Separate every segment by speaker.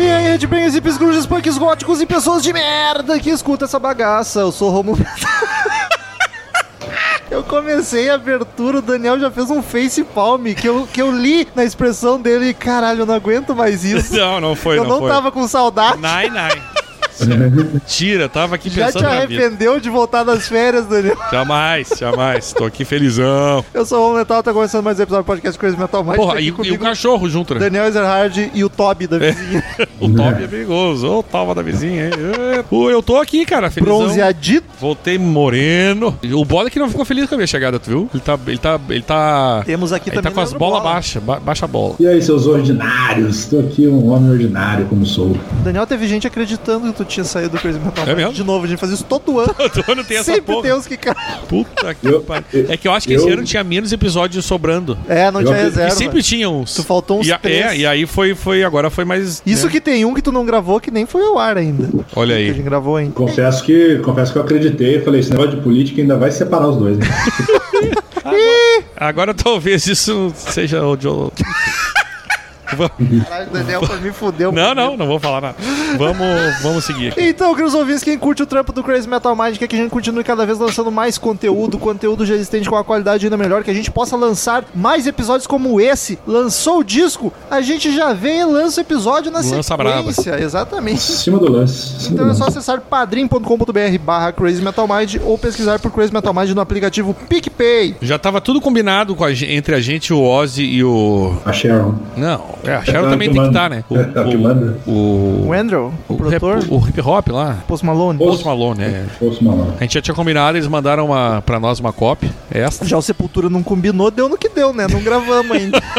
Speaker 1: headbangers, hips, grunges, punks, góticos e pessoas de merda que escuta essa bagaça. Eu sou Romulo... Eu comecei a abertura, o Daniel já fez um face palm que eu, que eu li na expressão dele, caralho, eu não aguento mais isso.
Speaker 2: Não, não foi,
Speaker 1: eu não,
Speaker 2: foi.
Speaker 1: tava com saudade.
Speaker 2: Nai, nai. Tira, tava aqui
Speaker 1: Já
Speaker 2: pensando
Speaker 1: te
Speaker 2: na vida.
Speaker 1: arrependeu de voltar das férias, Daniel?
Speaker 2: Jamais, jamais. Tô aqui felizão.
Speaker 1: Eu sou o Romulo Metal, tá começando mais um episódio do podcast Crazy Metal Mais. tá
Speaker 2: Porra,
Speaker 1: aqui
Speaker 2: e, e o
Speaker 1: comigo,
Speaker 2: cachorro junto, né?
Speaker 1: Daniel Ezerhard e o Toby da vizinha.
Speaker 2: O Toby é perigoso. Ô, Tava da vizinha, hein? É. Pô, eu tô aqui, cara, felizão.
Speaker 1: Bronzeadito.
Speaker 2: Voltei moreno. O Bola que não ficou feliz com a minha chegada, tu viu? Ele tá... Ele tá... Ele tá...
Speaker 1: Temos aqui
Speaker 2: Ele tá
Speaker 1: também é
Speaker 2: com as
Speaker 1: Leandro
Speaker 2: bolas
Speaker 1: Bola.
Speaker 2: baixas, ba- baixa a bola.
Speaker 3: E aí, seus ordinários? Tô aqui, um homem ordinário, como sou.
Speaker 1: Daniel, teve gente acreditando que tu tinha saído do Crazy Metal
Speaker 2: É
Speaker 1: Mais.
Speaker 2: mesmo?
Speaker 1: De novo, a gente faz isso todo ano.
Speaker 2: Todo ano tem essa
Speaker 1: Sempre
Speaker 2: porra.
Speaker 1: tem uns que... ca-
Speaker 2: Puta que
Speaker 3: Eu-
Speaker 2: pariu.
Speaker 3: eu-
Speaker 2: É que eu acho que esse
Speaker 3: eu-
Speaker 2: ano tinha menos episódios sobrando.
Speaker 1: É, não
Speaker 3: Eu
Speaker 1: tinha
Speaker 3: acredito que
Speaker 1: reserva.
Speaker 2: e sempre tinha uns.
Speaker 1: Tu faltou uns
Speaker 2: e, a-
Speaker 1: três.
Speaker 2: É, e aí foi, foi, agora foi mais...
Speaker 1: Isso
Speaker 2: né?
Speaker 1: que tem um que tu não gravou que nem foi ao ar ainda.
Speaker 2: Olha
Speaker 1: Que a
Speaker 2: aí.
Speaker 1: gente gravou ainda.
Speaker 3: Confesso que, confesso que eu acreditei, falei, esse negócio de política ainda vai separar os dois, né?
Speaker 2: Agora talvez isso seja odioso.
Speaker 1: Caralho, o Daniel pra mim fudeu.
Speaker 2: Não, não, não vou falar nada. Vamos, vamos seguir aqui.
Speaker 1: Então, queridos ouvintes, quem curte o trampo do Crazy Metal Mind quer que a gente continue cada vez lançando mais conteúdo, conteúdo já existente com a qualidade ainda melhor, que a gente possa lançar mais episódios como esse. Lançou o disco, a gente já vem e lança o episódio na
Speaker 2: Lança
Speaker 1: sequência. Exatamente.
Speaker 3: Cima do lance. Cima do
Speaker 1: Então é só
Speaker 3: lance.
Speaker 1: acessar padrim.com.br barra Crazy Metal Mind ou pesquisar por Crazy Metal Mind no aplicativo PicPay.
Speaker 2: Já tava tudo combinado com a gen- entre a gente, o Ozzy e o.
Speaker 3: A Sharon.
Speaker 2: Não, é, a Cheryl
Speaker 3: É o
Speaker 2: também
Speaker 3: que
Speaker 2: tem que
Speaker 3: manda.
Speaker 2: estar, né?
Speaker 3: É o que manda.
Speaker 2: O.
Speaker 1: O
Speaker 2: O,
Speaker 1: Andrew, o
Speaker 2: o, rap-
Speaker 1: produtor,
Speaker 2: o hip hop lá.
Speaker 1: Post Malone,
Speaker 2: Post Malone, é.
Speaker 3: Poxa, malandro.
Speaker 2: A gente já tinha combinado, eles mandaram uma, pra nós uma cópia. Essa.
Speaker 1: já o Sepultura não combinou, deu no que deu, né? Não gravamos ainda.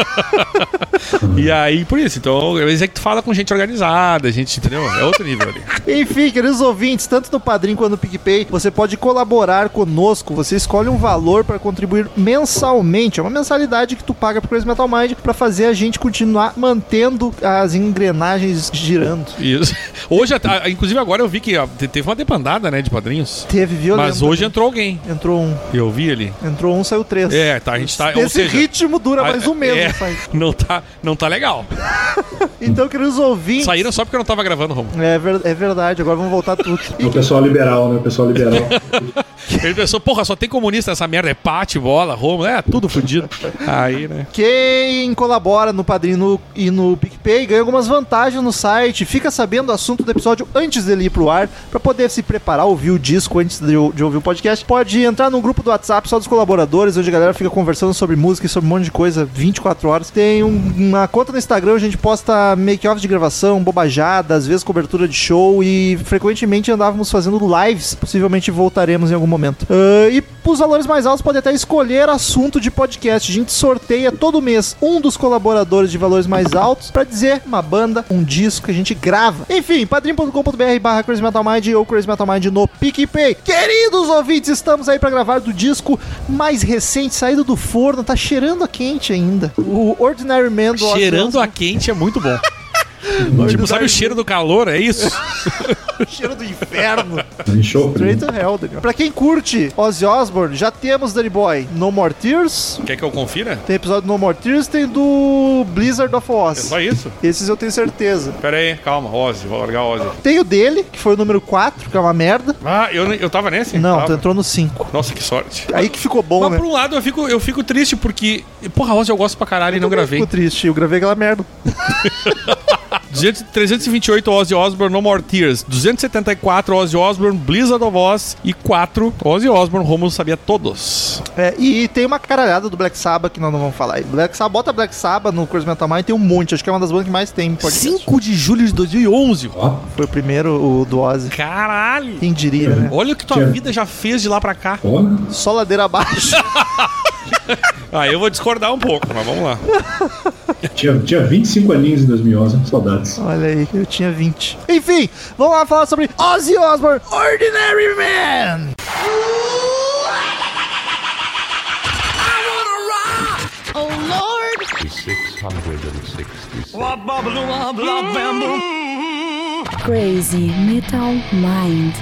Speaker 2: E aí, por isso, então, às vezes é que tu fala com gente organizada, gente, entendeu? É outro nível ali.
Speaker 1: Enfim, queridos ouvintes, tanto no Padrim quanto no PicPay, você pode colaborar conosco. Você escolhe um valor para contribuir mensalmente. É uma mensalidade que tu paga pro Crazy Metal Mind para fazer a gente continuar mantendo as engrenagens girando.
Speaker 2: Isso. Hoje, até- ah, inclusive agora eu vi que ah, te- teve uma debandada, né, de padrinhos.
Speaker 1: Teve violência.
Speaker 2: Mas hoje entrou alguém.
Speaker 1: entrou um,
Speaker 2: Eu vi ali.
Speaker 1: entrou um, saiu três.
Speaker 2: É, tá, a gente tá. ou
Speaker 1: Esse
Speaker 2: seja,
Speaker 1: ritmo dura
Speaker 2: a-
Speaker 1: mais um mês,
Speaker 2: é.
Speaker 1: sabe?
Speaker 2: não tá, não tá legal.
Speaker 1: Então, queridos ouvintes.
Speaker 2: Saíram só porque eu não tava gravando, Romulo.
Speaker 1: É, ver- é verdade, agora vamos voltar tudo.
Speaker 3: É o pessoal liberal, né? O pessoal liberal.
Speaker 2: Ele pensou, porra, só tem comunista nessa merda, é pate, bola, Romulo, é tudo fudido. Aí, né?
Speaker 1: Quem colabora no Padrino e no PicPay ganha algumas vantagens no site, fica sabendo o assunto do episódio antes dele ir pro ar, pra poder se preparar, ouvir o disco antes de, ou- de ouvir o podcast. Pode entrar num grupo do WhatsApp só dos colaboradores, onde a galera fica conversando sobre música e sobre um monte de coisa 24 horas. Tem um- uma conta no Instagram, onde a gente posta make-offs de gravação, bobajada, às vezes cobertura de show e frequentemente andávamos fazendo lives, possivelmente voltaremos em algum momento. Ah, e os valores mais altos podem até escolher assunto de podcast. A gente sorteia todo mês um dos colaboradores de valores mais altos pra dizer uma banda, um disco que a gente grava. Enfim, padrim.com.br barra Crazy Metal Mind ou Crazy Metal Mind no PicPay. Queridos ouvintes, estamos aí pra gravar do disco mais recente, saído do forno, tá cheirando a quente ainda. O Ordinary Man do Ozzy
Speaker 2: Cheirando a
Speaker 1: Osbourne.
Speaker 2: quente é muito bom. tipo, sabe o cheiro do calor, é isso?
Speaker 1: cheiro do inferno.
Speaker 3: Enxofre.
Speaker 1: Straight to hell, Daniel. Pra quem curte Ozzy Osbourne, já temos Danny Boy No More Tears.
Speaker 2: Quer que eu confira?
Speaker 1: Tem episódio do No More Tears, tem do Blizzard of
Speaker 2: É
Speaker 1: Oz.
Speaker 2: só isso?
Speaker 1: Esses eu tenho certeza.
Speaker 2: Pera aí, calma, Ozzy, vou largar Ozzy.
Speaker 1: Tem o dele, que foi o número 4, que é uma merda.
Speaker 2: Ah, eu, eu tava nesse?
Speaker 1: Não,
Speaker 2: tava.
Speaker 1: tu entrou no 5.
Speaker 2: Nossa, que sorte.
Speaker 1: Aí que ficou bom,
Speaker 2: Então. Mas
Speaker 1: né?
Speaker 2: por um lado eu fico, eu fico triste porque. Porra, Ozzy eu gosto pra caralho e não gravei.
Speaker 1: Ficou triste, eu gravei aquela merda.
Speaker 2: 200 328 Ozzy Osbourne, No More Tears. 274 Ozzy Osbourne, Blizzard of Oz. E 4 Ozzy Osbourne, Romulo sabia todos.
Speaker 1: É, e tem uma caralhada do Black Sabbath que nós não vamos falar aí. Black Sabbath, bota Black Sabbath no Cruise Metal Mind, tem um monte. Acho que é uma das bandas que mais tem. em podcast.
Speaker 2: 5 de julho de 2011.
Speaker 3: Ó,
Speaker 1: Foi o primeiro, o do Ozzy.
Speaker 2: Caralho!
Speaker 1: Quem diria, né?
Speaker 2: Olha o que tua
Speaker 3: Tchau.
Speaker 2: vida já fez de lá pra cá.
Speaker 3: ó.
Speaker 1: Só ladeira abaixo.
Speaker 2: Ah, eu vou discordar um pouco, mas vamos lá.
Speaker 3: Tinha, tinha 25 aninhos em 2011, saudades.
Speaker 1: Olha aí, eu tinha 20. Enfim, vamos lá falar sobre Ozzy Osbourne, Ordinary Man.
Speaker 4: Crazy Metal Mind.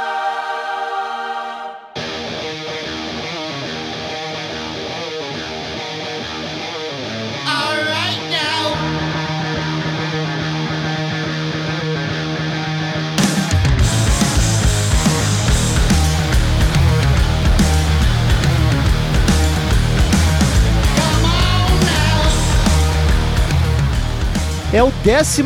Speaker 5: Thank
Speaker 1: é o 12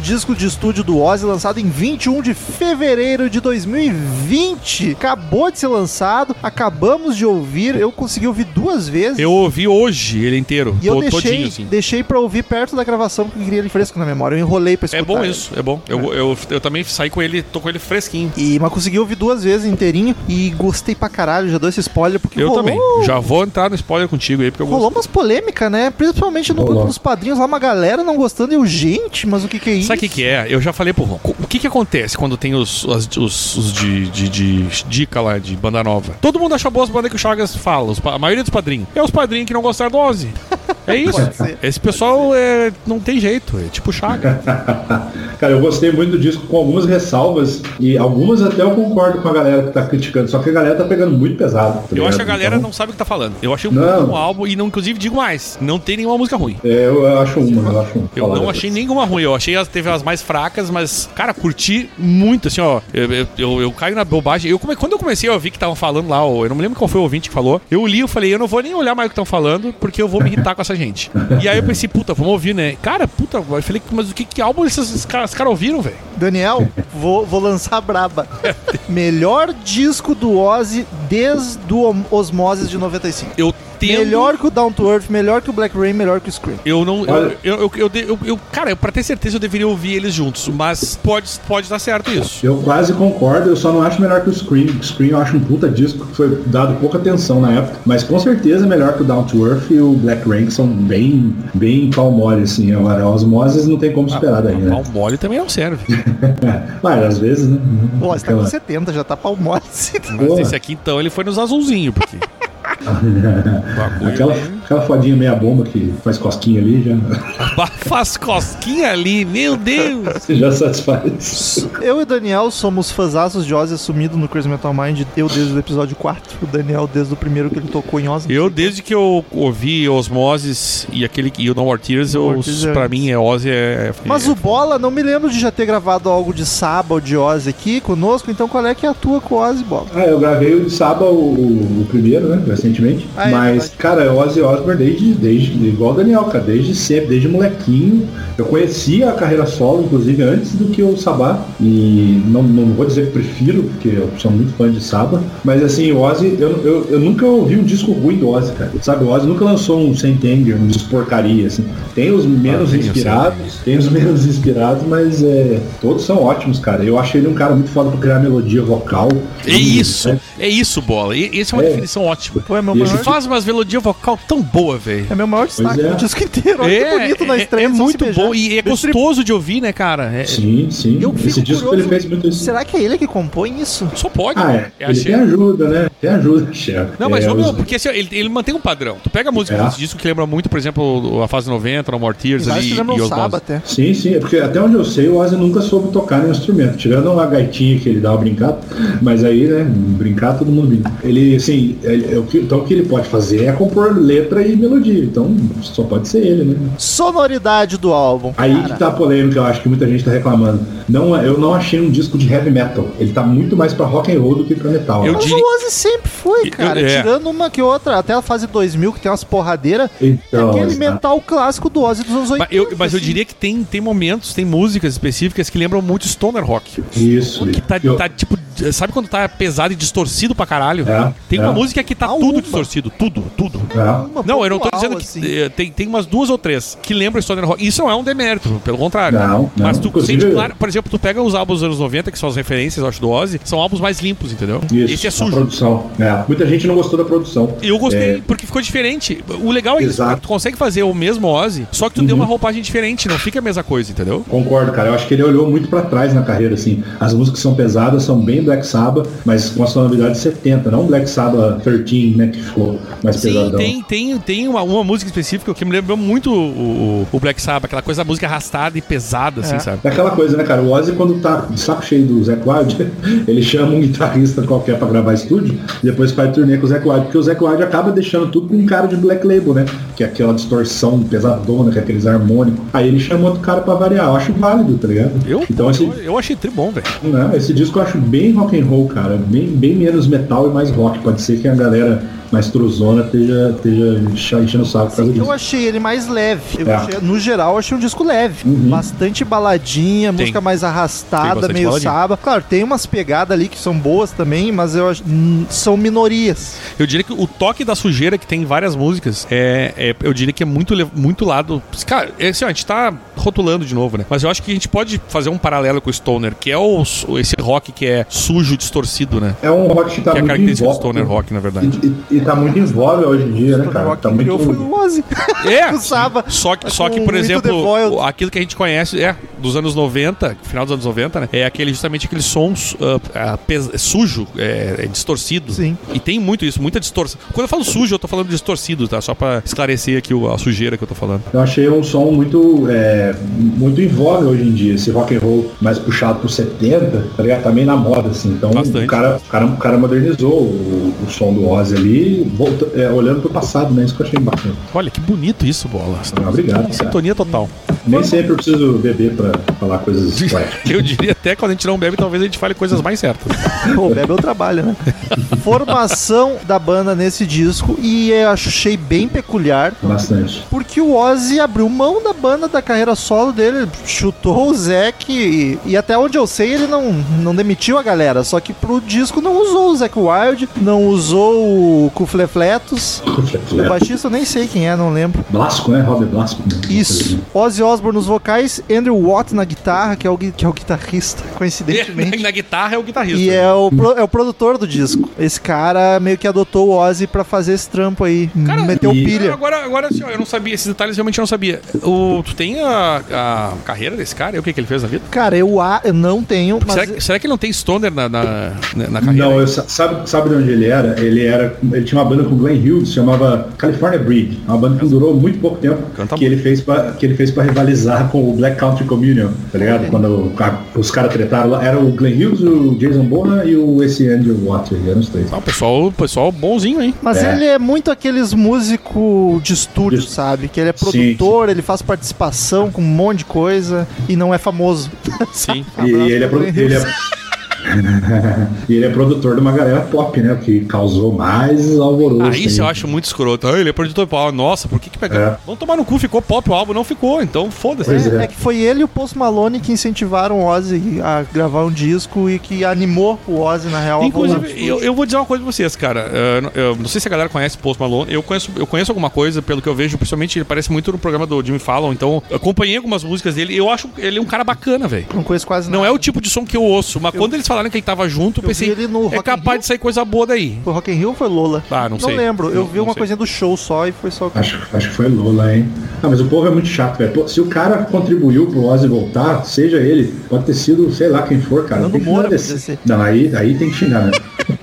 Speaker 1: disco de estúdio do Ozzy, lançado em 21 de fevereiro de 2020. Acabou de ser lançado, acabamos de ouvir. Eu consegui ouvir duas vezes.
Speaker 2: Eu ouvi hoje ele inteiro,
Speaker 1: E eu
Speaker 2: to-
Speaker 1: deixei,
Speaker 2: todinho, assim.
Speaker 1: deixei pra ouvir perto da gravação, porque eu queria ele fresco na memória. Eu enrolei pra escutar.
Speaker 2: É bom
Speaker 1: ele.
Speaker 2: isso, é bom. Eu, eu, eu também saí com ele, tô com ele fresquinho.
Speaker 1: E, mas consegui ouvir duas vezes inteirinho e gostei pra caralho. Já dou esse spoiler, porque uh!
Speaker 2: Eu
Speaker 1: rolou,
Speaker 2: também. Já vou entrar no spoiler contigo aí, porque eu
Speaker 1: rolou
Speaker 2: gosto.
Speaker 1: umas polêmicas, né? Principalmente no
Speaker 3: Rolou.
Speaker 1: grupo dos padrinhos lá, uma galera não gostando. E eu, gente, mas o que que é isso?
Speaker 2: Sabe o que, que é? Eu já falei pro Ron. O que, que acontece quando tem os, as- os, os de, de, de dica lá, de banda nova? Todo mundo acha boas as bandas que o Chagas fala, os pa- a maioria dos padrinhos. É os padrinhos que não gostaram do Ozzy. É isso.
Speaker 1: Pode ser.
Speaker 2: Esse pessoal é, não tem jeito, é tipo o Chagas.
Speaker 3: Cara, eu gostei muito do disco com algumas ressalvas e algumas até eu concordo com a galera que tá criticando, só que a galera tá pegando muito pesado. tá
Speaker 2: Eu
Speaker 3: ligado?
Speaker 2: acho que a galera
Speaker 3: Então,
Speaker 2: não sabe o que tá falando. Eu achei um
Speaker 3: Não.
Speaker 2: bom álbum e não, inclusive, digo mais, não tem nenhuma música ruim.
Speaker 3: É, eu acho uma, eu acho uma.
Speaker 2: Eu
Speaker 3: Falar
Speaker 2: não
Speaker 3: depois.
Speaker 2: achei nenhuma ruim, eu achei as teve as mais fracas, mas, cara, curti muito, assim, ó. Eu, eu, eu- eu caio na bobagem. Eu come- quando eu comecei a ouvir que estavam falando lá, ó, eu não me lembro qual foi o ouvinte que falou. Eu li, eu falei, eu não vou nem olhar mais o que estão falando, porque eu vou me irritar com essa gente. E aí eu pensei, puta, vamos ouvir, né? Cara, puta, eu falei, mas o que, que álbum esses, esses caras esses caras ouviram, velho?
Speaker 1: Daniel, vou, vou lançar a braba. Melhor disco do Ozzy desde o Om- Osmoses de 95.
Speaker 2: Eu tenho.
Speaker 1: Melhor que o Down to Earth, melhor que o Black Rain, melhor que o Scream.
Speaker 2: Eu não. Eu,
Speaker 3: Olha-
Speaker 2: eu, eu, eu, eu- eu- cara, eu, pra ter certeza eu deveria ouvir eles juntos, mas pode, pode dar certo isso.
Speaker 3: Eu quase concordo, eu só não acho melhor que o Scream. O Scream eu acho um puta disco que foi dado pouca atenção na época, mas com certeza é melhor que o Down to Earth e o Black Rain, que são bem, bem pau mole, assim. Agora, os Moses não tem como
Speaker 1: Ah,
Speaker 3: superar daí, né?
Speaker 2: Pau mole também não serve.
Speaker 3: Mas às vezes, né?
Speaker 1: Pô, você tá com
Speaker 3: Aquela-
Speaker 1: 70, já tá palmose.
Speaker 2: Mas
Speaker 3: Boa.
Speaker 2: esse aqui então ele foi nos azulzinhos, porque. Bagulho.
Speaker 3: Aquela, aquela fodinha meia bomba que faz cosquinha ali já,
Speaker 2: Ba- Faz cosquinha ali, meu Deus!
Speaker 3: já satisfaz.
Speaker 1: Eu e o Daniel somos fãzaços de Ozzy assumido no Crazy Metal Mind. Eu desde o episódio 4, o Daniel desde o primeiro que ele tocou em Ozzy.
Speaker 2: Eu, desde que eu ouvi Osmoses e aquele e o No More Tears, eu,
Speaker 1: More Tears é
Speaker 2: pra
Speaker 1: antes.
Speaker 2: mim é Ozzy é.
Speaker 1: Mas o Bola, não me lembro de já ter gravado algo de Saba ou de Ozzy aqui conosco, então qual é que é a tua com Ozzy, Bola?
Speaker 3: Ah, eu gravei o de Saba, o, o primeiro, né? Recentemente.
Speaker 1: Ah, é
Speaker 3: Mas,
Speaker 1: verdade.
Speaker 3: cara, o Ozzy Osbourne desde, desde, igual o Daniel, cara, desde sempre, desde molequinho. Eu conhecia a carreira solo, inclusive, antes do que o Sabá. E não, não vou dizer que prefiro, porque eu sou muito fã de Saba. Mas, assim, o Ozzy, eu, eu, eu nunca ouvi um disco ruim do Ozzy, cara. Sabe, o Ozzy nunca lançou um Sentenger, um disco porcaria, assim. Tem os menos
Speaker 2: tem o
Speaker 3: inspirados, tem os menos inspirados, mas é, todos são ótimos, cara. Eu achei ele um cara muito foda pra criar melodia vocal.
Speaker 2: É isso, é isso, bola. E, essa é uma
Speaker 3: É.
Speaker 2: definição ótima.
Speaker 1: Pô, é meu
Speaker 3: E
Speaker 1: maior,
Speaker 3: esse
Speaker 2: Faz umas melodia vocal tão boa, velho.
Speaker 1: é meu maior destaque
Speaker 3: é.
Speaker 1: do disco inteiro. Olha que bonito na estreia.
Speaker 2: é
Speaker 1: eles vão se
Speaker 2: muito
Speaker 1: beijar.
Speaker 2: bom e é
Speaker 1: Eles tri-
Speaker 2: gostoso de ouvir, né, cara? É-
Speaker 3: Sim, sim.
Speaker 1: Eu fico
Speaker 3: Esse disco
Speaker 1: curioso.
Speaker 3: ele fez muito isso.
Speaker 1: Será que é ele que compõe isso?
Speaker 2: Só pode.
Speaker 3: Ah,
Speaker 2: né?
Speaker 3: é.
Speaker 2: É a
Speaker 3: ele
Speaker 2: Cher.
Speaker 3: tem ajuda, né? Tem ajuda, chefe.
Speaker 2: Não, mas
Speaker 3: é,
Speaker 2: vamos,
Speaker 3: os-
Speaker 2: porque assim, ó, ele, ele mantém um padrão. Tu pega a música
Speaker 3: É.
Speaker 2: desse disco que lembra muito, por exemplo, a fase 90, No More Tears
Speaker 1: Vários
Speaker 2: ali
Speaker 1: que
Speaker 2: e
Speaker 1: lembram o Saba
Speaker 2: Osmoses.
Speaker 1: até.
Speaker 3: Sim, sim. É porque até onde eu sei, o Ozzy nunca soube tocar nenhum instrumento. Tirando uma gaitinha que ele dava brincar, mas aí, né, brincar todo mundo brinca. Ele, assim, ele- é o que- então o que ele pode fazer é compor letra e melodia. Então só pode ser ele, né?
Speaker 1: Sonoridade do álbum.
Speaker 3: Aí
Speaker 1: cara.
Speaker 3: que tá a polêmica, eu acho que muita gente tá reclamando. Não, eu não achei um disco de heavy metal. Ele tá muito mais pra rock and roll do que pra metal.
Speaker 2: Eu
Speaker 3: né?
Speaker 1: Mas
Speaker 2: diria-
Speaker 1: o Ozzy sempre foi, cara.
Speaker 2: Eu- é.
Speaker 1: Tirando uma que outra, até a fase 2000, que tem umas porradeiras.
Speaker 3: Então,
Speaker 1: é aquele
Speaker 3: está-
Speaker 1: mental clássico do Ozzy dos anos 80.
Speaker 2: Mas eu, mas eu
Speaker 1: assim.
Speaker 2: diria que tem, tem momentos, tem músicas específicas que lembram muito stoner rock.
Speaker 3: Isso.
Speaker 2: Que tá,
Speaker 3: Eu-
Speaker 2: tá, tipo, sabe quando tá pesado e distorcido pra caralho?
Speaker 3: É,
Speaker 2: tem uma
Speaker 3: é.
Speaker 2: música que tá
Speaker 1: Ah,
Speaker 2: tudo
Speaker 1: uma.
Speaker 2: distorcido, tudo, tudo.
Speaker 3: tá.
Speaker 1: Uma
Speaker 2: Não, eu não tô
Speaker 1: pontual,
Speaker 2: dizendo que
Speaker 1: assim.
Speaker 2: eh, tem, tem umas duas ou três que lembram stoner rock. Isso não é um demérito, pelo contrário.
Speaker 3: Não, não.
Speaker 2: Mas tu
Speaker 3: Inclusive-
Speaker 2: sente claro, por exemplo, tu pega os álbuns dos anos 90, que são as referências, eu acho, do Ozzy, são álbuns mais limpos, entendeu?
Speaker 3: Isso,
Speaker 2: Esse é
Speaker 3: A
Speaker 2: sujo.
Speaker 3: produção. É. Muita gente não gostou da produção.
Speaker 2: Eu gostei,
Speaker 3: É.
Speaker 2: porque ficou diferente. O legal é isso,
Speaker 3: Exato. Uhum.
Speaker 2: cara, tu consegue fazer o mesmo Ozzy, só que tu deu uma roupagem diferente, não fica a mesma coisa, entendeu?
Speaker 3: Concordo, cara. Eu acho que ele olhou muito pra trás na carreira, assim. As músicas são pesadas, são bem Black Sabbath, mas com a sonoridade 70, não Black Sabbath 13, né, que ficou mais
Speaker 2: Sim,
Speaker 3: pesadão.
Speaker 2: tem, tem, tem uma, uma música específica que me lembrou muito o, o- o Black Sabbath, aquela coisa da música arrastada e pesada, assim, sabe?
Speaker 3: É aquela coisa, né, cara? O Ozzy, quando tá de saco cheio do Zé Cláudio, ele chama um guitarrista qualquer pra gravar estúdio, e depois faz turnê com o Zé Cláudio, porque o Zé Cláudio acaba deixando tudo com um cara de Black Label, né? Que é aquela distorção pesadona, que é aqueles harmônicos. Aí ele chama outro cara pra variar. Eu acho válido, tá ligado?
Speaker 2: Eu,
Speaker 3: então, né, assim,
Speaker 2: eu, eu achei tri bom, velho.
Speaker 3: Não, esse disco eu acho bem rock and roll, cara. Bem, bem menos metal e mais rock. Pode ser que a galera mais truzona esteja, esteja enchendo o saco por causa
Speaker 1: Eu
Speaker 3: disso.
Speaker 1: achei ele mais leve. Eu
Speaker 3: É.
Speaker 1: achei- no geral, eu achei um disco leve.
Speaker 3: Uhum.
Speaker 1: Bastante baladinha,
Speaker 2: Tem.
Speaker 1: música mais
Speaker 2: Tem
Speaker 1: arrastada,
Speaker 2: bastante
Speaker 1: meio
Speaker 2: baladinha.
Speaker 1: saba. Claro, tem umas pegadas ali que são boas também, mas eu acho, hum, são minorias.
Speaker 2: Eu diria que o toque da sujeira que tem em várias músicas é, é- eu diria que é muito, le- muito lado. Cara, é assim, ó, a gente tá rotulando de novo, né? Mas eu acho que a gente pode fazer um paralelo com o Stoner, que é o, esse rock que é sujo, distorcido, né?
Speaker 3: É um rock né? que tá
Speaker 2: Que é a
Speaker 3: muito
Speaker 2: característica do
Speaker 3: em voga.
Speaker 2: Stoner rock, na verdade.
Speaker 3: E, e, e tá muito em voga hoje em dia, né, cara? Tá
Speaker 1: que criou foi
Speaker 3: muito.
Speaker 1: o Ozzy.
Speaker 2: É!
Speaker 1: O Saba.
Speaker 2: Só que, só que,
Speaker 1: Com
Speaker 2: por
Speaker 1: Into the
Speaker 2: exemplo,
Speaker 1: Void.
Speaker 2: o- aquilo que a gente conhece é dos anos 90, final dos anos 90, né? É aquele justamente aquele som su- ah, ah, pes- sujo, é, é distorcido.
Speaker 1: Sim.
Speaker 2: E tem muito isso, muita distorção. Quando eu falo sujo, eu tô falando distorcido, tá? Só pra esclarecer aqui o- a sujeira que eu tô falando.
Speaker 3: Eu achei um som muito, é, muito em voga hoje em dia, esse rock and roll mais puxado pro 70, tá ligado? Tá meio na moda, assim. Então
Speaker 2: Bastante.
Speaker 3: o cara, o cara, o cara modernizou o, o som do Ozzy ali, volta, é, olhando pro passado, né? Isso que eu achei bacana.
Speaker 2: Olha, que bonito isso, bola.
Speaker 3: Ah, obrigado, cara.
Speaker 2: Sintonia total.
Speaker 3: Nem sempre eu preciso beber pra falar coisas poéticas.
Speaker 2: Eu diria até quando a gente não bebe, talvez a gente fale coisas mais certas.
Speaker 1: Pô, bebe é o trabalho, né? Formação da banda nesse disco e eu achei bem peculiar.
Speaker 3: Bastante.
Speaker 1: Porque o Ozzy abriu mão da banda, da carreira solo dele, chutou o Zac e, e até onde eu sei ele não, não demitiu a galera. Só que pro disco não usou o Zac Wild, não usou o Cuflefletos. O baixista eu nem sei quem é, não lembro.
Speaker 3: Blasco, né? Rob Blasco. né?
Speaker 1: Isso. Ozzy Osbourne nos vocais, Andrew Watt na guitarra, que é o, gui- que é o guitarrista, coidentemente.
Speaker 2: Na guitarra é o guitarrista.
Speaker 1: E é o, pro- é o produtor do disco. Esse cara meio que adotou o Ozzy pra fazer esse trampo aí.
Speaker 2: Cara,
Speaker 1: meteu
Speaker 3: e-
Speaker 1: pilha.
Speaker 2: Agora, agora assim, ó, eu não sabia, esses detalhes realmente eu não sabia. O, tu tem a, a carreira desse cara? E o que, que ele fez na vida?
Speaker 1: Cara, eu, a, eu não tenho, mas
Speaker 2: Será, que- será que ele não tem stoner na, na, na- na carreira?
Speaker 3: Não, eu sa- sabe, sabe de onde ele era? Ele era, ele tinha uma banda com o Glenn Hughes, chamava California Breed, uma banda que durou muito pouco tempo,
Speaker 2: Canta
Speaker 3: que ele fez para que ele fez para rivalizar com o Black Country Communion, tá ligado? Quando o ca- os caras tretaram lá, era o Glenn Hughes, o Jason Bonham e o esse Andrew Watt, aí, eram os três.
Speaker 2: Ah, o pessoal, o pessoal bonzinho, hein?
Speaker 1: Mas
Speaker 3: É.
Speaker 1: ele é muito aqueles músico de estúdio,
Speaker 3: Isso.
Speaker 1: sabe? Que ele é
Speaker 3: Sim,
Speaker 1: produtor, ele faz participação com um monte de coisa e não é famoso.
Speaker 2: Sim.
Speaker 3: E
Speaker 1: Abraço
Speaker 3: ele é,
Speaker 1: pro
Speaker 3: pro-
Speaker 1: Glenn
Speaker 3: ele é- E ele é produtor de uma galera pop, né? Que causou mais alvoroço.
Speaker 2: Ah, isso eu
Speaker 3: aí.
Speaker 2: acho muito escroto. Ah, ele é produtor pau. Nossa, por que que pegou?
Speaker 3: É.
Speaker 2: Vamos tomar no cu, ficou pop o álbum, não ficou. Então foda-se.
Speaker 3: Pois
Speaker 1: É,
Speaker 3: é.
Speaker 1: é que foi ele e o Post Malone que incentivaram o Ozzy a gravar um disco e que animou o Ozzy, na real, a voltar pro
Speaker 2: Inclusive,
Speaker 1: estúdio.
Speaker 2: eu, eu vou dizer uma coisa pra vocês, cara. Eh, n- eu não sei se a galera conhece Post Malone. Eu conheço, eu conheço alguma coisa, pelo que eu vejo, principalmente ele parece muito no programa do Jimmy Fallon. Então, eu acompanhei algumas músicas dele. Eu acho ele um cara bacana, velho.
Speaker 1: Não conheço quase
Speaker 2: Não
Speaker 1: nada.
Speaker 2: é o tipo de som que eu ouço, mas quando eles falaram que ele tava junto, eu
Speaker 1: Eu
Speaker 2: pensei,
Speaker 1: vi ele no Rock
Speaker 2: é
Speaker 1: in
Speaker 2: capaz
Speaker 1: Rio.
Speaker 2: de sair coisa boa daí.
Speaker 1: Foi Rock in Rio ou foi Lola?
Speaker 2: é- Ah, não sei.
Speaker 1: lembro. Eu
Speaker 2: Não-
Speaker 1: vi
Speaker 2: não
Speaker 1: uma
Speaker 2: sei.
Speaker 1: coisinha do show só e foi só...
Speaker 3: Acho, acho que foi Lula, hein? Ah, mas o povo é muito chato, velho. Pô, Se o cara contribuiu pro Ozzy voltar, seja ele, pode ter sido, sei lá, quem for, cara.
Speaker 1: Nando
Speaker 3: tem que
Speaker 1: Moura
Speaker 3: agradecer.
Speaker 1: pode ser.
Speaker 3: Não, aí, aí tem que xingar, né?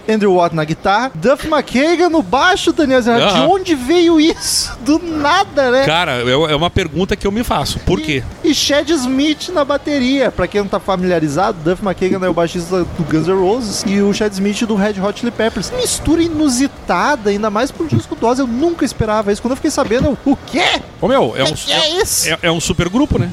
Speaker 1: Andrew Watt na guitarra, Duff McKagan no baixo, Daniel Zerard. De
Speaker 2: Aham.
Speaker 1: onde veio isso? Do nada, né?
Speaker 2: Cara, é é uma pergunta que eu me faço. Por quê?
Speaker 1: E Chad Smith na bateria. Pra quem não tá familiarizado, Duff McKagan é o baixista do Guns N' Roses e o Chad Smith do Red Hot Chili Peppers. Mistura inusitada, ainda mais pro disco dose. Eu nunca esperava isso. Quando eu fiquei sabendo, eu, o quê?
Speaker 2: Ô meu, é
Speaker 1: O
Speaker 2: um,
Speaker 1: que é isso?
Speaker 2: é, é um super grupo, né?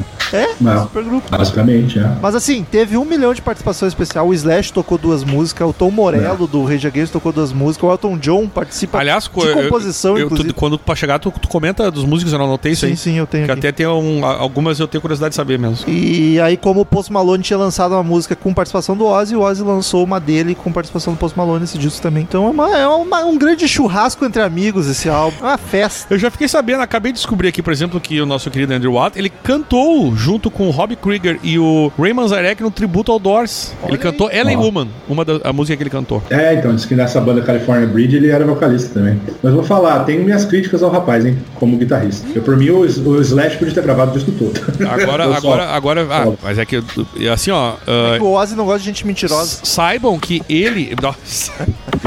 Speaker 3: Não,
Speaker 1: Supergrupo.
Speaker 3: basicamente, né?
Speaker 1: Mas assim, teve um milhão de participação especial. O Slash tocou duas músicas, o Tom Morello do Rage Against tocou duas músicas, o Elton John participa
Speaker 2: Aliás, co-
Speaker 1: Tá. de composição,
Speaker 2: eu, eu,
Speaker 1: inclusive.
Speaker 2: tu, quando tu chegar, tu, tu comenta dos músicos, eu não anotei isso
Speaker 1: sim,
Speaker 2: aí.
Speaker 1: sim, eu tenho
Speaker 2: Que
Speaker 1: aqui.
Speaker 2: até tem um- a- algumas eu tenho curiosidade de saber mesmo.
Speaker 1: E aí, como o Post Malone tinha lançado uma música com participação do Ozzy, o Ozzy lançou uma dele com participação do Post Malone nesse disco também. Então é, uma- é uma- um grande churrasco entre amigos esse álbum. É uma festa.
Speaker 2: Eu já fiquei sabendo, acabei de descobrir aqui, por exemplo, que o nosso querido Andrew Watt, ele cantou junto com o Rob Krieger e o Raymond Zarek no tributo ao Doors. ele
Speaker 1: aí.
Speaker 2: cantou Ellen
Speaker 3: Ó.
Speaker 2: Woman, uma da a música que ele cantou.
Speaker 3: É, então, disse que nessa banda California Breed ele era vocalista também. Mas vou falar, tenho minhas críticas ao rapaz, hein? Como guitarrista. Eu, por mim, o, o Slash podia ter gravado o disco todo. Eu
Speaker 2: Agora,
Speaker 3: só-
Speaker 2: agora, agora, ah,
Speaker 3: Solo.
Speaker 2: mas é que é assim, ó, ah,
Speaker 1: O Ozzy não gosta de gente mentirosa.
Speaker 2: saibam que ele, nossa,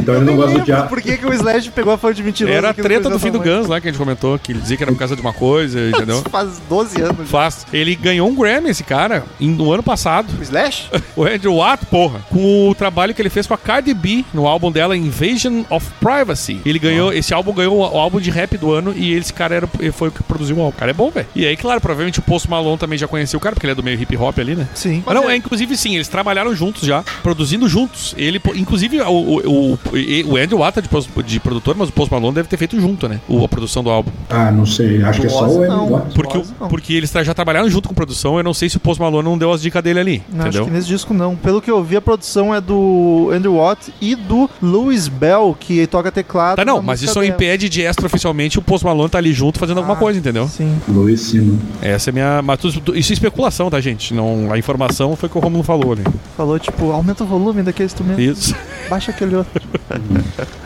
Speaker 3: Então ele não gosta do diabo.
Speaker 1: Por que, que o Slash pegou a fã de mentirosa?
Speaker 2: Era a
Speaker 1: aqui no
Speaker 2: treta do
Speaker 1: Coisa
Speaker 2: fim do
Speaker 1: Tamanho?
Speaker 2: Guns lá que a gente comentou, que ele dizia que era por causa de uma coisa, entendeu?
Speaker 1: Faz 12 anos.
Speaker 2: Faz. Ele ganhou um Grammy, esse cara, em- no ano passado.
Speaker 1: O Slash?
Speaker 2: O Andrew Watt, porra, com o trabalho que ele fez com a Cardi B no álbum dela Invasion of Privacy. Ele
Speaker 3: Ah.
Speaker 2: ganhou, esse álbum ganhou o álbum de rap do ano e esse cara era, ele foi o que produziu o álbum. O cara é bom, velho. E aí, claro, provavelmente o Post Malone também já conhecia o cara, porque ele é do meio hip hop ali, né?
Speaker 1: Sim.
Speaker 2: Ah, não, é, inclusive sim, eles trabalharam juntos já, produzindo juntos. Ele, po- inclusive, o, o, o, e- o Andrew Watt é de, pos- de produtor, mas o Post Malone deve ter feito junto, né? O- a produção do álbum.
Speaker 3: Ah, não sei. Acho que é só
Speaker 1: Duose,
Speaker 3: o
Speaker 1: não.
Speaker 3: Edward.
Speaker 2: Porque, o-
Speaker 1: Nossa, não.
Speaker 2: porque eles tra- já trabalharam junto com produção, eu não sei se o Post Malone não deu as dicas dele ali,
Speaker 1: Não, acho
Speaker 2: entendeu?
Speaker 1: que nesse disco não. Pelo que eu vi, a produção é do Andrew Watt e do Louis Bell, que toca teclado.
Speaker 2: Tá, não,
Speaker 1: na
Speaker 2: mas
Speaker 1: música
Speaker 2: isso não
Speaker 1: dela.
Speaker 2: impede de extra oficialmente o Post Malone tá ali junto fazendo alguma
Speaker 1: Ah,
Speaker 2: coisa, entendeu?
Speaker 1: Sim.
Speaker 3: Louis Sino.
Speaker 2: Essa é a minha. Mas tudo- tudo- isso é especulação, tá, gente? Não, a informação foi o que o Romulo falou ali.
Speaker 1: Falou, tipo, aumenta o volume daquele instrumento,
Speaker 2: Isso.
Speaker 1: baixa aquele outro.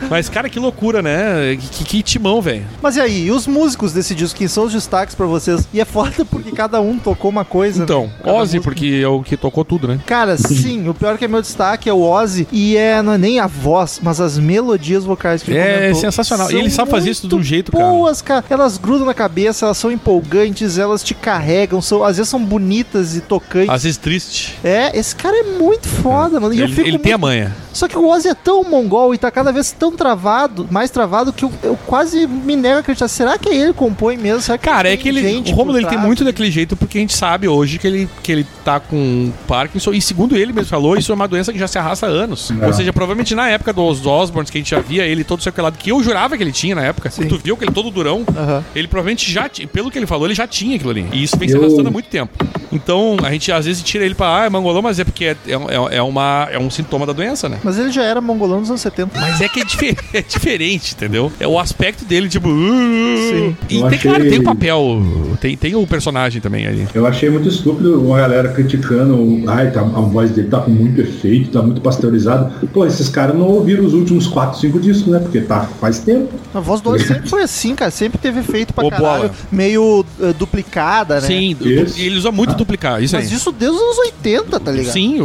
Speaker 2: Mas, cara, que loucura, né? Que, que- que timão, velho.
Speaker 1: Mas e aí, e os músicos desse disco, quem são os destaques pra vocês? E é foda porque cada um tocou uma coisa. né?
Speaker 2: Então,
Speaker 1: Cada
Speaker 2: Ozzy,
Speaker 1: músico.
Speaker 2: porque é o que tocou tudo, né?
Speaker 1: Cara, sim, o pior que é meu destaque é o Ozzy, e é, não é nem a voz, mas as melodias vocais que ele
Speaker 2: É
Speaker 1: comentou.
Speaker 2: sensacional. E
Speaker 1: São
Speaker 2: ele sabe fazer isso de um
Speaker 1: muito
Speaker 2: jeito, cara.
Speaker 1: boas, cara. Elas grudam na cabeça, elas são empolgantes, elas te carregam, são, às vezes são bonitas e tocantes.
Speaker 2: Às vezes triste.
Speaker 1: É, esse cara é muito foda, mano. E eu
Speaker 2: Ele,
Speaker 1: fico
Speaker 2: ele tem a
Speaker 1: muito-
Speaker 2: manha.
Speaker 1: Só que o Ozzy é tão mongol e tá cada vez tão travado, mais travado, que eu, eu quase me nego a acreditar. Será que é ele que compõe mesmo? Será que
Speaker 2: Cara,
Speaker 1: tem
Speaker 2: é que ele.
Speaker 1: gente
Speaker 2: O Romulo
Speaker 1: por
Speaker 2: ele tem
Speaker 1: trás?
Speaker 2: muito daquele jeito porque a gente sabe hoje que ele, que ele tá com Parkinson. E segundo ele mesmo falou, isso é uma doença que já se arrasta há anos.
Speaker 3: É.
Speaker 2: Ou seja, provavelmente na época dos Osborns, que a gente já via ele todo sequelado, que eu jurava que ele tinha na época.
Speaker 1: Sim.
Speaker 2: Tu viu que ele todo durão.
Speaker 1: Aham.
Speaker 2: Ele provavelmente já, ti- pelo que ele falou, ele já tinha aquilo ali. E isso vem se
Speaker 3: Eu-
Speaker 2: arrastando há muito tempo. Então, a gente às vezes tira ele pra, ah, é mangolão, mas é porque é, é, é uma, é um sintoma da doença, né?
Speaker 1: Mas ele já era mongolão nos anos 70.
Speaker 2: Mas é que é, dife- é diferente, entendeu? É o aspecto dele, tipo. "Uh".
Speaker 1: Sim.
Speaker 2: E
Speaker 3: Eu
Speaker 2: tem, claro,
Speaker 3: achei-
Speaker 2: tem o papel. Tem, tem o personagem também ali.
Speaker 3: Eu achei muito estúpido uma galera criticando, ai, tá, a voz dele tá com muito efeito, tá muito pasteurizado. Pô, esses caras não ouviram os últimos 4, 5 discos, né? Porque tá faz tempo.
Speaker 1: A voz do Ozzy sempre foi assim, cara. Sempre teve feito pra
Speaker 2: Ô,
Speaker 1: caralho.
Speaker 2: bola.
Speaker 1: Meio eh, duplicada, né?
Speaker 2: Sim, du-
Speaker 3: Isso.
Speaker 2: ele usa muito duplicar, isso aí.
Speaker 1: Mas isso desde os anos 80, tá ligado?
Speaker 2: Sim, o,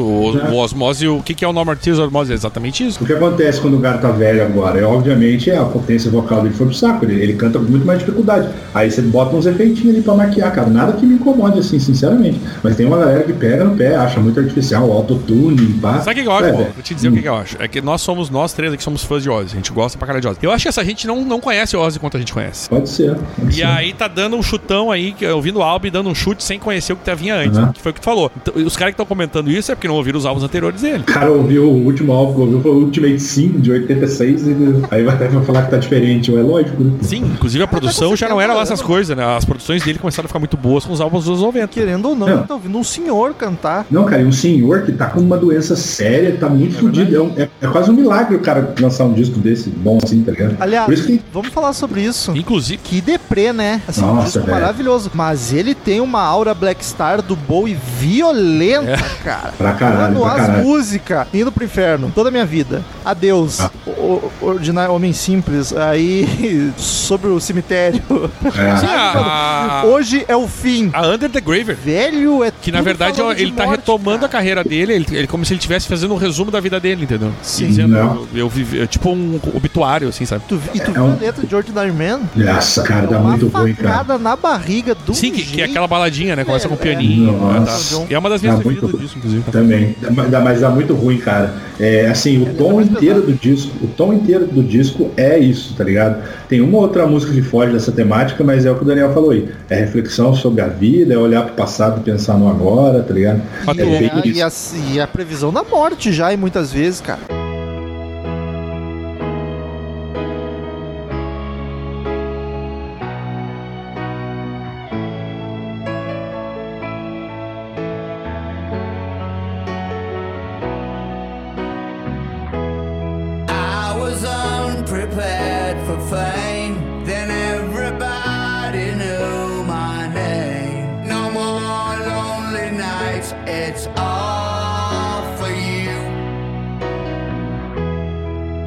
Speaker 2: o Osmose, o que, que é o nome artista Osmose? É exatamente isso.
Speaker 3: O que acontece quando o cara tá velho agora? É, obviamente, a potência vocal dele foi pro saco. Ele, ele canta com muito mais dificuldade. Aí você bota uns efeitinhos ali pra maquiar, cara. Nada que me incomode, assim, sinceramente. Mas tem uma galera que pega no pé, acha muito artificial, autotune, pá.
Speaker 2: Sabe o que eu acho,
Speaker 3: É,
Speaker 2: Paulo?
Speaker 3: velho.
Speaker 2: Vou te dizer o que, que eu acho. É que nós somos, nós três aqui somos fãs de Ozzy. A gente gosta pra caralho de Ozzy. Eu acho que essa gente não, não conhece Ozzy quanto a gente conhece.
Speaker 3: Pode ser. pode
Speaker 2: E
Speaker 3: ser.
Speaker 2: aí tá dando um chutão aí, que- ouvindo o álbum e dando um chute sem conhecer o que tá vinha antes,
Speaker 3: Uhum.
Speaker 2: que foi o que tu falou. Então, os caras que estão comentando isso é porque não ouviram os álbuns anteriores dele.
Speaker 3: O cara ouviu o último álbum que ouviu foi o Ultimate Sim de 86 e aí vai até falar que tá diferente, é lógico, né?
Speaker 2: Sim, inclusive a
Speaker 1: Ah, tá
Speaker 2: produção já não era lá essas coisas, né? As produções dele começaram a ficar muito boas com os álbuns dos 90.
Speaker 1: Querendo ou não,
Speaker 3: É.
Speaker 1: ele tá ouvindo um senhor cantar.
Speaker 3: Não, cara, e um senhor que tá com uma doença séria, tá muito fudido. É, um- é- é quase um milagre o cara lançar um disco desse bom assim, tá ligado?
Speaker 1: Aliás,
Speaker 3: Por isso que
Speaker 1: vamos falar sobre isso.
Speaker 2: Inclusive,
Speaker 1: Que deprê, né? Assim, um disco
Speaker 3: Nossa, velho.
Speaker 1: maravilhoso. Mas ele tem uma aura Black Star do Bowie violenta,
Speaker 2: É.
Speaker 1: cara.
Speaker 3: Pra caralho,
Speaker 1: Mano,
Speaker 3: pra
Speaker 1: as
Speaker 3: caralho.
Speaker 1: músicas indo pro inferno. Toda a minha vida. Adeus.
Speaker 3: Ah.
Speaker 1: O- o- ordinário, homem simples. Aí, sobre o cemitério.
Speaker 2: sim,
Speaker 3: é,
Speaker 2: a, a-
Speaker 1: Hoje é o fim.
Speaker 2: a Under the Graver,
Speaker 1: Velho é
Speaker 2: Ah. que na
Speaker 1: tudo
Speaker 2: verdade
Speaker 1: falando
Speaker 2: ó,
Speaker 1: de
Speaker 2: ele tá
Speaker 1: morte,
Speaker 2: retomando a
Speaker 1: cara.
Speaker 2: carreira dele, ele, ele- como se ele estivesse fazendo um resumo da vida dele, entendeu?
Speaker 1: Sim.
Speaker 2: E Dizendo,
Speaker 3: Não.
Speaker 2: eu, eu vivi, é tipo um obituário, assim, sabe?
Speaker 1: Tu vi- e tu
Speaker 3: É
Speaker 1: viu
Speaker 3: um-
Speaker 1: a letra de Ordinary Man?
Speaker 3: nossa, cara, tá
Speaker 1: uma
Speaker 3: muito ruim, cara.
Speaker 1: facada na barriga do
Speaker 2: Sim, que, que é aquela baladinha, né? Começa com o
Speaker 1: É.
Speaker 2: pianinho. né,
Speaker 3: Nossa.
Speaker 2: tá? E é uma das minhas
Speaker 3: Tá muito
Speaker 2: preferidas
Speaker 3: bom.
Speaker 2: disso, inclusive.
Speaker 3: Também, Dá- dá- mas dá muito ruim, cara. É, assim, o tom
Speaker 1: mais
Speaker 3: inteiro do disco, o tom inteiro do disco é isso, tá ligado? Tem uma outra música que foge dessa temática, mas é o que o Daniel falou aí. É reflexão sobre a vida, é olhar pro passado e pensar no agora, tá ligado?
Speaker 2: Mas
Speaker 1: E,
Speaker 2: tu-
Speaker 3: bem
Speaker 1: a- e
Speaker 3: isso.
Speaker 1: a, e a previsão da morte já, e muitas vezes, cara.
Speaker 5: I was unprepared for fame. Then everybody knew my name. No more lonely nights, it's all for you.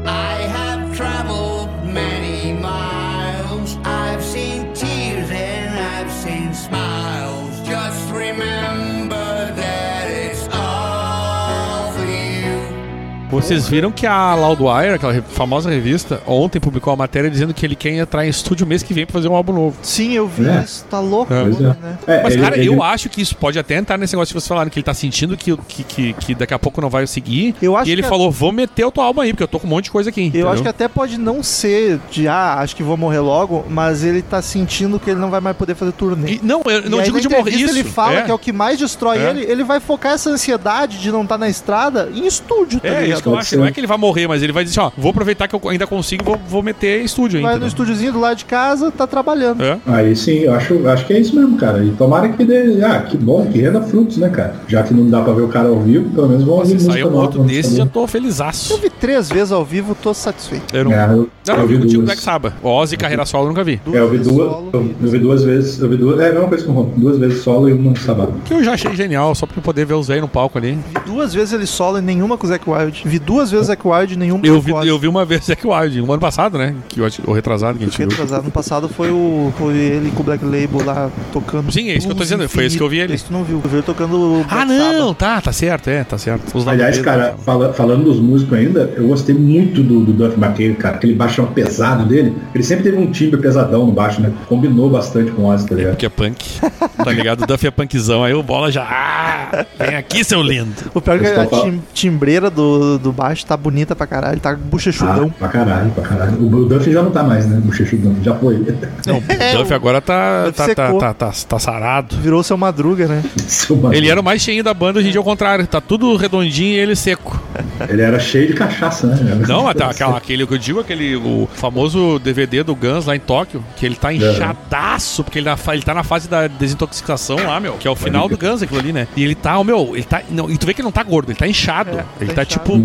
Speaker 5: I have traveled many miles. I've seen tears and I've seen smiles. Just remember that it's all for you.
Speaker 2: Vocês viram que a Loudwire, aquela re- famosa revista, ontem publicou uma matéria dizendo que ele quer entrar em estúdio mês que vem pra fazer um álbum novo.
Speaker 1: Sim, eu vi
Speaker 3: É.
Speaker 1: isso. Tá louco,
Speaker 2: É.
Speaker 3: Pois
Speaker 1: né?
Speaker 3: é. É,
Speaker 2: Mas,
Speaker 3: ele-
Speaker 2: cara,
Speaker 3: ele-
Speaker 2: eu acho que isso pode até entrar nesse negócio que vocês falaram, que ele tá sentindo que, que, que, que daqui a pouco não vai seguir.
Speaker 1: Eu acho
Speaker 2: e ele
Speaker 1: que-
Speaker 2: falou, vou meter o teu álbum aí, porque eu tô com um monte de coisa aqui.
Speaker 1: Eu acho que até pode não ser de, ah, acho que vou morrer logo, mas ele tá sentindo que ele não vai mais poder fazer turnê.
Speaker 2: não, eu não
Speaker 1: E aí
Speaker 2: digo
Speaker 1: na
Speaker 2: de morrer
Speaker 1: entrevista
Speaker 2: isso.
Speaker 1: Ele fala que é o que mais destrói
Speaker 2: É.
Speaker 1: ele. Ele vai focar essa ansiedade de não estar na estrada em estúdio, tá
Speaker 2: É,
Speaker 1: ligado?
Speaker 2: isso que eu
Speaker 3: Pode
Speaker 2: acho.
Speaker 3: ser.
Speaker 2: Não é que ele vai morrer, mas ele vai dizer, ó, vou aproveitar que eu ainda consigo e vou, vou meter estúdio
Speaker 1: Vai
Speaker 2: ainda.
Speaker 1: no estúdiozinho do lado de casa, tá trabalhando.
Speaker 2: É.
Speaker 3: Aí sim, eu acho, acho que é isso mesmo, cara. E tomara que dê. Ah, que bom, que renda frutos, né, cara? Já que não dá pra ver o cara ao vivo, pelo menos vão
Speaker 2: Nossa,
Speaker 3: ouvir
Speaker 2: se
Speaker 3: música
Speaker 2: sair um
Speaker 3: nova.
Speaker 2: outro
Speaker 3: vamos
Speaker 2: desse,
Speaker 3: saber.
Speaker 2: já tô
Speaker 1: Eu
Speaker 2: felizaço.
Speaker 1: vi três vezes ao vivo, tô satisfeito.
Speaker 2: Eu não,
Speaker 3: É, eu,
Speaker 2: não, eu
Speaker 3: eu vi
Speaker 2: vi contigo
Speaker 3: duas.
Speaker 2: Black Sabbath. Ozzy, carreira solo, eu nunca vi.
Speaker 3: É, eu vi
Speaker 1: vezes
Speaker 3: duas,
Speaker 1: solo,
Speaker 3: eu,
Speaker 1: e-
Speaker 3: eu vi duas vezes, eu vi duas, é a mesma coisa que o Ron, duas vezes solo e uma sabá.
Speaker 2: Que eu já achei genial, só pra eu poder ver os velhos no palco ali.
Speaker 1: vi duas vezes ele solo e nenhuma com o Zac Wild. Vi duas vezes Zac Wild e nenhuma
Speaker 2: Eu
Speaker 1: com
Speaker 2: vi,
Speaker 1: o Ozzy.
Speaker 2: eu vi uma vez Zack Wild, um ano passado, né? Que eu acho, ou retrasado que a gente viu.
Speaker 1: Retrasado. No passado foi o foi ele com o Black Label lá tocando.
Speaker 2: Sim, é isso que eu tô
Speaker 1: blues
Speaker 2: dizendo, foi esse que eu vi ele.
Speaker 1: Esse tu não viu. Eu vi ele tocando o
Speaker 2: Ah,
Speaker 1: Black
Speaker 2: não, tá, tá certo, é, tá certo. Os
Speaker 3: Aliás,
Speaker 2: lampejos,
Speaker 3: cara,
Speaker 2: né?
Speaker 3: fala- falando dos músicos ainda, eu gostei muito do, do Duff McKay, cara, aquele baixão pesado dele. Ele sempre teve um timbre pesadão no baixo, né? Combinou bastante com o Ozzy, tá ligado?
Speaker 2: Porque é punk, tá ligado? O Duff é punkzão, aí o Bola já... Ah, vem aqui, seu lindo.
Speaker 1: O pior é que
Speaker 3: Eu
Speaker 1: a
Speaker 3: estou
Speaker 1: tim- timbreira do, do baixo tá bonita pra caralho, tá
Speaker 3: Ah,
Speaker 1: bochechudão.
Speaker 3: pra caralho, pra caralho. O, o Duff já não tá mais, né? Bochechudão, já foi.
Speaker 2: Não, o Duff
Speaker 1: É, o-
Speaker 2: agora tá,
Speaker 1: Duff
Speaker 2: tá, tá,
Speaker 1: secou.
Speaker 2: tá, tá, tá sarado.
Speaker 1: Virou seu madruga, né?
Speaker 3: Seu maluco.
Speaker 2: Ele era o mais cheinho da banda, hoje em dia é o contrário. Tá tudo redondinho e ele seco.
Speaker 3: Ele era cheio de cachaça, né?
Speaker 2: Não, até aquela, aquele que eu digo, aquele o famoso DVD do Guns lá em Tóquio, que ele tá inchadaço, porque ele, na fa- ele tá na fase da desintoxicação lá, meu, que é o final do Guns, aquilo ali, né? E ele tá, ó, meu, ele tá. Não, e tu vê que ele não tá gordo, ele tá inchado.
Speaker 1: É,
Speaker 2: ele tá,
Speaker 1: tá
Speaker 2: tipo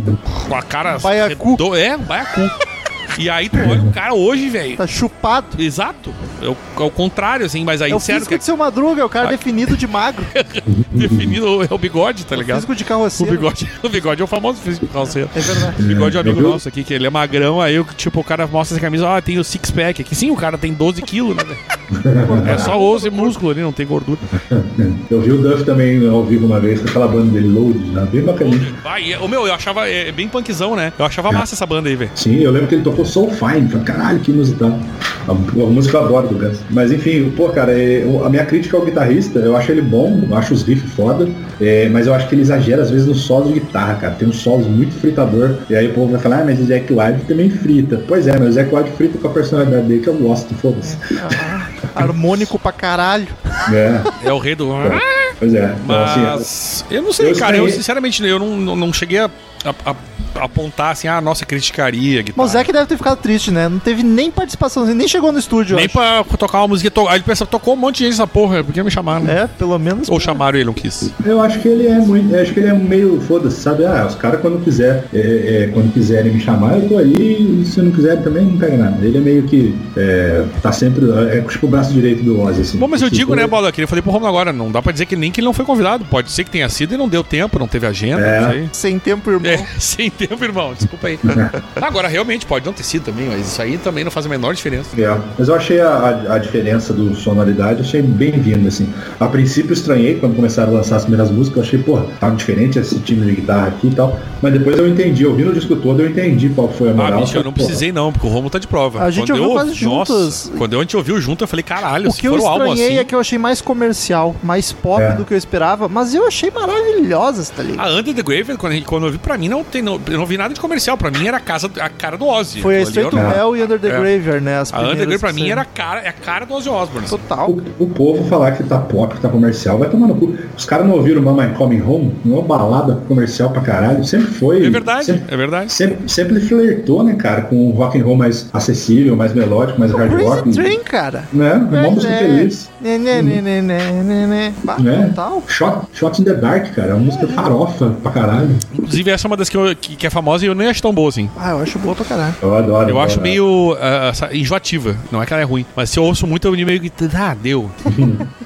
Speaker 2: com a cara.
Speaker 1: Baiacu.
Speaker 2: redo- É, um baiacu. e aí tu olha o cara hoje, velho.
Speaker 1: Tá chupado.
Speaker 2: Exato. É o, é o contrário, assim, mas aí
Speaker 1: É o
Speaker 2: sério
Speaker 1: físico
Speaker 2: que é
Speaker 1: de seu madruga, é o cara definido de magro.
Speaker 2: definido é o bigode, tá ligado?
Speaker 1: Físico de
Speaker 2: O
Speaker 1: carroceiro.
Speaker 2: bigode, o bigode é o famoso físico do calceiro.
Speaker 1: É verdade.
Speaker 2: O bigode é um amigo
Speaker 3: Eu vi-
Speaker 2: nosso aqui, que ele é magrão, aí eu, tipo, o cara mostra essa camisa, ah, tem o six pack aqui. Sim, o cara tem 12 quilos, né? velho? É só osso e músculo ali, não tem gordura.
Speaker 3: Eu vi o Duff também ao vivo uma vez com aquela banda dele, Load, né? Bem bacaninha.
Speaker 2: Vai, e- o meu, eu achava é, bem punkzão, né? Eu achava massa essa banda aí, velho.
Speaker 3: Sim, eu lembro que ele tocou Soul Fine, falei, caralho, que inusitado. A, a música eu adoro do Guns. Mas enfim, pô, cara, é, eu- a minha crítica ao guitarrista, eu acho ele bom, eu acho os riffs foda, é, mas eu acho que ele exagera às vezes nos solos de guitarra, cara. Tem uns solos muito fritador, e aí o povo vai falar, ah, mas o Zack Wilde também frita. Pois é, mas o Zack Wilde frita com a personalidade dele que eu gosto, foda-se.
Speaker 1: Ah, harmônico pra caralho.
Speaker 3: É,
Speaker 2: É o rei do.
Speaker 3: pois é. Então, assim,
Speaker 2: Mas. Eu não sei,
Speaker 3: eu
Speaker 2: cara. Eu,
Speaker 3: estranhei.
Speaker 2: sinceramente, eu não, não, não cheguei a, a- a- a apontar assim, ah, nossa, criticaria.
Speaker 1: Mas é
Speaker 2: a Guitarra.
Speaker 1: o Zac deve ter ficado triste, né? Não teve nem participação, nem chegou no estúdio. eu
Speaker 2: Nem
Speaker 1: acho.
Speaker 2: pra tocar uma música. To... Aí ele pensa, tocou um monte de gente essa porra, por que me chamaram? né?
Speaker 1: É, pelo menos.
Speaker 2: Ou chamaram e ele não quis.
Speaker 3: Eu acho que ele é muito, eu acho que ele é meio foda-se, sabe? Ah, os caras quando quiser, é, é, quando quiserem me chamar, eu tô aí, e se não quiser também não pega nada. Ele é meio que é, tá sempre, é tipo o braço direito do Ozzy, assim.
Speaker 2: Bom, mas eu
Speaker 3: Tipo,
Speaker 2: digo, né, Bola, que eu falei pro Romulo agora, não dá pra dizer que nem que ele não foi convidado. Pode ser que tenha sido e não deu tempo, não teve agenda,
Speaker 3: É.
Speaker 2: não sei.
Speaker 1: Sem tempo, irmão.
Speaker 2: É, sem tempo, irmão, desculpa aí. agora, realmente, pode não ter sido também, mas isso aí também não faz a menor diferença.
Speaker 3: É, mas eu achei a, a- a diferença do sonoridade, eu achei bem-vindo, assim. A princípio eu estranhei quando começaram a lançar as primeiras músicas, eu achei, porra, tá diferente esse time de guitarra aqui e tal. Mas depois eu entendi, ouvindo o disco todo, eu entendi qual foi a
Speaker 2: Ah,
Speaker 3: moral.
Speaker 2: bicho, eu não
Speaker 3: Porra.
Speaker 2: precisei não, porque o Romulo tá de prova.
Speaker 1: A gente
Speaker 2: Quando
Speaker 1: ouviu
Speaker 2: eu-
Speaker 1: quase juntos.
Speaker 2: Quando eu, a gente ouviu junto, eu falei, caralho,
Speaker 1: O
Speaker 2: se
Speaker 1: que eu
Speaker 2: for o álbum
Speaker 1: estranhei
Speaker 2: assim...
Speaker 1: é que eu achei mais comercial, mais pop
Speaker 3: É.
Speaker 1: do que eu esperava, mas eu achei maravilhosas, tá ligado?
Speaker 2: A Under the Grave, quando, a gente- quando eu vi, pra mim, não, tem, não, eu não vi nada de comercial. Pra mim, era a, casa, a cara do Ozzy.
Speaker 1: Foi né? a
Speaker 2: Aquilo Ah, ali
Speaker 1: Straight to
Speaker 2: era-
Speaker 3: não-
Speaker 1: Hell e Under the
Speaker 2: É.
Speaker 1: Graveyard, né? As
Speaker 2: A Under the Grave,
Speaker 1: primeiras
Speaker 2: pra
Speaker 1: que
Speaker 2: mim,
Speaker 1: saíram.
Speaker 2: era a cara, é a cara do Ozzy Osbourne. assim.
Speaker 1: Total.
Speaker 3: O, o povo falar que tá pop, que tá comercial, vai tomar no cu. Os caras não ouviram Mama I'm Coming Home? Não é uma balada comercial pra caralho. Sempre foi.
Speaker 2: É verdade,
Speaker 3: Sempre,
Speaker 2: é verdade.
Speaker 3: sempre, sempre flertou, né, cara, com um rock and roll mais acessível, mais melódico, mais hard rock.
Speaker 1: Crazy Train, cara.
Speaker 3: Né? Uma música
Speaker 1: é.
Speaker 3: feliz.
Speaker 1: Né, né, né, né, né, né, né. Bah,
Speaker 2: Ah,
Speaker 3: Né?
Speaker 1: total.
Speaker 3: Shot, Shot in the Dark, cara. É uma música farofa pra caralho.
Speaker 2: Inclusive, essa é uma das que, eu- que, que é famosa e eu nem acho tão boa, assim.
Speaker 1: Ah, eu acho boa pra caralho.
Speaker 3: Eu adoro.
Speaker 2: Eu
Speaker 3: adoro.
Speaker 2: acho meio ah, essa- enjoativa. Não é que ela é ruim, mas se eu ouço muito, eu me meio que. Ah, deu.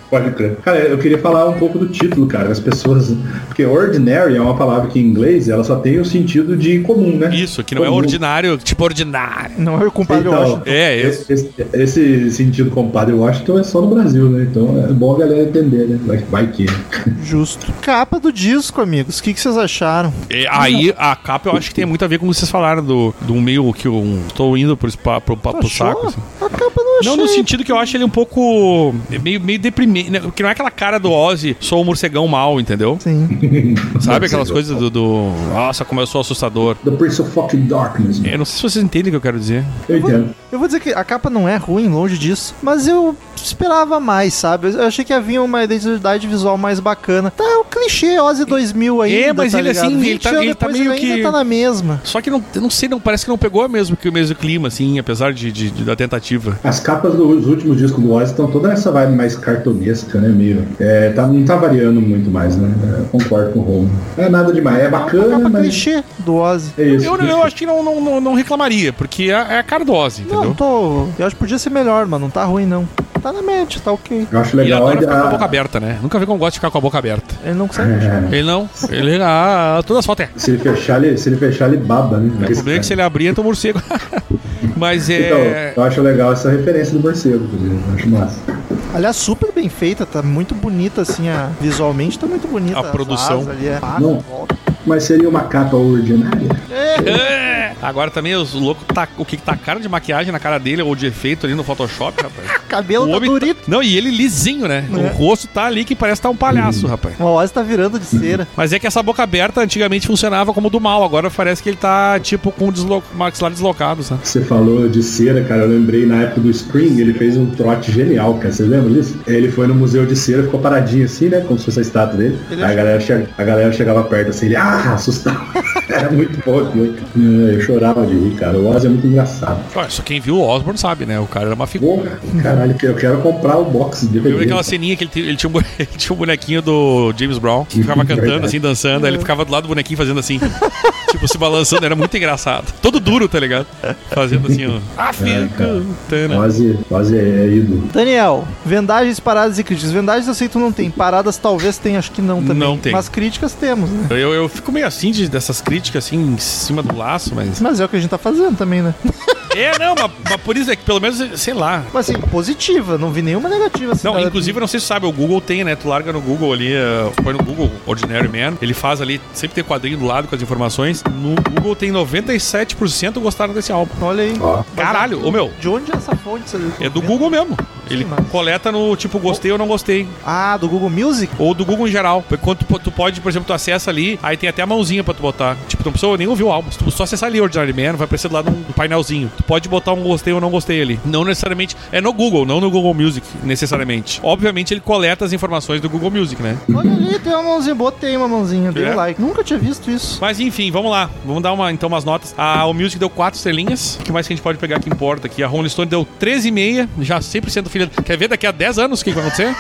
Speaker 3: Pode crer. Cara, eu queria falar um pouco do título, cara. As pessoas. Porque ordinary é uma palavra que em inglês ela só tem o sentido de comum, né?
Speaker 2: Isso, que não é
Speaker 1: Uhum.
Speaker 3: Comum.
Speaker 2: ordinário, tipo ordinário.
Speaker 1: Não é o compadre
Speaker 3: Então,
Speaker 1: Washington.
Speaker 2: É, isso.
Speaker 3: Esse, esse sentido compadre Washington é só no Brasil, né? Então é bom a galera entender, né? Vai, vai que. é.
Speaker 1: Justo. Capa do disco, amigos. O que, que vocês acharam?
Speaker 2: E É, aí a capa eu acho que tem muito a ver com o que vocês falaram do, do meio que eu tô indo pro, spa, pro, pa- pro saco. assim.
Speaker 1: A capa não achei.
Speaker 2: Não, no sentido que eu acho ele um pouco. é meio, meio deprimente. né? Porque não é aquela cara do Ozzy, sou um morcegão mal, entendeu?
Speaker 1: Sim.
Speaker 2: Sabe aquelas coisas do, do. Nossa, como eu sou assustador.
Speaker 3: The Prince of Fucking Darkness.
Speaker 2: Eu não sei se vocês entendem o que eu quero dizer.
Speaker 3: Eu entendo.
Speaker 1: Eu vou dizer que a capa não é ruim, longe disso. Mas eu esperava mais, sabe? Eu achei que havia uma identidade visual mais bacana. Tá, é o clichê Ozzy 2000 ainda,
Speaker 2: É, mas
Speaker 1: tá
Speaker 2: ele,
Speaker 1: ligado?
Speaker 2: assim, ele
Speaker 1: 20
Speaker 2: tá-
Speaker 1: anos
Speaker 2: ele tá
Speaker 1: depois,
Speaker 2: meio
Speaker 1: ainda
Speaker 2: que-
Speaker 1: tá na mesma.
Speaker 2: Só que não, eu não sei, não, parece que não pegou mesmo que o mesmo clima, assim, apesar de, de- de- da tentativa.
Speaker 3: As capas dos últimos discos do Ozzy estão toda nessa vibe mais cartonesca, né? Meio. É, tá, não tá variando muito mais, né? É, concordo com o Romo. Não é nada demais. É
Speaker 1: a
Speaker 3: bacana,
Speaker 1: capa
Speaker 3: mas.
Speaker 1: clichê do Ozzy.
Speaker 3: É isso.
Speaker 2: Eu, eu acho que não, não, não, não reclamaria, porque é, é a cara do Ozzy, entendeu?
Speaker 1: Não, tô. Eu acho que podia ser melhor, mas não tá ruim, não. Tá na média, tá ok.
Speaker 3: Eu acho
Speaker 2: E
Speaker 3: legal.
Speaker 2: adora ficar com a boca
Speaker 3: é a-
Speaker 2: aberta, né? Nunca vi como gosta de ficar com a boca aberta.
Speaker 1: Ele não consegue.
Speaker 3: É,
Speaker 2: Ele não. Ele. Ah, todas as fotos é.
Speaker 3: se ele fechar, ele, se ele fechar, ele baba, né?
Speaker 2: O problema é que se ele abrir, entra um morcego. Mas
Speaker 3: Então,
Speaker 2: é.
Speaker 3: eu acho legal essa referência do morcego, inclusive. Eu acho massa.
Speaker 1: Aliás, super bem feita, tá muito bonita, assim, a... visualmente tá muito bonita.
Speaker 2: A
Speaker 1: as
Speaker 2: produção.
Speaker 1: asas ali, é...
Speaker 3: Não. Mas seria uma capa ordinária?
Speaker 2: É. Agora também os loucos tá, o que tacaram de maquiagem na cara dele ou de efeito ali no Photoshop, rapaz.
Speaker 1: Cabelo
Speaker 2: O
Speaker 1: tá
Speaker 2: homem tá-
Speaker 1: durito.
Speaker 2: Não, e ele lisinho, né?
Speaker 1: É.
Speaker 2: O rosto tá ali que parece tá um palhaço, rapaz.
Speaker 1: O Ozzy tá virando de cera.
Speaker 2: Mas é que essa boca aberta antigamente funcionava como do mal, agora parece que ele tá tipo com o deslo maxilar deslocado, sabe?
Speaker 3: Você falou de cera, cara. Eu lembrei na época do Spring, ele fez um trote genial, cara. Você lembra disso? Ele foi no museu de cera, ficou paradinho assim, né? Como se fosse a estátua dele.
Speaker 1: Ele
Speaker 3: Aí a galera, che- a galera chegava perto assim, ele ah, assustava. Era muito bom aquilo. É, Eu chorava de rir, cara. O Ozzy é muito engraçado.
Speaker 2: Olha, só quem viu o Osborne sabe, né? O cara era uma figura.
Speaker 3: Porra, caralho, eu quero comprar o box de
Speaker 2: Eu lembro
Speaker 3: DVD.
Speaker 2: daquela ceninha que ele, te- ele tinha um, bo- ele tinha um bonequinho do James Brown, que ficava cantando, assim, dançando, aí ele ficava do lado do bonequinho fazendo assim, tipo, se balançando, era muito engraçado. Todo duro, tá ligado? Fazendo assim, ó. Ah, filho, cantando.
Speaker 3: Ozzy, Ozzy é ídolo.
Speaker 1: Daniel, vendagens, paradas e críticas. Vendagens eu sei que tu não tem. Paradas talvez tenha, acho que não também.
Speaker 2: Não tem.
Speaker 1: Mas críticas temos, né?
Speaker 2: Eu, eu fico meio assim de- dessas críticas, assim, em cima do laço, mas.
Speaker 1: Mas é o que a gente tá fazendo também, né?
Speaker 2: É, não, mas, mas por isso é que pelo menos, sei lá.
Speaker 1: Mas assim, positiva, não vi nenhuma negativa. Assim,
Speaker 2: Não,
Speaker 1: nada-
Speaker 2: inclusive, eu não sei se você sabe, o Google tem, né? Tu larga no Google ali, eh, põe no Google Ordinary Man, ele faz ali, sempre tem quadrinho do lado com as informações. No Google tem 97% gostaram desse álbum.
Speaker 1: Olha aí.
Speaker 3: Ó.
Speaker 2: Caralho, ô meu,
Speaker 1: De onde é essa fonte? Você-
Speaker 2: É do Google mesmo. Ele
Speaker 1: mas-
Speaker 2: coleta no tipo gostei ou não gostei.
Speaker 1: Ah, do Google Music?
Speaker 2: Ou do Google em geral. Quando tu, po- tu pode, por exemplo, tu acessa ali, aí tem até a mãozinha pra tu botar. Tipo, tu não precisa nem ouvir o álbum. Se tu só acessar ali Ordinary Man, vai aparecer do lado um painelzinho. Tu pode botar um gostei ou não gostei ali. Não necessariamente. É no Google, não no Google Music, necessariamente. Obviamente ele coleta as informações do Google Music, né?
Speaker 1: Olha ali, tem uma mãozinha. Botei uma mãozinha, dei
Speaker 2: É?
Speaker 1: um like. Nunca tinha visto isso.
Speaker 2: Mas enfim, vamos lá. Vamos dar uma, então umas notas. A o Music deu 4 estrelinhas. O que mais que a gente pode pegar que importa aqui? A Rolling Stone deu 13,5. Já 100% filha. Quer ver daqui a 10 anos o que que vai acontecer?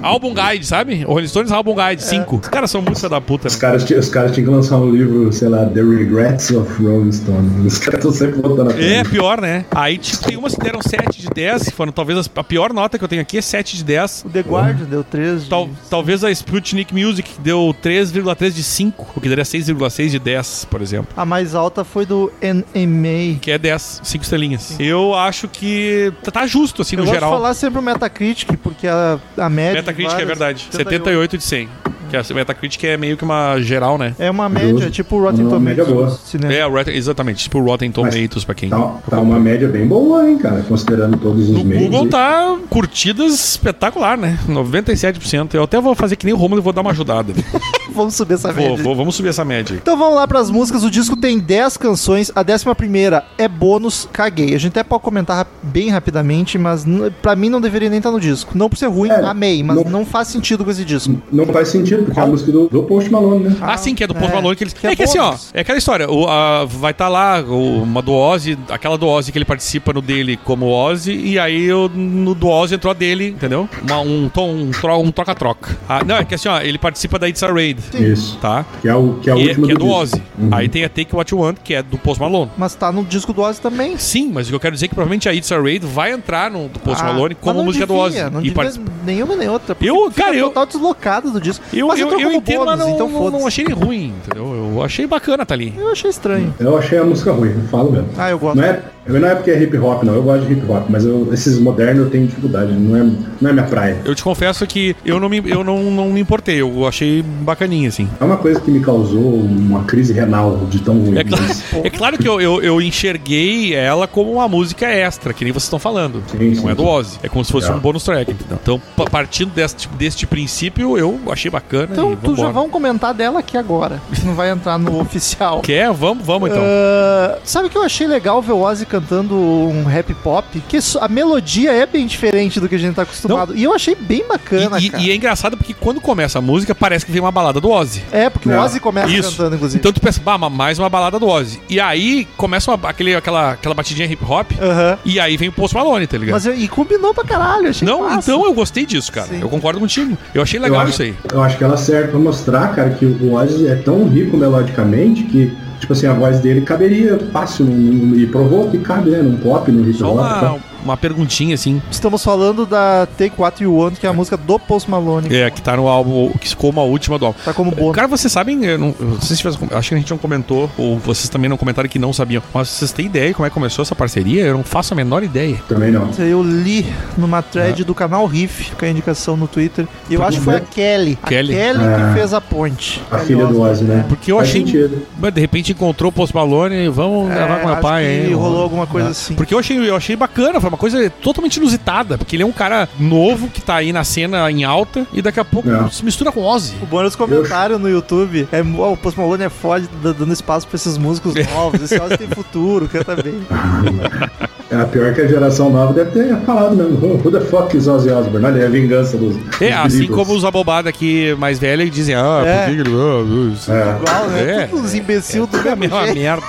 Speaker 2: álbum Guide, sabe? Rolling Stones Album Guide 5. Os caras são muito filha da puta.
Speaker 3: Os
Speaker 2: né?
Speaker 3: caras, ti- os caras tinham que lançar um livro, sei lá, The Regrets of Rolling Stone. Os caras estão sempre voltando a
Speaker 2: É, pior, né? Aí tipo, tem umas que deram 7 de 10, que foram talvez as- a pior nota que eu tenho aqui é 7 de 10.
Speaker 1: O The Guardian deu 3. de-
Speaker 2: Tal- talvez a Sputnik Music deu 3,3 de 5, o que daria 6,6 de 10, por exemplo.
Speaker 1: A mais alta foi do NMA.
Speaker 2: que é 10, 5 estrelinhas. Eu acho que tá- tá justo, assim,
Speaker 1: Eu
Speaker 2: no
Speaker 1: gosto
Speaker 2: geral.
Speaker 1: de falar sempre o Metacritic, porque a, a média. de
Speaker 2: Metacritic é
Speaker 1: várias-
Speaker 2: verdade. 78 de 100. Que a Metacritic é meio que uma geral, né?
Speaker 1: É uma média,
Speaker 3: Justo.
Speaker 1: tipo o Rotten
Speaker 3: Uma média boa.
Speaker 1: Tomatoes. cinema.
Speaker 2: É, o Rotten- exatamente. Tipo o Rotten Tomatoes, pra quem...
Speaker 3: Tá, tá uma média bem boa, hein, cara, considerando todos os
Speaker 2: No
Speaker 3: meios. né?
Speaker 2: Google tá curtidas espetacular, né? 97%. Eu até vou fazer que nem o Romulo e vou dar uma ajudada.
Speaker 1: Vamos subir essa
Speaker 2: Vou-
Speaker 1: média.
Speaker 2: vou- vamos subir essa média. aí.
Speaker 1: Então vamos lá pras músicas. O disco tem 10 canções. A décima primeira é bônus, caguei. A gente até pode comentar rap- bem rapidamente, mas n- pra mim não deveria nem estar no tá disco. Não por ser ruim,
Speaker 3: É,
Speaker 1: amei, mas não,
Speaker 3: não-
Speaker 1: faz sentido com esse disco.
Speaker 3: Não faz sentido sentido, porque é a música do, do Post Malone, né?
Speaker 2: Ah, sim, que é do Post
Speaker 1: é.
Speaker 2: Malone que eles.
Speaker 1: Que é
Speaker 2: é que assim, ó,
Speaker 1: bônus.
Speaker 2: é aquela história. o- a- vai estar lá o- uma do Ozzy, aquela do Ozzy que ele participa no dele como Ozzy, e aí o- no do Ozzy entrou a dele, entendeu? Uma- um tom- um tro- um troca-troca. Ah, não, é que assim, ó, ele participa da It's a Raid,
Speaker 3: Isso.
Speaker 2: tá?
Speaker 3: Que é, o, que é a
Speaker 2: E-
Speaker 3: última
Speaker 2: que é do
Speaker 3: disco.
Speaker 2: Ozzy.
Speaker 3: Uhum.
Speaker 2: Aí tem a Take What You Want, que é do Post Malone.
Speaker 1: Mas tá no disco do Ozzy também.
Speaker 2: Sim, mas o que eu quero dizer é que provavelmente a It's a Raid vai entrar no do Post
Speaker 1: Ah,
Speaker 2: Malone
Speaker 1: mas
Speaker 2: como
Speaker 1: não
Speaker 2: música do Ozzy.
Speaker 1: devia, Não
Speaker 2: e
Speaker 1: devia
Speaker 2: participa.
Speaker 1: nenhuma nem outra. porque
Speaker 2: Eu-
Speaker 1: fica
Speaker 2: cara, eu-
Speaker 1: total deslocado do disco.
Speaker 2: Eu,
Speaker 1: mas
Speaker 2: eu,
Speaker 1: entrou
Speaker 2: eu
Speaker 1: como
Speaker 2: entendo,
Speaker 1: bônus,
Speaker 2: mas não,
Speaker 1: então
Speaker 2: não, não
Speaker 1: foda-se.
Speaker 2: achei ele ruim, entendeu? Eu achei bacana tá ali.
Speaker 1: Eu achei estranho.
Speaker 3: Eu achei a música ruim, eu falo mesmo.
Speaker 1: Ah, eu gosto.
Speaker 3: Não é, eu- não é porque é hip hop, não. Eu gosto de hip hop, mas eu- esses modernos eu tenho dificuldade. Não é, não é minha praia.
Speaker 2: Eu te confesso que eu não me, eu não, não me importei, eu achei bacaninha, assim.
Speaker 3: É uma coisa que me causou uma crise renal de tão ruim.
Speaker 2: É, cla-
Speaker 3: mas-
Speaker 2: é claro que eu, eu, eu enxerguei ela como uma música extra, que nem vocês estão falando.
Speaker 3: Sim,
Speaker 2: não
Speaker 3: sim,
Speaker 2: é do
Speaker 3: sim.
Speaker 2: Ozzy. É como se fosse
Speaker 3: É.
Speaker 2: um bônus track, entendeu? Então, pa- partindo deste, deste princípio, eu achei bacana.
Speaker 1: Então,
Speaker 2: e
Speaker 1: tu já
Speaker 2: vambora.
Speaker 1: vão comentar dela aqui agora. Não vai entrar no oficial.
Speaker 2: Quer? Vamos, vamos então.
Speaker 1: Ah, sabe o que eu achei legal ver o Ozzy cantando um rap pop? Que so- a melodia é bem diferente do que a gente tá acostumado. E eu achei bem bacana,
Speaker 2: E- e,
Speaker 1: cara.
Speaker 2: e é engraçado porque quando começa a música, parece que vem uma balada do Ozzy.
Speaker 1: É, porque o
Speaker 3: Não.
Speaker 1: Ozzy começa
Speaker 2: Isso.
Speaker 1: cantando, inclusive.
Speaker 2: Então tu pensa, bah, mas mais uma balada do Ozzy. E aí começa uma- aquele, aquela, aquela batidinha hip hop,
Speaker 1: Aham.
Speaker 2: e aí vem o Post Malone, tá ligado?
Speaker 1: Mas eu- e combinou pra caralho, eu achei
Speaker 2: Não,
Speaker 1: massa.
Speaker 2: então eu gostei disso, cara.
Speaker 1: Sim.
Speaker 2: Eu concordo contigo. Eu achei
Speaker 3: eu
Speaker 2: legal
Speaker 3: acho,
Speaker 2: isso aí.
Speaker 3: Eu acho que ela serve pra mostrar, cara, que o Ozzy é tão rico melodicamente que, tipo assim, a voz dele caberia fácil num- num- e provou que cabe, né? Num pop, num
Speaker 1: é
Speaker 3: hip
Speaker 2: Só
Speaker 3: hop.
Speaker 2: uma,
Speaker 1: né?
Speaker 3: tá?
Speaker 2: uma perguntinha, assim.
Speaker 1: Estamos falando da Take 4 You Want, que é a música do Post Malone.
Speaker 2: É, que tá no álbum, que ficou uma última do álbum.
Speaker 1: Tá como bônus.
Speaker 2: Cara, vocês sabem, eu não, eu não sei se vocês, acho que a gente não comentou, ou vocês também não comentaram que não sabiam, mas vocês têm ideia de como é que começou essa parceria? Eu não faço a menor ideia.
Speaker 3: Também não.
Speaker 1: Isso aí Eu li numa thread do canal Riff, que é a indicação no Twitter. E eu acho que foi a Kelly.
Speaker 2: Kelly.
Speaker 1: A Kelly
Speaker 3: Ah.
Speaker 1: que fez a ponte.
Speaker 3: A filha do Ozzy, né?
Speaker 2: Porque eu
Speaker 3: Faz
Speaker 2: achei-
Speaker 3: sentido.
Speaker 2: Mas de repente encontrou o Post Malone, vamos
Speaker 1: É,
Speaker 2: gravar com meu
Speaker 1: acho
Speaker 2: pai
Speaker 1: que
Speaker 2: aí.
Speaker 1: rolou alguma coisa assim.
Speaker 2: Porque eu achei, eu achei bacana, foi uma coisa totalmente inusitada, porque ele é um cara novo que tá aí na cena em alta e daqui a pouco
Speaker 3: É.
Speaker 2: se mistura com Ozzy.
Speaker 1: O bônus comentário no YouTube é "Ó, o Post Malone é foda, d- dando espaço pra esses músicos novos. Esse Ozzy tem futuro, canta bem.
Speaker 3: É a pior que a geração nova deve ter falado mesmo. Who, who the fuck is Ozzy Osbourne? Olha, é a vingança dos.
Speaker 2: É,
Speaker 3: dos
Speaker 2: assim
Speaker 3: Beatles.
Speaker 2: como os abobados aqui mais velhos dizem, ah,
Speaker 1: É.
Speaker 2: por que que ele. ah, isso
Speaker 3: É.
Speaker 1: Igual, né?
Speaker 2: É.
Speaker 1: Todos os imbecil do
Speaker 2: é
Speaker 1: mesmo
Speaker 2: uma
Speaker 1: jeito.
Speaker 2: merda.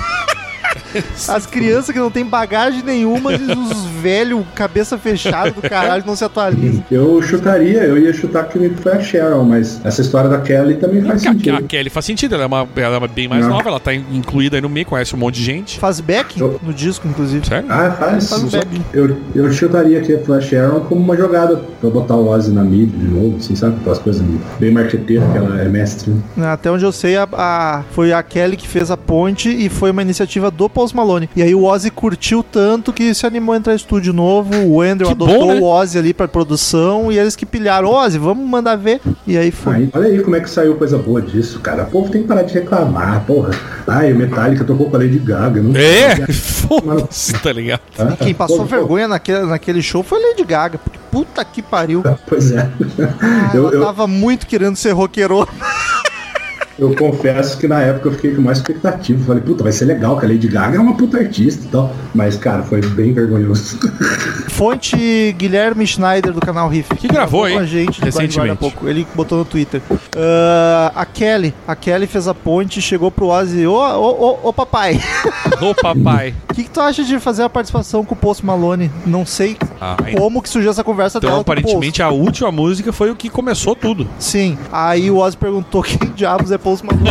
Speaker 1: As crianças que não tem bagagem nenhuma, e os velhos, cabeça fechada do caralho, que não se atualizam.
Speaker 3: Eu chutaria, eu ia chutar que foi a Sharon, mas essa história da Kelly também faz
Speaker 2: Que a,
Speaker 3: sentido.
Speaker 2: a Kelly faz sentido, ela é, uma, ela é uma bem mais
Speaker 3: Não.
Speaker 2: nova, ela tá in- incluída aí no meio, conhece um monte de gente.
Speaker 1: Faz back
Speaker 3: Eu-
Speaker 1: no disco, inclusive.
Speaker 2: Sério?
Speaker 3: Ah, faz.
Speaker 1: Faz um back.
Speaker 3: Eu, eu chutaria que foi a Sharon como uma jogada pra botar o Ozzy na mid de novo, assim, sabe? Aquelas coisas bem marqueteiras que ela é mestre. né?
Speaker 1: Né, Até onde eu sei, a, a- foi a Kelly que fez a ponte e foi uma iniciativa do Post Malone. E aí o Ozzy curtiu tanto que se animou a entrar em estúdio novo. O Andrew
Speaker 2: Que
Speaker 1: adotou
Speaker 2: bom, né?
Speaker 1: o Ozzy ali pra produção e eles que pilharam: Ozzy, vamos mandar ver. E aí foi.
Speaker 3: Aí, olha aí como é que saiu coisa boa disso, cara. O povo tem que parar de reclamar, porra. Ai, o Metallica tocou com a Lady Gaga. Não
Speaker 2: É! Foda-se, tá ligado?
Speaker 3: Ah,
Speaker 1: Quem passou
Speaker 3: pô, pô,
Speaker 1: vergonha naquele, naquele show foi Lady Gaga. porque Puta que pariu.
Speaker 3: Pois é.
Speaker 1: Ah,
Speaker 3: eu,
Speaker 1: ela
Speaker 3: eu,
Speaker 1: tava muito querendo ser roqueiro.
Speaker 3: eu confesso que na época eu fiquei com mais expectativa. Falei, puta, vai ser legal, que a Lady Gaga é uma puta artista e tal. Mas, cara, foi bem vergonhoso.
Speaker 1: Fonte Guilherme Schneider do canal Riff.
Speaker 2: Que gravou, hein?
Speaker 1: Com a gente
Speaker 2: Recentemente.
Speaker 1: recentemente. Há pouco. Ele botou no Twitter. Ah, a Kelly. A Kelly fez a ponte, chegou pro Ozzy. Ô, ô, ô, ô papai.
Speaker 2: Ô papai.
Speaker 1: O que, que tu acha de fazer a participação com o Post Malone? Não sei
Speaker 2: Ah,
Speaker 1: como que surgiu essa conversa dela
Speaker 2: então,
Speaker 1: com o Post.
Speaker 2: aparentemente, a última música foi o que começou tudo.
Speaker 1: Sim. Aí o Ozzy perguntou quem diabos é Post Malone.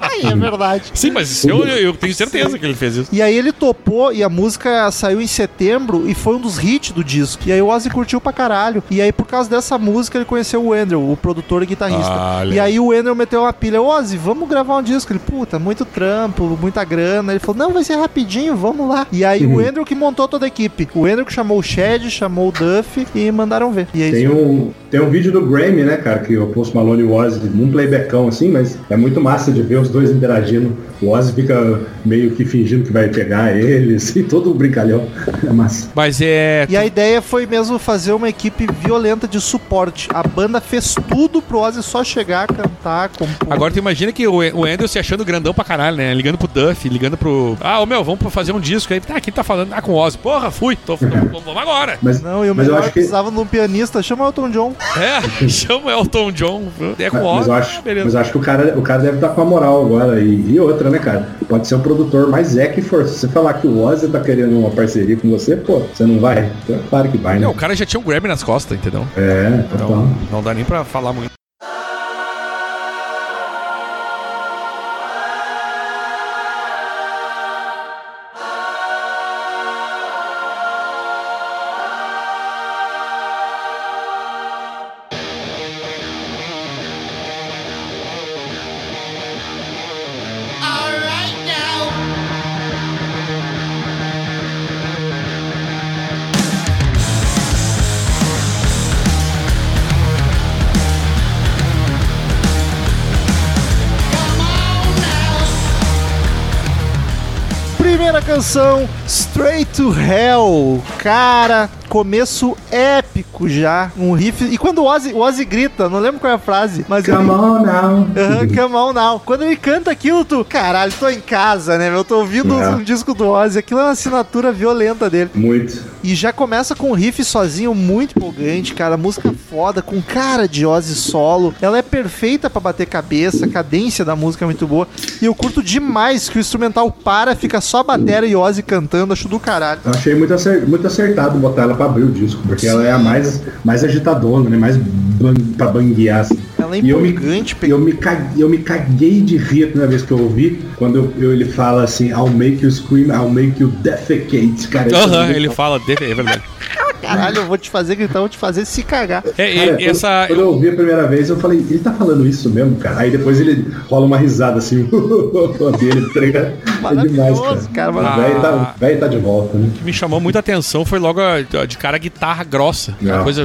Speaker 1: Aí é verdade.
Speaker 2: Sim, mas isso eu, eu tenho certeza que ele fez isso.
Speaker 1: E aí ele topou e a música saiu em setembro e foi um dos hits do disco. E aí o Ozzy curtiu pra caralho. E aí por causa dessa música ele conheceu o Andrew, o produtor e guitarrista.
Speaker 2: Ah,
Speaker 1: e
Speaker 2: legal.
Speaker 1: aí o Andrew meteu uma pilha, Ozzy, vamos gravar um disco. Ele, puta, muito trampo, muita grana. Ele falou, não, vai ser rapidinho, vamos lá. E aí
Speaker 3: Uhum.
Speaker 1: o Andrew que montou toda a equipe. O Andrew que chamou o Shed, chamou o Duff e mandaram ver. E aí
Speaker 3: Tem um, tem um vídeo do Grammy, né, cara, que o Post Malone e o Ozzy, num playbackão assim, mas é muito massa de ver os dois interagindo. O Ozzy fica meio que fingindo que vai pegar ele, assim, todo brincalhão. É massa.
Speaker 2: Mas é.
Speaker 1: E a ideia foi mesmo fazer uma equipe violenta de suporte. A banda fez tudo pro Ozzy só chegar, cantar, compor.
Speaker 2: Agora tu imagina que o o Andrew se achando grandão pra caralho, né? Ligando pro Duff, ligando pro. Ah, ô meu, vamos fazer um disco aí. Tá, quem tá falando? Ah, com o Ozzy. Porra, fui. Tô, tô- vamos agora.
Speaker 3: Mas,
Speaker 1: Não, e o
Speaker 3: mas eu
Speaker 1: melhor é
Speaker 3: acho que.
Speaker 1: precisava de um pianista. Chama o Elton John.
Speaker 2: É, chama o Elton John. É com
Speaker 3: mas, eu
Speaker 2: óbvio.
Speaker 3: acho,
Speaker 2: beleza.
Speaker 3: mas eu acho que o cara, o cara deve estar com a moral agora. E, e outra, né, cara? Pode ser um produtor mais Zé que for. Se você falar que o Ozzy tá querendo uma parceria com você, pô, você não vai? Então, claro que vai, né?
Speaker 2: Não, o cara já tinha um Grammy nas costas, entendeu?
Speaker 3: É,
Speaker 2: Então,
Speaker 3: então.
Speaker 2: não dá nem pra falar muito.
Speaker 5: Alright now.
Speaker 1: Primeira canção, Straight to Hell. Cara, começo épico já. Um riff. E quando o Ozzy, o Ozzy grita, não lembro qual é a frase, mas ele-
Speaker 3: Come on now.
Speaker 1: Aham, come on now. Quando ele canta aquilo, tu. Caralho, tô em casa, né? Eu tô ouvindo
Speaker 3: É.
Speaker 1: um disco do Ozzy. Aquilo é uma assinatura violenta dele.
Speaker 3: Muito.
Speaker 1: E já começa com um riff sozinho muito empolgante, cara. Música foda, com cara de Ozzy solo. Ela é perfeita pra bater cabeça, a cadência da música é muito boa. E eu curto demais que o instrumental para, fica só a bateria e Ozzy cantando, acho do caralho.
Speaker 3: Eu achei muito, acer- muito acertado botar ela pra abrir o disco, porque ela é a mais, mais agitadona, né? Mais ban, pra banguear. assim.
Speaker 1: Ela é
Speaker 3: E eu me-
Speaker 1: empolgante, pe-
Speaker 3: Eu me, ca- eu me caguei de rir a primeira vez que eu ouvi, quando eu- eu- ele fala assim, I'll make you scream, I'll make you defecate, cara. isso é
Speaker 2: Aham,
Speaker 3: muito-
Speaker 2: ele fala, de- é verdade.
Speaker 1: Caralho, eu vou te fazer gritar, eu vou te fazer se cagar.
Speaker 2: É,
Speaker 3: Cara,
Speaker 2: e-
Speaker 3: quando-
Speaker 2: essa.
Speaker 3: quando, eu ouvi a primeira vez, eu falei, ele tá falando isso mesmo, cara? Aí depois ele rola uma risada assim, dele, tá ligado? É demais,
Speaker 1: Maravilhoso, cara,
Speaker 3: cara.
Speaker 1: maravilhoso.
Speaker 3: O velho tá, o velho tá de volta, né?
Speaker 2: que me chamou muita atenção foi logo a- de cara a guitarra grossa. Aquela
Speaker 3: Não.
Speaker 2: coisa.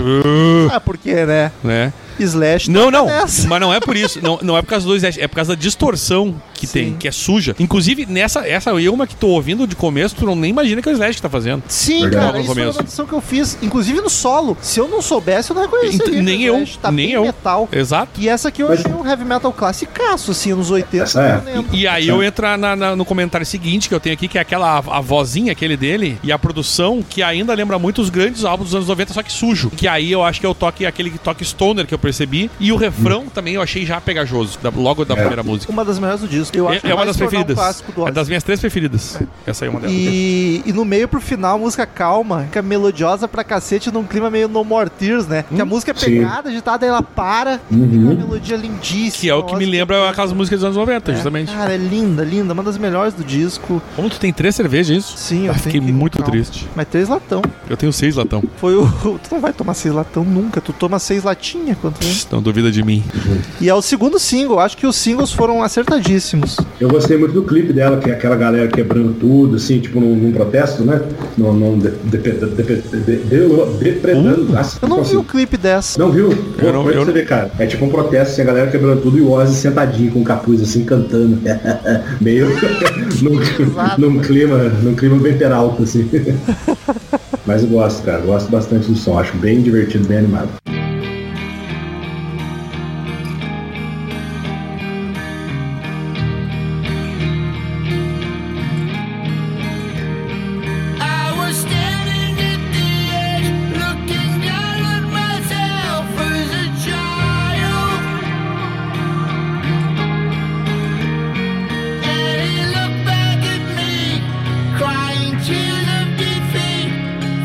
Speaker 1: Ah, porque, né?
Speaker 2: Né?
Speaker 1: Slash.
Speaker 2: Não, não.
Speaker 1: Nessa.
Speaker 2: Mas não é por isso. Não, não é por causa do Slash. É por causa da distorção que tem, que é suja. Inclusive, nessa essa Yuma que tô ouvindo de começo, tu não nem imagina que é o Slash que tá fazendo.
Speaker 1: Sim,
Speaker 3: Verdade.
Speaker 1: cara,
Speaker 2: No
Speaker 1: isso foi
Speaker 2: começo.
Speaker 1: uma edição que eu fiz, inclusive no solo. Se eu não soubesse, eu não reconheceria.
Speaker 2: Ent- nem
Speaker 1: né,
Speaker 2: eu,
Speaker 1: gente? Tá
Speaker 2: nem
Speaker 1: bem
Speaker 2: eu.
Speaker 1: metal.
Speaker 2: Exato.
Speaker 1: E essa aqui eu
Speaker 3: Mas-
Speaker 1: achei um heavy metal classicaço, assim, nos 80.
Speaker 3: Essa é.
Speaker 1: eu lembro.
Speaker 2: E aí eu entro na- na- no comentário seguinte que eu tenho aqui, que é aquela a, a vozinha aquele dele e a produção que ainda lembra muito os grandes álbuns dos anos 90, só que sujo. Que aí eu acho que é o toque, aquele toque stoner que eu percebi. E o refrão
Speaker 1: Hum.
Speaker 2: também eu achei já pegajoso, da- logo da primeira música.
Speaker 1: Uma das melhores do disco. É. Eu acho
Speaker 2: É, é uma
Speaker 1: vai
Speaker 2: das
Speaker 1: se tornar um
Speaker 2: preferidas.
Speaker 1: clássico do
Speaker 2: é
Speaker 1: Ozzy.
Speaker 2: das minhas três preferidas. Essa aí é uma delas.
Speaker 1: E, e no meio pro final, a música calma, fica melodiosa pra cacete, num clima meio No More Tears, né? Que a música é
Speaker 3: sim.
Speaker 1: pegada, agitada, ela para, fica uma melodia lindíssima.
Speaker 2: Que é o que me
Speaker 1: Ozzy
Speaker 2: lembra aquelas músicas dos anos 90,
Speaker 1: cantando.
Speaker 2: justamente.
Speaker 1: Cara, é linda, linda, uma das melhores do disco.
Speaker 2: Como tu tem três cervejas, isso?
Speaker 1: Sim, eu
Speaker 2: Ah, fiquei
Speaker 1: tenho que-
Speaker 2: muito
Speaker 1: Calma.
Speaker 2: triste.
Speaker 1: Mas três latão.
Speaker 2: Eu tenho seis latão.
Speaker 1: Foi o. Tu não vai tomar seis latão nunca, tu toma seis latinha quanto vem.
Speaker 2: Pss, Não Então, duvida de mim.
Speaker 1: E é o segundo single, acho que os singles foram acertadíssimos.
Speaker 3: Eu gostei muito do clipe dela, que é aquela galera quebrando tudo, assim, tipo num, num protesto, né? Num, num de- depe- depe- de- de- depredando. Nossa,
Speaker 1: Eu não vi
Speaker 3: consigo.
Speaker 1: o clipe dessa.
Speaker 3: Não viu? Pô,
Speaker 2: não-
Speaker 3: foi pra
Speaker 2: eu
Speaker 3: você ver, cara. É tipo um protesto, assim, a galera quebrando tudo e o Ozzy sentadinho com o capuz, assim, cantando. Meio num, num clima, num clima bem peralta, assim. Mas eu gosto, cara. Gosto bastante do som. Acho bem divertido, bem animado.
Speaker 5: I was standing at the edge, looking down at myself as a child. And he looked back at me, crying tears of defeat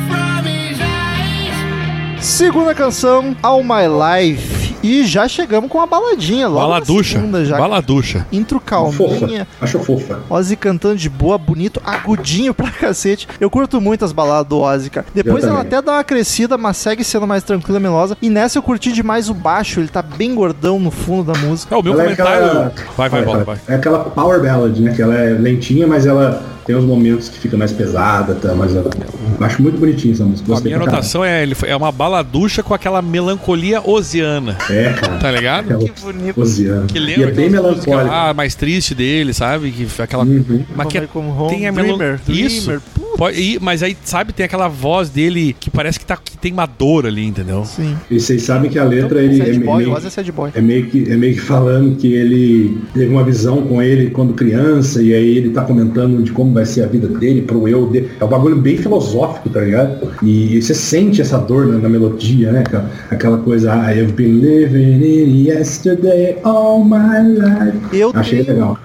Speaker 5: from his eyes.
Speaker 1: Segunda canção, All My Life. E já chegamos com a baladinha logo. na
Speaker 2: Baladucha.
Speaker 1: segunda já.
Speaker 2: Baladucha.
Speaker 1: Intro
Speaker 3: Fofa.
Speaker 1: calminha.
Speaker 3: Acho fofa.
Speaker 1: Ozzy cantando de boa, bonito, agudinho pra cacete. Eu curto muito as baladas do Ozzy, cara. Depois
Speaker 3: Eu
Speaker 1: ela
Speaker 3: também.
Speaker 1: até dá uma crescida, mas segue sendo mais tranquila, melosa. E nessa eu curti demais o baixo, ele tá bem gordão no fundo da música.
Speaker 2: É, o meu
Speaker 3: Ela é
Speaker 2: comentário.
Speaker 3: aquela-
Speaker 2: Vai, vai, bola, vai.
Speaker 3: fala. É aquela power ballad, né? Que ela é lentinha, mas ela tem uns momentos que fica mais pesada, tá? Mas ela... acho muito bonitinha essa música.
Speaker 2: A minha
Speaker 3: pra caralho.
Speaker 2: anotação é, ele foi- é uma baladucha com aquela melancolia oziana,
Speaker 3: É, cara.
Speaker 2: tá ligado?
Speaker 3: Aquela
Speaker 1: bonito.
Speaker 3: Oziana.
Speaker 2: Que
Speaker 3: E
Speaker 2: lembra
Speaker 3: é bem
Speaker 2: aquelas músicas
Speaker 3: melancólica.
Speaker 1: Hum.
Speaker 3: Uhum.
Speaker 2: lá mais triste dele, sabe? Que foi aquela. Mas que
Speaker 1: Como é Home,
Speaker 2: tem a melo-
Speaker 1: Dreamer, Dreamer.
Speaker 2: Isso.
Speaker 1: Puta,
Speaker 2: pode, e- mas aí, sabe, tem aquela voz dele que parece que, tá, que tem uma dor ali, entendeu?
Speaker 1: Sim.
Speaker 3: E vocês sabem que a letra ele é,
Speaker 1: sad boy,
Speaker 3: meio,
Speaker 1: Oz é sad boy.
Speaker 3: é meio que é meio que falando que ele teve uma visão com ele quando criança e aí ele tá comentando de como vai ser a vida dele pro eu dele. É um bagulho bem filosófico, tá ligado? E você sente essa dor na, na melodia, né, cara? Aquela coisa "Ah, I've been living in yesterday all my life.
Speaker 1: Eu
Speaker 3: Achei
Speaker 1: tenho
Speaker 3: legal.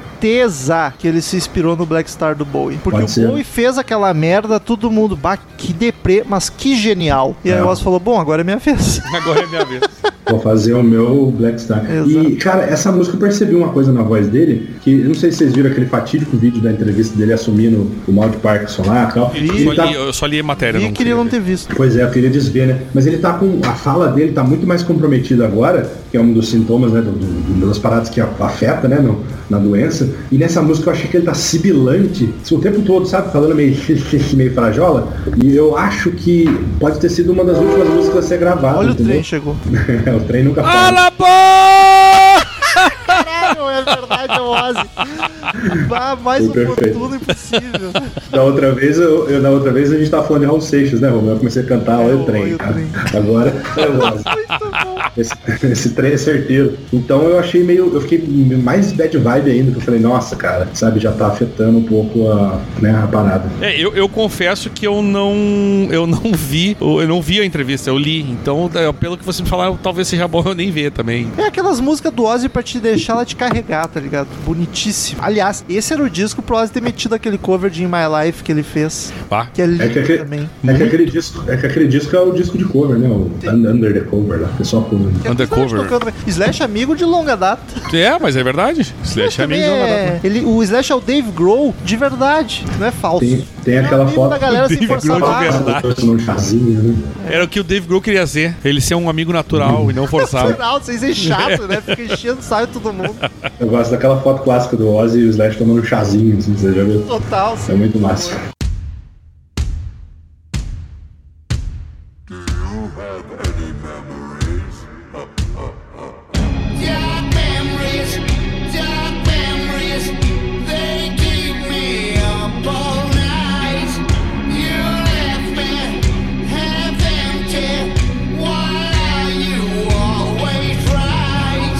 Speaker 1: certeza que ele se inspirou no Black Star do Bowie. Porque
Speaker 3: Pode
Speaker 1: o
Speaker 3: ser.
Speaker 1: Bowie fez aquela merda, todo mundo, bah, que deprê, mas que genial. E aí
Speaker 3: É.
Speaker 1: o Oz falou, bom, agora é minha vez.
Speaker 2: Agora é minha vez.
Speaker 3: Vou fazer o meu Black Star.
Speaker 1: Exato.
Speaker 3: E, cara, essa música eu percebi uma coisa na voz dele, que eu não sei se vocês viram aquele fatídico vídeo da entrevista dele assumindo o mal de Parkinson lá e tal. tá
Speaker 2: Eu só, li, eu né? só li a matéria.
Speaker 1: E queria um- não ter visto.
Speaker 3: Pois é, eu queria desver, né? Mas ele tá com. A fala dele tá muito mais comprometida agora, que é um dos sintomas, né? do- do- das paradas que a- afeta, né? no- na doença. E nessa música eu achei que ele tá sibilante assim, o tempo todo, sabe? Falando meio, meio frajola. E eu acho que pode ter sido uma das últimas músicas a ser gravada.
Speaker 1: Olha o Ah,
Speaker 3: entendeu?
Speaker 1: trem, chegou.
Speaker 3: o trem nunca para.
Speaker 2: Alabô!
Speaker 1: Caralho, é verdade, é o Oz. Bah, mais
Speaker 3: Foi perfeito.
Speaker 1: oportuno impossível.
Speaker 3: Da outra vez, eu, eu- da outra vez a gente tava falando de Raul Seixas, né, Romeu? Eu comecei a cantar
Speaker 1: É,
Speaker 3: Olha o
Speaker 1: Olha o
Speaker 3: trem. cara.
Speaker 1: Trem.
Speaker 3: Agora é o Ozzy. esse, esse trem é certeiro. Então eu achei meio. Eu fiquei mais bad vibe ainda, que eu falei, nossa, cara, sabe, já tá afetando um pouco a, né, a parada.
Speaker 2: É, eu, eu confesso que eu não eu não vi, eu não vi a entrevista, eu li. Então, da- pelo que você me falar, talvez seja bom eu nem ver também.
Speaker 1: É aquelas músicas do Ozzy pra te deixar ela te carregar, tá ligado? Bonitíssimo. Aliás, esse era o disco pro Ozzy ter metido aquele cover de In My Life que ele fez,
Speaker 2: Tá?
Speaker 1: que é lindo
Speaker 3: É que, aquele,
Speaker 1: também.
Speaker 3: é que aquele disco, é que aquele disco é o disco de cover, né? O Un- Under the Cover lá, que é só cover.
Speaker 1: Que é
Speaker 2: Undercover.
Speaker 1: Slash tocando- Slash é amigo de longa data.
Speaker 2: É, mas é verdade. Slash é
Speaker 1: Também
Speaker 2: amigo.
Speaker 1: é- ele, o Slash é o Dave Grohl de verdade, não é falso.
Speaker 3: Tem, tem
Speaker 1: É
Speaker 3: aquela
Speaker 1: amigo
Speaker 3: foto.
Speaker 1: da galera
Speaker 2: Dave
Speaker 1: sem força
Speaker 2: Grohl de
Speaker 1: barra.
Speaker 2: verdade.
Speaker 3: Tomando um chazinho, né?
Speaker 2: Era o que o Dave Grohl queria ser. Ele ser um amigo natural e não forçado.
Speaker 1: Natural, Vocês é chato, né? Fica enchendo o saio de todo mundo.
Speaker 3: Eu gosto daquela foto clássica do Ozzy e o Slash tomando um chazinho, assim, você já viu?
Speaker 1: Total. assim.
Speaker 3: É muito massa.
Speaker 5: Dark memories, dark memories, they keep me up all night. You left me half empty. Why are you always right?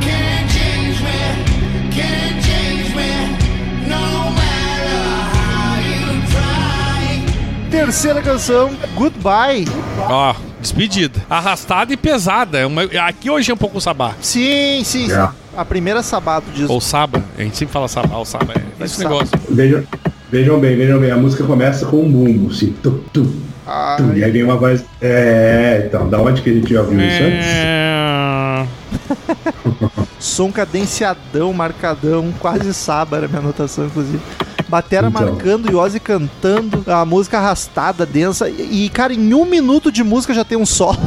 Speaker 5: Can't change me, can't change me, no matter how you try.
Speaker 1: Terceira canção, Goodbye.
Speaker 2: Ó, despedida. Arrastada e pesada. É uma- aqui hoje é um pouco o sabá.
Speaker 1: Sim, sim, sim.
Speaker 3: Yeah.
Speaker 1: A primeira é sábado disso.
Speaker 2: Ou saba. A gente sempre fala sabá ou saba. É esse
Speaker 1: Saba.
Speaker 2: negócio.
Speaker 3: Vejam, vejam bem, vejam bem. A música começa com um bumbo, assim. Tu, tu, tu,
Speaker 1: Ah,
Speaker 3: e aí vem uma voz. É, então, da onde que a gente já ouviu isso antes?
Speaker 2: É...
Speaker 1: Som cadenciadão, marcadão, quase sábado era minha anotação, inclusive. Batera
Speaker 3: Então.
Speaker 1: marcando e Ozzy cantando, a música arrastada, densa. E, e, cara, em um minuto de música já tem um solo.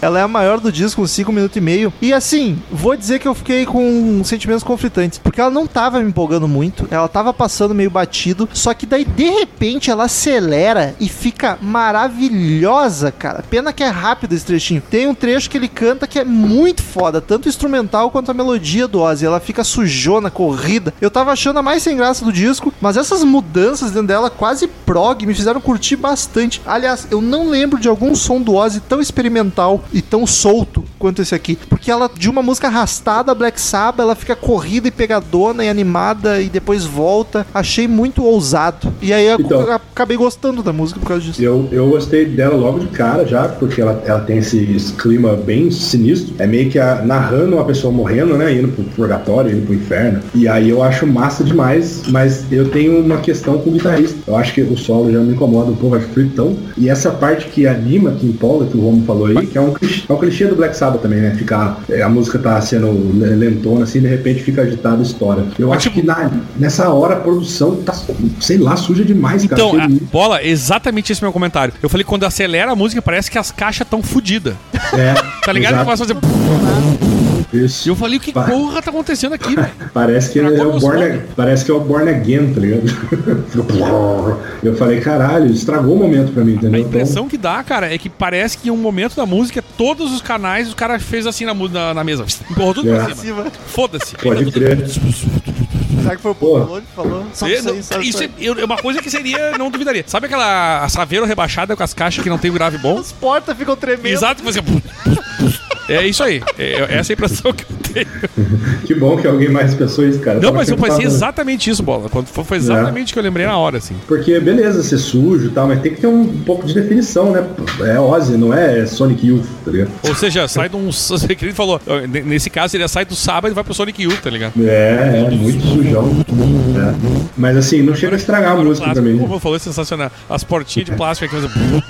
Speaker 1: Ela é a maior do disco, uns 5 minutos e meio. E assim, vou dizer que eu fiquei com sentimentos conflitantes. Porque ela não tava me empolgando muito, ela tava passando meio batido. Só que daí, de repente, ela acelera e fica maravilhosa, cara. Pena que é rápido esse trechinho. Tem um trecho que ele canta que é muito foda, tanto o instrumental quanto a melodia do Ozzy. Ela fica sujona, corrida. Eu tava achando a mais sem graça do disco, mas essas mudanças dentro dela, quase prog, me fizeram curtir bastante. Aliás, eu não lembro de algum som do Ozzy tão experimental e tão solto quanto esse aqui. Porque ela, de uma música arrastada, Black Sabbath, ela fica corrida e pegadona e animada e depois volta. Achei muito ousado. E aí eu
Speaker 3: Então.
Speaker 1: ac- acabei gostando da música por causa disso.
Speaker 3: Eu, eu gostei dela logo de cara já, porque ela, ela tem esse, esse clima bem sinistro. É meio que a- narrando uma pessoa morrendo, né? Indo pro purgatório, indo pro inferno. E aí eu acho massa demais, mas eu tenho uma questão com o guitarrista. Eu acho que o solo já me incomoda um pouco, acho fritão. E essa parte que anima, que empolga, que o Romo falou aí, que é um, clichê- é um clichê do Black Sabbath também, né? Ficar, é, a música tá sendo lentona, assim, de repente fica agitada a história. Eu
Speaker 2: Mas,
Speaker 3: acho
Speaker 2: tipo-
Speaker 3: que na- nessa hora a produção tá, sei lá, suja demais, cara.
Speaker 2: Então,
Speaker 3: Achei
Speaker 2: a-
Speaker 3: muito-
Speaker 2: bola, exatamente esse meu comentário. Eu falei que quando acelera a música, parece que as caixas estão fodidas.
Speaker 3: é,
Speaker 2: Tá ligado?
Speaker 3: exato.
Speaker 2: Começa a fazer. E
Speaker 3: Isso.
Speaker 2: eu falei, o que
Speaker 3: Vai.
Speaker 2: porra tá acontecendo aqui, velho?
Speaker 3: Parece que,
Speaker 2: Pra
Speaker 3: ele é
Speaker 2: como
Speaker 3: o
Speaker 2: os
Speaker 3: Born,
Speaker 2: nomes?
Speaker 3: parece que é o Born Again, tá ligado? Eu falei, caralho, estragou o momento pra mim,
Speaker 2: A
Speaker 3: entendeu? Então,
Speaker 2: impressão que dá, cara, é que parece que em um momento da música, todos os canais, o cara fez assim na, mu- na, na mesa. Empurrou tudo
Speaker 3: É.
Speaker 2: pra cima. Foda-se.
Speaker 3: Pode crer.
Speaker 1: Será que foi o
Speaker 3: Pô.
Speaker 1: Paulo que falou? Só
Speaker 2: Eu-
Speaker 1: isso
Speaker 2: não,
Speaker 1: aí, só
Speaker 2: isso
Speaker 1: isso
Speaker 2: é eu- é uma coisa que seria, não duvidaria. Sabe aquela a saveiro rebaixada com as caixas que não tem o grave bom?
Speaker 1: As portas ficam tremendo.
Speaker 2: Exato, que você. É isso aí. É, essa é a impressão que eu tenho.
Speaker 3: Que bom que alguém mais pensou isso, cara.
Speaker 2: Não,
Speaker 3: Tava É.
Speaker 2: mas eu pensei
Speaker 3: tentando-
Speaker 2: exatamente isso, bola. Quando foi, foi exatamente o que eu lembrei na hora, assim.
Speaker 3: Porque, beleza, ser sujo e tal, mas tem que ter um pouco de definição, né? É Ozzy, não é Sonic Youth, tá ligado?
Speaker 2: Ou seja, sai de um. Que ele falou. Nesse caso, seria sai do sábado e vai pro Sonic U, tá ligado?
Speaker 3: É, é muito sujão. É. Mas assim, não chega a estragar a
Speaker 2: Agora o
Speaker 3: música
Speaker 2: plástico,
Speaker 3: também.
Speaker 2: como eu falou, é sensacional. As portinhas de plástico aqui, coisa.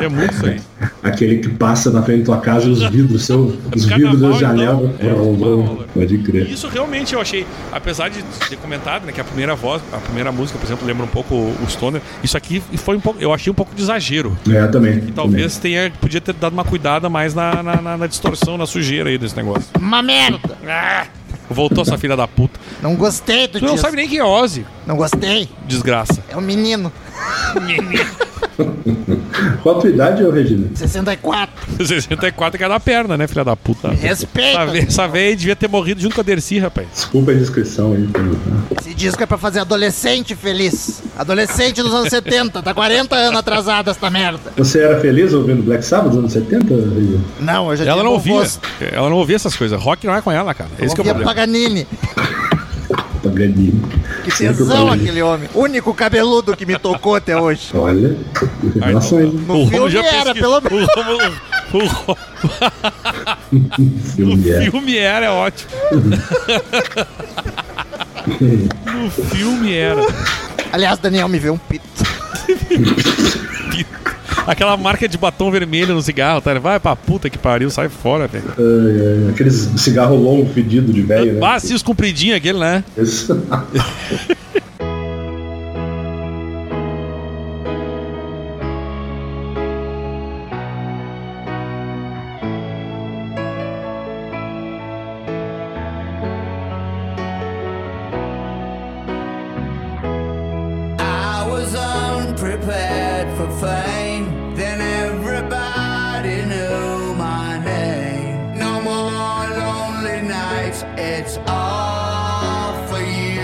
Speaker 2: É muito isso aí.
Speaker 3: Aquele que passa na frente da tua casa e os vidros, seu, os vidros
Speaker 2: Carnaval,
Speaker 3: da janela.
Speaker 2: então, é,
Speaker 3: Brum, brum.
Speaker 2: Paulo.
Speaker 3: Pode crer.
Speaker 2: Isso realmente eu achei, apesar de ter comentado, né, que a primeira voz, a primeira música, por exemplo, lembra um pouco o Stoner. Isso aqui foi um pouco, eu achei um pouco de exagero.
Speaker 3: É, também.
Speaker 2: E talvez tenha, podia ter dado uma cuidada mais na, na, na- na distorção, na sujeira aí desse negócio.
Speaker 6: Uma merda.
Speaker 2: Ah, voltou essa filha da puta.
Speaker 6: Não gostei do
Speaker 2: Tu não
Speaker 6: disco.
Speaker 2: sabe nem quem é Ozzy,
Speaker 6: Não gostei.
Speaker 2: desgraça.
Speaker 6: É um menino.
Speaker 3: também. Qual a tua idade, ô, Regina?
Speaker 6: 64.
Speaker 2: 64 que é da perna, né, filha da puta? Essa
Speaker 6: Respeita.
Speaker 2: véia- Essa velha devia ter morrido junto com a Dercy, rapaz.
Speaker 3: Desculpa a descrição aí. tá?
Speaker 6: Esse disco é pra fazer adolescente feliz. Adolescente dos anos 70. Tá 40 anos atrasada essa merda.
Speaker 3: Você era feliz ouvindo Black Sabbath nos anos 70, Regina?
Speaker 6: Não, eu já
Speaker 2: Ela
Speaker 6: tinha
Speaker 2: não
Speaker 6: bom
Speaker 2: ouvia.
Speaker 6: gosto.
Speaker 2: Ela não ouvia essas coisas. Rock não é com ela, cara. Esse que é o
Speaker 6: Ouvia
Speaker 2: problema.
Speaker 6: Paganini.
Speaker 3: Tá Pagadinho.
Speaker 6: Que
Speaker 3: Sempre
Speaker 6: tesão
Speaker 3: Paganini.
Speaker 6: aquele homem. Único cabeludo que me tocou até hoje.
Speaker 3: Olha, revelações. hein?
Speaker 6: No filme era,
Speaker 2: pesquisou.
Speaker 6: pelo menos.
Speaker 2: O Romulo- o Ro-
Speaker 3: Filme é.
Speaker 2: filme era é ótimo. no filme era.
Speaker 6: Aliás, Daniel me viu um pito.
Speaker 2: Aquela marca de batom vermelho no cigarro, tá? Vai pra puta que pariu, sai fora, velho.
Speaker 3: Ai, ai, Aqueles cigarro longo fedido de velho, né?
Speaker 2: Ah, cis compridinho aquele, né?
Speaker 3: Isso.
Speaker 5: I was unprepared for fame. Then everybody knew my name. No more lonely nights, it's all for you.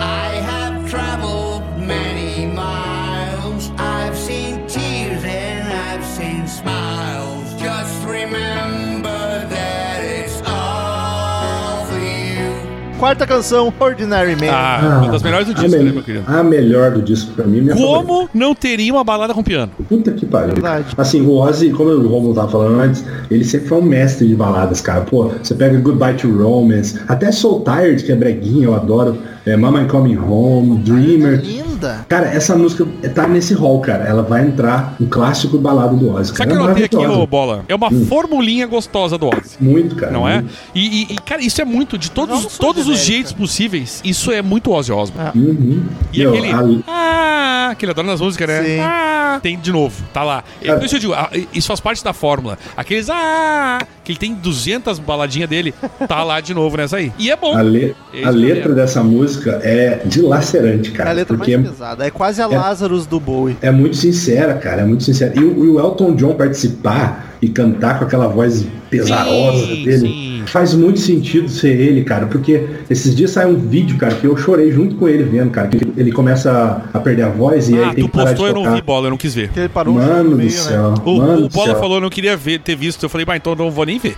Speaker 5: I have traveled many miles. I've seen tears and I've seen smiles. Just remember that it's all for you.
Speaker 1: Quarta canção, Ordinary
Speaker 3: É.
Speaker 1: Man.
Speaker 2: Ah, uma das melhores do
Speaker 3: a,
Speaker 2: disco,
Speaker 3: me-
Speaker 2: né, meu querido?
Speaker 3: a melhor do disco pra mim. minha favorita.
Speaker 2: Como não teria uma balada com piano?
Speaker 3: Puta que pariu.
Speaker 1: Verdade.
Speaker 3: Assim, o Ozzy, como o Romulo tava falando antes, ele sempre foi um mestre de baladas, cara. Pô, você pega Goodbye to Romance, até Soul Tired, que é breguinha, eu adoro. É, Mama I'm Coming Home,
Speaker 1: é
Speaker 3: Dreamer.
Speaker 6: Linda.
Speaker 3: Cara, essa música tá nesse hall, cara. Ela vai entrar no clássico balado do Ozzy.
Speaker 2: Sabe o que eu
Speaker 3: cara. É Hum.
Speaker 2: notei aqui,
Speaker 3: maravilhosa.
Speaker 2: ô Bola? É uma formulinha gostosa do Ozzy.
Speaker 3: Muito, cara.
Speaker 2: Não é?
Speaker 3: muito.
Speaker 2: E, e- e, cara, isso é muito. De
Speaker 1: Não, não
Speaker 2: todos,
Speaker 1: sou
Speaker 2: todos os
Speaker 1: genérica.
Speaker 2: jeitos possíveis, isso é muito Ozzy Osbourne.
Speaker 3: Uhum.
Speaker 2: E
Speaker 3: Meu,
Speaker 2: aquele.
Speaker 3: a-
Speaker 2: Ah, que ele adora nas músicas, né?
Speaker 1: Sim.
Speaker 2: Ah, tem de novo, tá lá. É,
Speaker 3: Cara.
Speaker 2: por isso eu digo, ah, isso faz parte da fórmula. Aqueles. Ah, que ele tem 200 baladinhas dele, tá lá de novo nessa aí. E é bom.
Speaker 3: A,
Speaker 2: É
Speaker 3: le-
Speaker 2: isso
Speaker 3: a
Speaker 2: que eu
Speaker 3: letra
Speaker 2: lembro.
Speaker 3: dessa música é dilacerante,
Speaker 1: é
Speaker 3: cara.
Speaker 1: a letra
Speaker 3: porque
Speaker 1: mais pesada. É quase a Lazarus do Bowie.
Speaker 3: é muito sincera, cara. É muito sincera. E o, e o Elton John participar e cantar com aquela voz pesarosa
Speaker 2: Sim,
Speaker 3: dele.
Speaker 2: sim.
Speaker 3: Faz muito sentido ser ele, cara, porque esses dias saiu um vídeo, cara, que eu chorei junto com ele vendo, cara, que ele, ele começa a- a perder a voz e
Speaker 2: ah,
Speaker 3: aí tem
Speaker 2: tu
Speaker 3: que parar de
Speaker 2: postou, eu não vi
Speaker 3: tocar.
Speaker 2: bola, eu não quis ver.
Speaker 1: Que ele parou um jogo
Speaker 3: Mano
Speaker 1: no
Speaker 3: do
Speaker 1: meio,
Speaker 3: céu,
Speaker 2: né? O,
Speaker 3: mano
Speaker 2: o
Speaker 3: do
Speaker 2: Bola
Speaker 3: céu.
Speaker 2: falou, eu não queria ver, ter visto. Eu falei, bah, então eu não vou nem ver.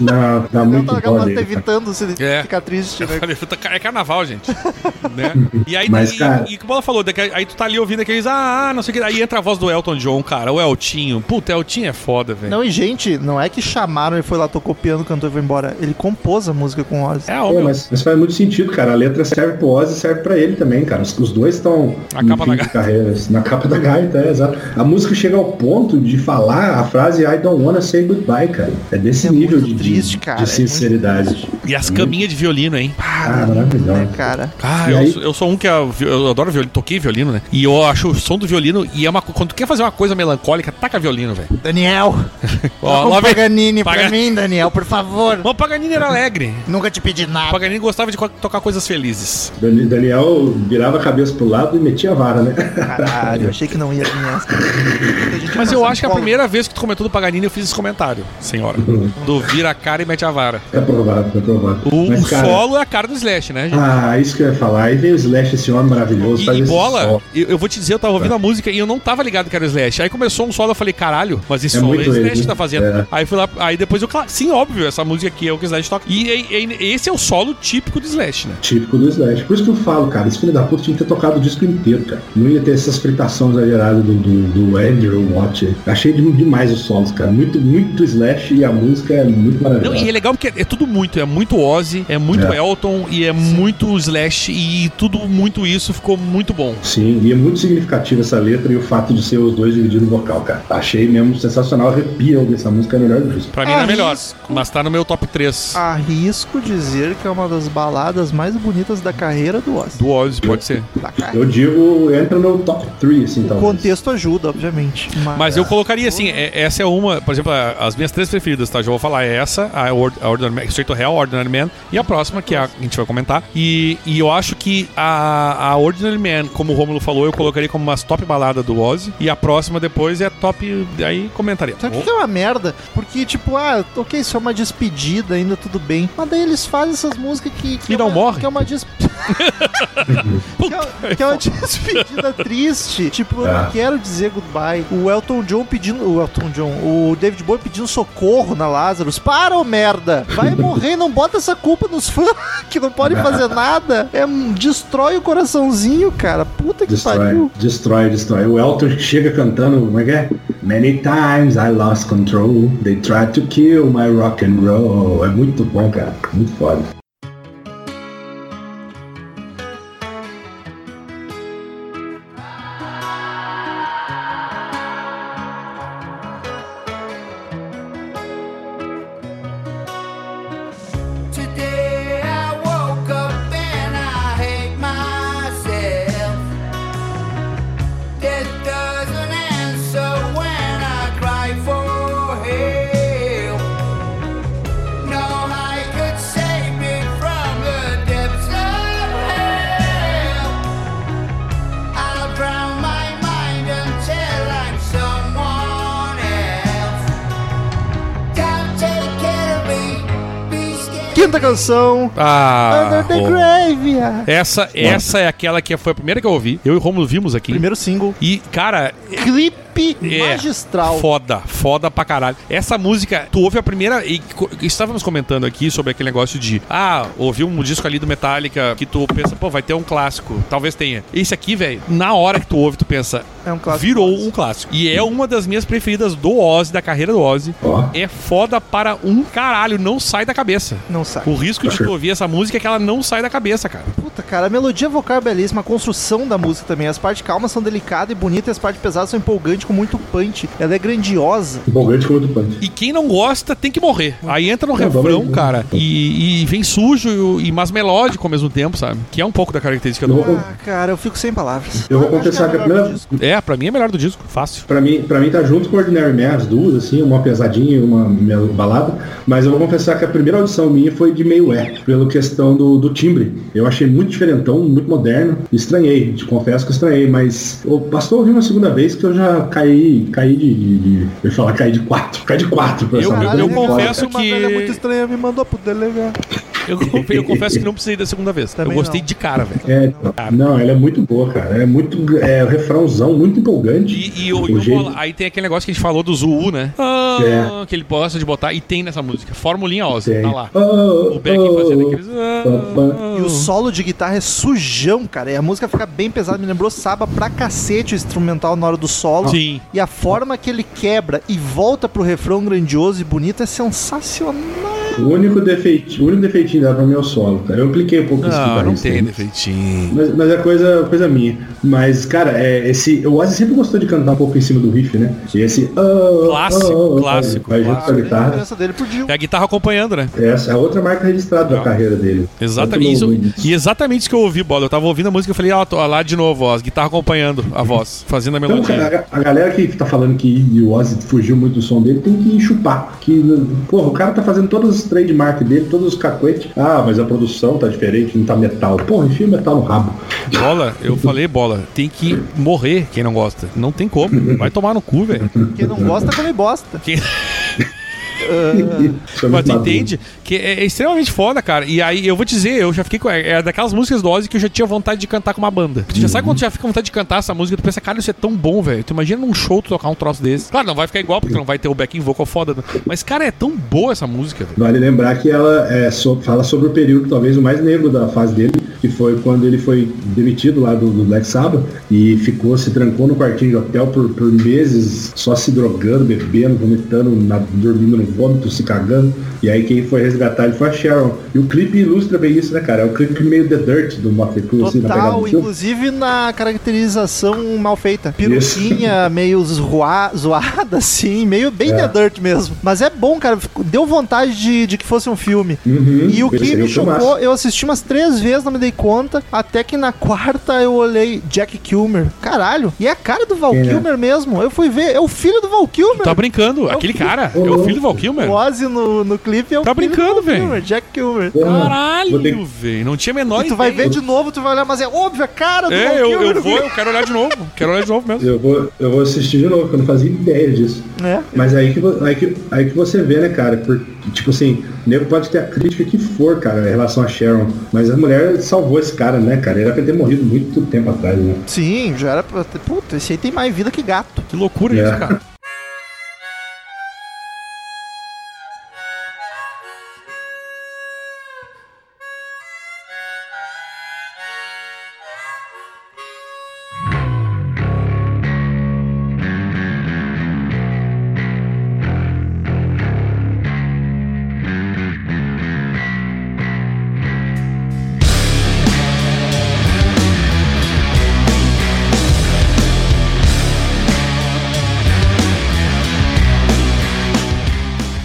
Speaker 3: Não, tá
Speaker 1: Né? Ela
Speaker 3: muito
Speaker 1: tava
Speaker 3: bom
Speaker 1: acabando
Speaker 3: dele, cara.
Speaker 1: evitando se ele
Speaker 2: É.
Speaker 1: ficar triste, né?
Speaker 2: Falei, puta, cara, é carnaval, gente. né? E aí,
Speaker 3: Mas,
Speaker 2: e,
Speaker 3: cara-
Speaker 2: e como ela falou, daqui- aí tu tá ali ouvindo aqueles, ah, ah, não sei o que, aí entra a voz do Elton John, cara, o Eltinho. Puta, Eltinho é foda, velho.
Speaker 1: Não, e gente, não é que chamaram e foi lá, tocou piano, cantou e foi embora. Ele compôs a música com Ozzy.
Speaker 2: É,
Speaker 3: Pô,
Speaker 2: óbvio.
Speaker 3: mas, mas faz muito sentido, cara. A letra serve pro Ozzy e serve pra ele também, cara. Os, os dois estão
Speaker 2: Na capa da
Speaker 3: de
Speaker 2: gaita.
Speaker 3: carreiras. Na capa da gaita, é, exato. A música chega ao ponto de falar a frase I don't wanna say goodbye, cara. É desse nível de
Speaker 1: triste, cara.
Speaker 3: de sinceridade.
Speaker 2: E as caminhas de violino, hein?
Speaker 3: Ah, maravilhosa.
Speaker 1: É, cara.
Speaker 2: Ah,
Speaker 3: E
Speaker 2: eu,
Speaker 3: aí-
Speaker 2: sou- eu sou um que a- eu adoro violino, toquei violino, né? E eu acho o som do violino e é uma co- quando tu quer fazer uma coisa melancólica, taca violino, velho.
Speaker 6: Daniel,
Speaker 2: Ó,
Speaker 6: um
Speaker 2: lá vem-
Speaker 6: Paganini pra
Speaker 2: Paga-
Speaker 6: mim, Daniel, por favor.
Speaker 2: Mas o Paganini era alegre.
Speaker 6: Nunca te pedi
Speaker 2: O
Speaker 6: nada.
Speaker 2: Paganini gostava de co- tocar coisas felizes.
Speaker 3: Dani- Daniel virava a cabeça pro lado e metia a vara, né?
Speaker 1: Caralho, eu achei que não ia vir essa.
Speaker 2: Mas eu acho que a primeira vez que tu comentou do Paganini eu fiz esse comentário, senhora. Do vira a cara e mete a vara.
Speaker 3: É provável, é provável.
Speaker 2: O,
Speaker 3: Mas,
Speaker 2: o solo é a cara do Slash, né, gente?
Speaker 3: Ah, isso que eu ia falar. Aí vem o Slash, esse homem maravilhoso. faz
Speaker 2: E, e
Speaker 3: esse
Speaker 2: bola,
Speaker 3: solo. Tá.
Speaker 2: eu, eu vou te dizer, eu tava ouvindo a música e eu não tava ligado que era o Slash. Aí começou um solo, eu falei, caralho, mas esse
Speaker 3: É
Speaker 2: solo é o
Speaker 3: muito
Speaker 2: Slash
Speaker 3: ele,
Speaker 2: que tá
Speaker 3: né?
Speaker 2: fazendo.
Speaker 3: É.
Speaker 2: Aí fui lá, aí depois eu, claro, sim, óbvio, essa música aqui é o que o Slash toca. E, e- e esse é o solo típico do Slash, né?
Speaker 3: Típico do Slash. Por isso que eu falo, cara, esse filho da puta tinha que ter tocado o disco inteiro, cara. Não ia ter essas fritações exageradas do, do, do Andrew Watt. Achei de- demais os solos, cara. Muito, muito Slash e a música é muito
Speaker 2: Não,
Speaker 3: maravilhosa.
Speaker 2: e é legal porque é, é tudo muito, é muito Ozzy, é muito
Speaker 3: É.
Speaker 2: Elton e é muito Slash e tudo muito isso ficou muito bom.
Speaker 3: Sim, e é muito significativa essa letra e o fato de ser os dois dividindo o vocal, cara. Achei mesmo sensacional, arrepia ouvir essa música, é a melhor do disco.
Speaker 2: Pra mim não é melhor,
Speaker 1: Arrisco.
Speaker 2: mas tá no meu top 3
Speaker 1: Arrisco dizer que é uma das baladas mais bonitas da carreira do Ozzy.
Speaker 2: do Ozzy, pode ser.
Speaker 1: Da carreira.
Speaker 3: Eu digo, entra no top 3, assim,
Speaker 1: O
Speaker 3: talvez.
Speaker 1: contexto ajuda, obviamente.
Speaker 2: Mas eu colocaria assim, é- essa é uma, por exemplo, a- as minhas três preferidas, tá? Já vou falar é essa, a, Ord a Ordinary Man, Straight to Hell, Ordinary Man, e a próxima, que é a que a gente vai comentar. E, e eu acho que a, a Ordinary Man, como o Romulo falou, eu colocaria como umas top balada do Ozzy, e a próxima depois é top, aí comentaria.
Speaker 1: Sabe o que que é uma merda? Porque, tipo, ah, ok, isso é uma despedida, ainda tudo bem. Mas daí eles fazem essas músicas que. que
Speaker 2: E
Speaker 1: é
Speaker 2: não
Speaker 1: uma-
Speaker 2: morre.
Speaker 1: Que é uma des- que, é, que é uma despedida triste. Tipo, eu não
Speaker 3: É.
Speaker 1: quero dizer goodbye. O Elton John pedindo. O Elton John. O David Bowie pedindo socorro na Lazarus. Para, ô merda! Vai morrer, não bota essa culpa nos fãs que não podem fazer nada. É, um- destrói o coraçãozinho, cara. Puta que pariu.
Speaker 3: Destrói, destrói, destrói. O Elton chega cantando, como é que é? Many times I lost control, they tried to kill my rock and roll. É muito bom, cara. Muito foda.
Speaker 5: Today I woke up and I hate myself. That doesn't answer when I cry for help. No, I could save me from the depths of hell. I'll drown my mind until I'm someone else. Don't take care of me. Be scared.
Speaker 1: Quinta canção.
Speaker 2: Ah,
Speaker 1: Under the
Speaker 2: Romulo.
Speaker 1: Grave. ah.
Speaker 2: essa, essa é aquela que foi a primeira que eu ouvi, eu e o Romulo vimos aqui.
Speaker 1: Primeiro single.
Speaker 2: E, cara,
Speaker 1: Clipe
Speaker 2: É,
Speaker 1: magistral.
Speaker 2: Foda, foda pra caralho. Essa música, tu ouve a primeira. E co- estávamos comentando aqui sobre aquele negócio de. Ah, ouvi um disco ali do Metallica que tu pensa, pô, vai ter um clássico. Talvez tenha. Esse aqui, velho, na hora que tu ouve, tu pensa,
Speaker 1: É um clássico.
Speaker 2: virou um clássico. E é uma das minhas preferidas do Ozzy, da carreira do Ozzy.
Speaker 3: Ó.
Speaker 2: É foda para um caralho, não sai da cabeça.
Speaker 1: Não sai.
Speaker 2: O risco de tu ouvir essa música é que ela não sai da cabeça, cara.
Speaker 1: Puta, cara, a melodia vocal é belíssima, a construção da música também. As partes calmas são delicadas e bonitas, e as partes pesadas são empolgantes com muito punch. Ela é grandiosa.
Speaker 3: Empolgante como o do Punk.
Speaker 2: E quem não gosta tem que morrer. Aí entra no
Speaker 3: Não,
Speaker 2: refrão,
Speaker 3: vamos aí.
Speaker 2: cara, e, e vem sujo e mais melódico ao mesmo tempo, sabe? Que é um pouco da característica
Speaker 3: Eu
Speaker 2: do.
Speaker 3: vou,
Speaker 1: Ah, cara, eu fico sem palavras.
Speaker 3: eu vou
Speaker 1: Acho é
Speaker 3: confessar que a
Speaker 1: melhor
Speaker 3: primeira,
Speaker 1: disso.
Speaker 2: É, pra mim é melhor do disco, fácil.
Speaker 3: Pra mim, pra mim tá junto com o Ordinary Man, as duas, assim, uma pesadinha e uma mel- balada. Mas eu vou confessar que a primeira audição minha foi de meio é, pela questão do, do timbre. Eu achei muito diferentão, muito moderno. Estranhei, te confesso que estranhei, mas eu- bastou ouvir uma segunda vez que eu já caí, caí de. de, de- eu ia falar, caí de quatro. Caí de quatro pra
Speaker 2: Eu-
Speaker 3: essa música,
Speaker 2: eu
Speaker 3: muito foda,
Speaker 2: confesso
Speaker 1: Uma
Speaker 2: que-
Speaker 1: velha muito estranha me mandou pro delegar.
Speaker 2: Eu, eu confesso que não precisei da segunda vez.
Speaker 1: Também
Speaker 2: eu gostei
Speaker 1: não.
Speaker 2: de cara, velho.
Speaker 3: É, então, não, ela é muito boa, cara. É muito. É um refrãozão, muito empolgante.
Speaker 2: E, e o- e
Speaker 3: O
Speaker 2: o
Speaker 3: jeito-
Speaker 2: bola- aí tem aquele negócio que a gente falou do Zuu, né? Ah, Que ele gosta de botar. E tem nessa música. Formulinha Ozzy,
Speaker 3: É. Tem.
Speaker 2: tá lá.
Speaker 3: Oh,
Speaker 2: O Beck
Speaker 3: oh,
Speaker 2: fazendo aqueles. ah,
Speaker 3: oh,
Speaker 1: E o solo de guitarra é sujão, cara. E a música fica bem pesada. Me lembrou Saba pra cacete o instrumental na hora do solo.
Speaker 2: Sim.
Speaker 1: E a forma que ele quebra e volta pro refrão grandioso e bonito é sensacional.
Speaker 3: O único defeitinho, o único defeitinho dela pra mim é o solo, cara. Eu impliquei um pouco isso
Speaker 2: Não, Ah, não
Speaker 3: guitarrista,
Speaker 2: tem
Speaker 3: né?
Speaker 2: defeitinho.
Speaker 3: Mas, mas é coisa, coisa minha. Mas, cara, é, esse, o Ozzy sempre gostou de cantar um pouco em cima do riff, né? E esse. ah,
Speaker 2: Clássico,
Speaker 3: ah, ah,
Speaker 2: clássico,
Speaker 3: Vai junto com a
Speaker 2: clássico.
Speaker 1: A
Speaker 3: guitarra.
Speaker 1: diferença dele pro Dio.
Speaker 2: É a guitarra acompanhando, né?
Speaker 3: Essa é outra marca registrada da carreira dele.
Speaker 2: Exatamente.
Speaker 3: Muito
Speaker 2: Isso,
Speaker 3: bom, muito.
Speaker 2: e exatamente isso que eu ouvi, Bola. Eu tava ouvindo a música e falei, ó, tô lá de novo, ó, as guitarras acompanhando a voz, fazendo a
Speaker 3: Então,
Speaker 2: melodia.
Speaker 3: cara, a, a galera que tá falando que o Ozzy fugiu muito do som dele tem que chupar. Que, porra, o cara tá fazendo todas as trademark dele, todos os cacuetes. Ah, mas a produção tá diferente, não tá metal. Porra, enfia o metal no rabo.
Speaker 2: Ah. Bola, eu falei, Bola, tem que morrer quem não gosta. Não tem como. Vai tomar no cu, velho.
Speaker 1: Quem não gosta, come bosta.
Speaker 2: Quem-
Speaker 3: Isso
Speaker 2: Mas
Speaker 3: é muito
Speaker 2: tu
Speaker 3: maduro.
Speaker 2: entende que é é extremamente foda, cara. E aí eu vou dizer, eu já fiquei com. É é daquelas músicas do Ozzy que eu já tinha vontade de cantar com uma banda. Tu já sabe quando tu já fica com vontade de cantar essa música, tu pensa, cara, isso é tão bom, velho. Tu imagina num show tu tocar um troço desse. Claro, não vai ficar igual, porque não vai ter o backing vocal foda. né? Mas, cara, é tão boa essa música, velho.
Speaker 3: Vale lembrar que ela é, so- fala sobre o período talvez o mais negro da fase dele, que foi quando ele foi demitido lá do, do Black Sabbath e ficou, se trancou no quartinho de hotel por, por meses, só se drogando, bebendo, vomitando, na- dormindo no vômito, se cagando. E aí quem foi resgatar ele foi a Sharon. E o clipe ilustra bem isso, né, cara? É um clipe meio The Dirt do Motley Crue, assim, na pegada do
Speaker 1: Total,
Speaker 3: filme.
Speaker 1: inclusive na caracterização mal feita. Peruquinha meio zoa- zoada, assim, meio
Speaker 3: É.
Speaker 1: bem The Dirt mesmo. Mas é bom, cara. ficou- Deu vontade de, de que fosse um filme.
Speaker 3: Uhum,
Speaker 1: E o que
Speaker 3: seria
Speaker 1: me
Speaker 3: um filmaço.
Speaker 1: chocou, eu assisti umas três vezes, não me dei conta, até que na quarta eu olhei Jack Kilmer. Caralho, e é a cara do Val
Speaker 3: Quem é?
Speaker 1: Kilmer mesmo. Eu fui ver, é o filho do Val Kilmer.
Speaker 2: Tá brincando? Aquele cara é o filho do Val Kilmer.
Speaker 1: O Ozzy no, no clipe é o
Speaker 2: Tá
Speaker 1: filho do
Speaker 2: brincando,
Speaker 1: Val
Speaker 2: velho.
Speaker 1: Kilmer, Jack Kilmer.
Speaker 3: Porra, vou ter
Speaker 2: Caralho,
Speaker 3: que-
Speaker 2: velho. Não tinha a menor
Speaker 1: E tu vai
Speaker 2: ideia.
Speaker 1: ver de novo, tu vai olhar, mas é óbvio, a cara do Val
Speaker 2: É, eu,
Speaker 1: Kilmer.
Speaker 2: eu vou, eu quero olhar de novo. Quero olhar de novo mesmo.
Speaker 3: Eu vou, eu vou assistir de novo, porque eu não fazia ideia disso.
Speaker 1: É.
Speaker 3: Mas aí que, vo- aí, que, aí que você vê, né, cara? Porque, tipo assim, o nego pode ter a crítica que for, cara, em relação a Sharon. Mas a mulher salvou esse cara, né, cara? Era pra ele ter morrido muito tempo atrás, né?
Speaker 1: Sim, já era pra ter... Puta, esse aí tem mais vida que gato.
Speaker 2: Que loucura
Speaker 3: É.
Speaker 2: isso, cara.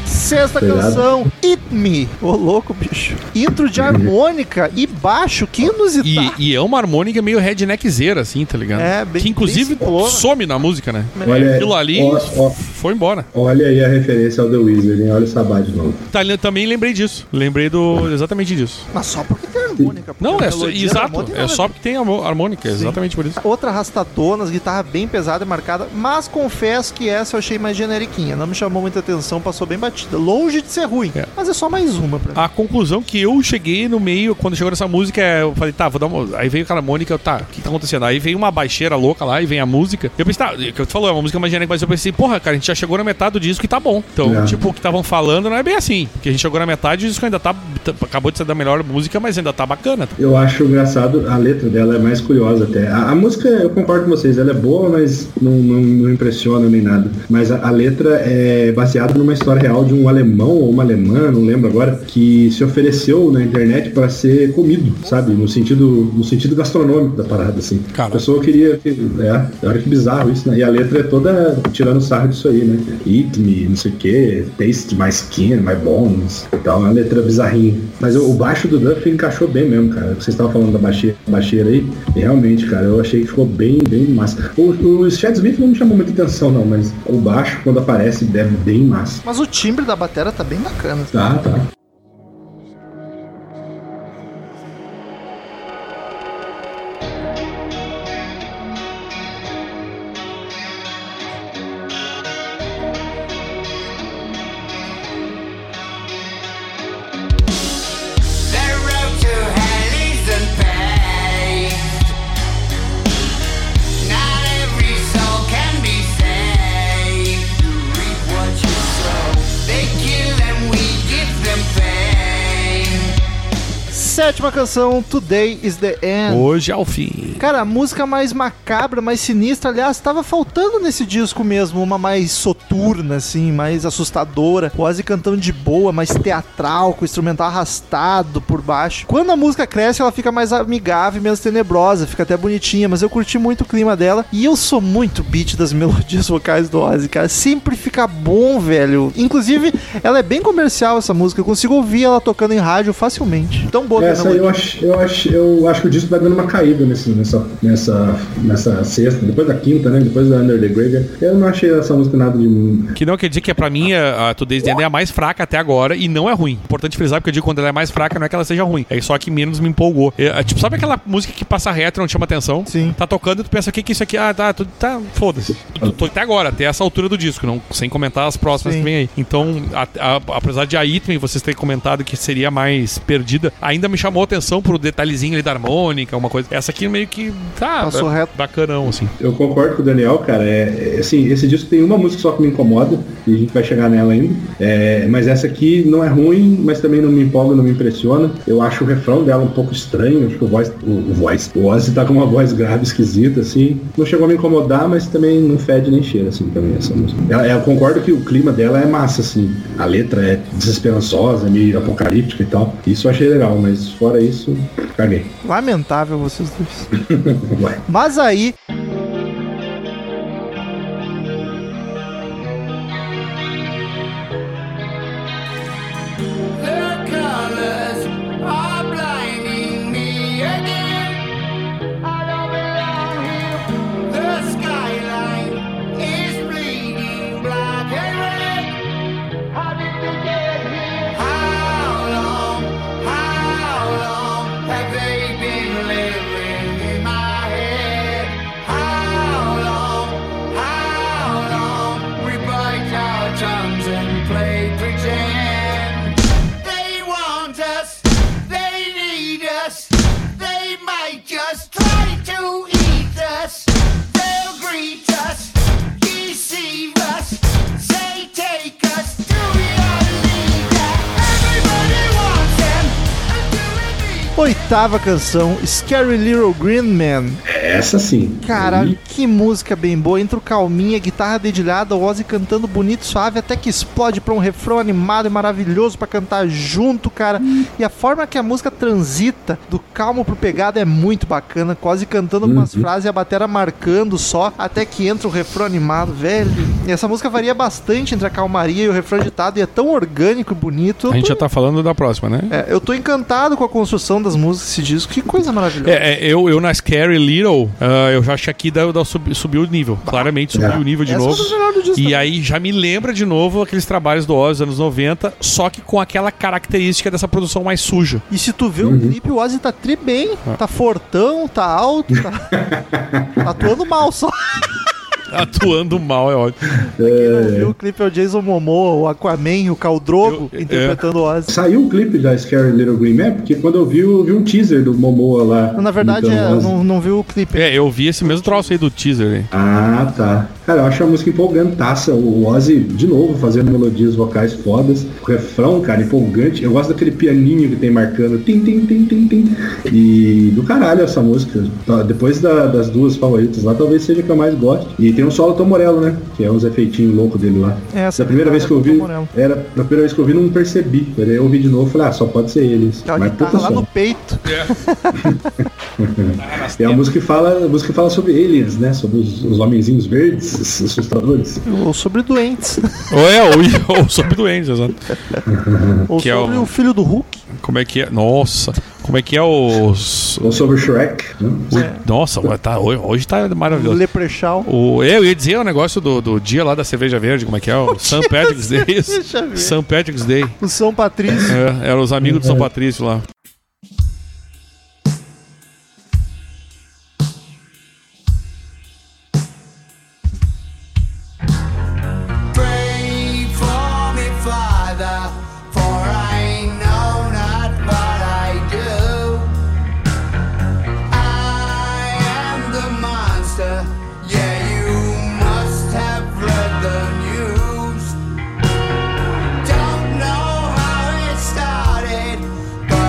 Speaker 1: Sexta
Speaker 3: Pegado.
Speaker 1: canção, It Me. Ô, louco, bicho. Intro de harmônica e baixo, que inusitado.
Speaker 2: E, e é uma harmônica meio redneckzeira, assim, tá ligado?
Speaker 1: Tá. É, bem-
Speaker 2: Que inclusive
Speaker 1: bem simplona.
Speaker 2: some na música, né?
Speaker 3: Olha,
Speaker 2: Aquilo ali
Speaker 3: ó- ó-
Speaker 2: foi embora.
Speaker 3: olha aí a referência ao The Wizard, hein? Olha o Sabá de novo.
Speaker 2: Tá, le- também lembrei disso. Lembrei do exatamente disso.
Speaker 1: Mas só porque tem harmônica. porque
Speaker 2: Não,
Speaker 1: a
Speaker 2: é só,
Speaker 1: melodia da
Speaker 2: exato.
Speaker 1: harmônica né?
Speaker 2: É só porque tem harmo- harmônica, é exatamente por isso.
Speaker 1: Outra arrastadonas, guitarra bem pesada e marcada, mas confesso que essa eu achei mais generiquinha. Não me chamou muita atenção, passou bem batida. Longe de ser ruim,
Speaker 2: É.
Speaker 1: mas é só mais uma pra mim.
Speaker 2: A conclusão que eu cheguei no meio, quando chegou nessa música, é, eu falei, tá, vou dar uma. Aí veio aquela harmônica, eu, tá, o que tá acontecendo? Aí veio uma baixeira louca lá e vem a música. Eu pensei, tá, o que tu falou, é uma música mais genérica, mas eu pensei, porra, cara, a gente já chegou na metade do disco e tá bom. Então,
Speaker 3: É.
Speaker 2: tipo, o que estavam falando não é bem assim. Porque a gente chegou na metade e o disco ainda tá, tá- Acabou de ser da melhor música, mas ainda tá bacana.
Speaker 3: Eu acho engraçado, a letra dela é mais curiosa até. A, a música, eu concordo com vocês, ela é boa, mas não, não- não impressiona nem nada. Mas a, a letra é baseada numa história real de um alemão ou uma alemã, não lembro agora, que se ofereceu na internet para ser comido, sabe? No sentido, no sentido gastronômico da parada, assim.
Speaker 2: Cara.
Speaker 3: A pessoa queria que. É, olha que bizarro isso, né? E a letra é toda tirando sarro disso aí, né? Eat me, não sei o que, taste my skin, my bones. Então é uma letra bizarrinha. Mas o o baixo do Duff encaixou bem mesmo, cara. Vocês estavam falando da baixeira, baixeira aí. E realmente, cara, eu achei que ficou bem, bem massa. O, o Chad Smith não me chamou muita atenção, não, mas o baixo, quando aparece, é bem massa.
Speaker 1: Mas o timbre da batera tá bem bacana.
Speaker 3: Tá, tá.
Speaker 5: The road to hell isn't paved. Not every soul can be saved. You reap what you sow. They kill and we give them faith.
Speaker 1: Sétima canção, Today is the End.
Speaker 2: Hoje é o fim.
Speaker 1: Cara, a música mais macabra, mais sinistra, aliás, tava faltando nesse disco mesmo, uma mais soturna, assim, mais assustadora, quase cantando de boa, mais teatral, com o instrumental arrastado por baixo. Quando a música cresce, ela fica mais amigável, e menos tenebrosa, fica até bonitinha, mas eu curti muito o clima dela, e eu sou muito beat das melodias vocais do Ozzy, cara, sempre fica bom, velho. Inclusive, ela é bem comercial, essa música, eu consigo ouvir ela tocando em rádio facilmente. Tão boa que
Speaker 3: Essa
Speaker 1: é a
Speaker 3: aí eu acho, eu acho, eu acho que o disco vai dando uma caída nesse, nessa, nessa, nessa sexta, depois da quinta, né? Depois da Under the Graveyard. Eu não achei essa música nada de
Speaker 2: Que não quer dizer que é pra mim a, a Today's the End é a mais fraca até agora e não é ruim. Importante frisar porque eu digo que quando ela é mais fraca não é que ela seja ruim, é só que menos me empolgou. É, é, tipo, sabe aquela música que passa reto e não te chama atenção?
Speaker 1: Sim.
Speaker 2: Tá tocando e tu pensa o que que é isso aqui? Ah, tá, tu, tá, foda-se. Tô, tô até agora, até essa altura do disco, não, sem comentar as próximas
Speaker 1: Sim.
Speaker 2: que vem aí. Então, a- a- apesar de a Item vocês terem comentado que seria mais perdida, ainda me chamou a atenção pro detalhezinho ali da harmônica, uma coisa. Essa aqui meio que tá
Speaker 1: Passou
Speaker 2: é,
Speaker 1: reto.
Speaker 2: bacanão assim.
Speaker 3: Eu concordo com o Daniel, cara. É, é, assim, esse disco tem uma música só que me incomoda, e a gente vai chegar nela ainda. É, mas essa aqui não é ruim, mas também não me empolga, não me impressiona. Eu acho o refrão dela um pouco estranho, acho que o voz, o, o voz, o Ozzy tá com uma voz grave esquisita, assim. Não chegou a me incomodar, mas também não fede nem cheira, assim, também essa música. Ela- eu concordo que o clima dela é massa, assim. A letra é desesperançosa, é meio apocalíptica e tal. Isso eu achei legal, mas fora isso, caguei.
Speaker 1: Lamentável vocês dois.
Speaker 3: Vai.
Speaker 1: Mas aí,
Speaker 5: The colors are blinding me again. I don't belong here. The skyline is bleeding black and red. How did we get here? How long? How long have they been living in my head? How long? How long we bite our tongues and play pretend? They want us. They need us. They might just try to eat us. They'll greet us, deceive us, say take us to be our leader. Everybody wants them until they meet
Speaker 1: Oitava canção, Scary Little Green Man.
Speaker 3: Essa sim.
Speaker 1: Caralho, que música bem boa. Entra o calminha, guitarra dedilhada, o Ozzy cantando bonito, suave, até que explode pra um refrão animado e maravilhoso pra cantar junto, cara. E a forma que a música transita do calmo pro pegado é muito bacana, quase cantando algumas
Speaker 2: Uhum.
Speaker 1: frases e a batera marcando só, até que entra o refrão animado, velho. E essa música varia bastante entre a calmaria e o refrão ditado e é tão orgânico e bonito.
Speaker 2: A gente já tá falando da próxima, né?
Speaker 1: É, eu tô encantado com a construção das músicas desse disco. Que coisa maravilhosa.
Speaker 2: É, é, eu, eu na Scary Little, ah, eu já achei aqui da, da sub- subiu o nível. Claramente subiu
Speaker 3: É.
Speaker 2: o nível de
Speaker 1: Essa
Speaker 2: novo.
Speaker 1: é uma das melhores do disco
Speaker 2: E
Speaker 1: também.
Speaker 2: aí já me lembra de novo aqueles trabalhos do Ozzy dos anos 90, só que com aquela característica dessa produção mais suja.
Speaker 1: E se tu vê
Speaker 3: Uhum.
Speaker 1: o clipe, o Ozzy tá tri bem,
Speaker 2: Ah.
Speaker 1: tá fortão, tá alto, tá, tá atuando mal só.
Speaker 2: Atuando mal, é óbvio.
Speaker 1: Quem não viu o clipe é o Jason Momoa, o Aquaman, o Caldrogo,
Speaker 2: Eu- é.
Speaker 1: interpretando o Ozzy.
Speaker 3: Saiu um clipe da Scary Little Green Man, porque quando eu vi, eu vi um teaser do Momoa lá.
Speaker 1: Na verdade, é,
Speaker 3: imitando
Speaker 1: eu
Speaker 3: o Então, Ozzy.
Speaker 1: não, não viu o clipe.
Speaker 2: É, eu vi esse mesmo troço aí do teaser aí.
Speaker 3: Ah, tá. Cara, eu acho a música empolgantaça. O Ozzy, de novo, fazendo melodias vocais fodas. O refrão, cara, empolgante. Eu gosto daquele pianinho que tem marcando. Tim, tim, tim, tim, tim. E do caralho essa música. Tá, Depois da- das duas favoritas lá, talvez seja a que eu mais goste. E tem um solo Tom Morello, né? Que é uns efeitinhos loucos dele lá.
Speaker 1: É, essa
Speaker 3: da primeira vez que eu
Speaker 1: guitarra do
Speaker 3: vi,
Speaker 1: Tom Morello.
Speaker 3: era, da primeira vez que eu vi, não percebi. Daí eu ouvi de novo e falei, ah, só pode ser eles.
Speaker 1: Aquela
Speaker 3: Mas
Speaker 1: guitarra
Speaker 3: puta
Speaker 1: tá lá
Speaker 3: som.
Speaker 1: no peito.
Speaker 3: E a música que fala, a música que fala sobre aliens, né? Sobre os, os homenzinhos verdes, esses assustadores.
Speaker 1: Ou sobre doentes.
Speaker 2: ou é, ou, ou sobre doentes, exato.
Speaker 1: Ou
Speaker 2: Que é
Speaker 1: sobre
Speaker 2: o-
Speaker 1: o filho do Hulk.
Speaker 2: Como é que é? Nossa, como é que é os.
Speaker 3: Ou sobre o Shrek. Né?
Speaker 2: Nossa, mas tá, hoje, hoje tá
Speaker 1: O
Speaker 2: maravilhoso.
Speaker 1: Leprechaun.
Speaker 2: O, é, eu ia dizer o negócio do, do dia lá da cerveja verde, como é que é? O St. Patrick's Day.
Speaker 1: Deixa eu ver.
Speaker 2: St. Patrick's Day.
Speaker 1: O São Patrício.
Speaker 2: É, eram os amigos de São Patrício lá.
Speaker 5: Pray for me, Father, for I know not what I do. I am the monster. Yeah, you must have read the news. Don't know how it started, but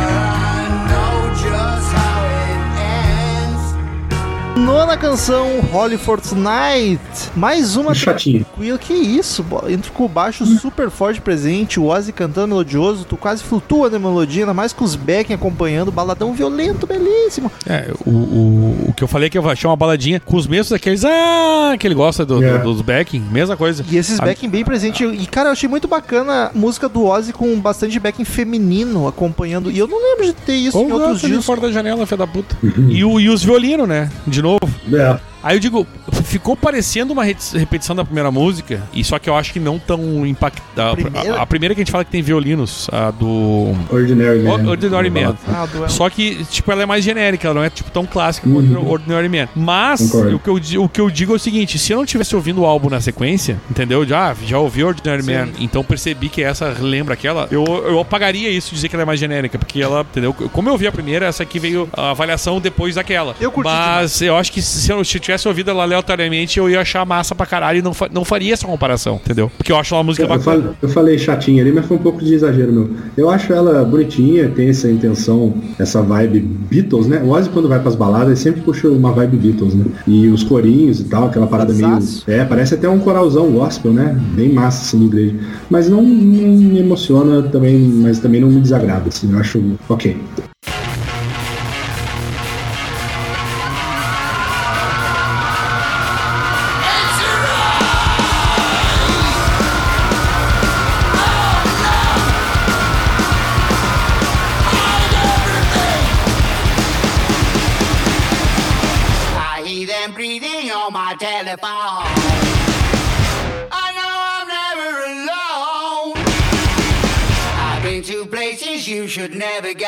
Speaker 1: Bela canção, Holly Fortnite. Mais uma
Speaker 3: é Chatinho.
Speaker 1: tranquila. Que isso, bo- entra com o baixo super forte presente, o Ozzy cantando melodioso, tu quase flutua na melodia, ainda mais com os Beck acompanhando, baladão violento, belíssimo.
Speaker 2: É, o, o, o que eu falei é que eu achei uma baladinha com os mesmos daqueles. Ah, que ele gosta do-
Speaker 3: É.
Speaker 2: do- dos backing, mesma coisa.
Speaker 1: E esses
Speaker 2: A-
Speaker 1: backing bem presente. E, cara, eu achei muito bacana a música do Ozzy com bastante backing feminino acompanhando. E eu não lembro de ter isso
Speaker 2: Ou
Speaker 1: em
Speaker 2: gato
Speaker 1: outros
Speaker 2: de
Speaker 1: discos.
Speaker 2: fora da janela, filho da puta. E, o- e os violinos, né? De novo.
Speaker 3: É.
Speaker 2: Aí eu digo, ficou parecendo uma re- repetição da primeira música, e só que eu acho que não tão impactada.
Speaker 1: Primeira?
Speaker 2: A, a primeira que a gente fala que tem violinos, a do
Speaker 3: Ordinary Man.
Speaker 2: O- Ordinary Man.
Speaker 1: Ah, do
Speaker 2: Só que, tipo, ela é mais genérica, ela não é, tipo, tão clássica quanto
Speaker 3: Uhum.
Speaker 2: o Ordinary Man. Mas,
Speaker 3: Concordo.
Speaker 2: o que, eu, di- o que eu digo é o seguinte, se eu não tivesse ouvindo o álbum na sequência, entendeu? Já, já ouvi Ordinary Man, então percebi que essa lembra aquela, eu, eu apagaria isso, dizer que ela é mais genérica, porque ela, entendeu? Como eu ouvi a primeira, essa aqui veio a avaliação depois daquela.
Speaker 1: Eu curti
Speaker 2: Mas eu acho que se eu, se eu tivesse ouvido ela aleatoriamente, eu ia achar massa pra caralho e não, fa- não faria essa comparação, entendeu? Porque eu acho ela uma música
Speaker 3: Eu, eu
Speaker 2: bacana.
Speaker 3: fal- eu falei chatinha ali, mas foi um pouco de exagero meu. Eu acho ela bonitinha, tem essa intenção, essa vibe Beatles, né? O Ozzy quando vai pras baladas ele sempre puxa uma vibe Beatles, né? E os corinhos e tal, aquela parada
Speaker 1: Exato.
Speaker 3: meio. É, parece até um coralzão gospel, né? Bem massa assim na igreja. Mas não, não me emociona também, mas também não me desagrada, assim. Eu acho ok.
Speaker 5: I hear them breathing on my telephone. I know I'm never alone. I've been to places you should never go.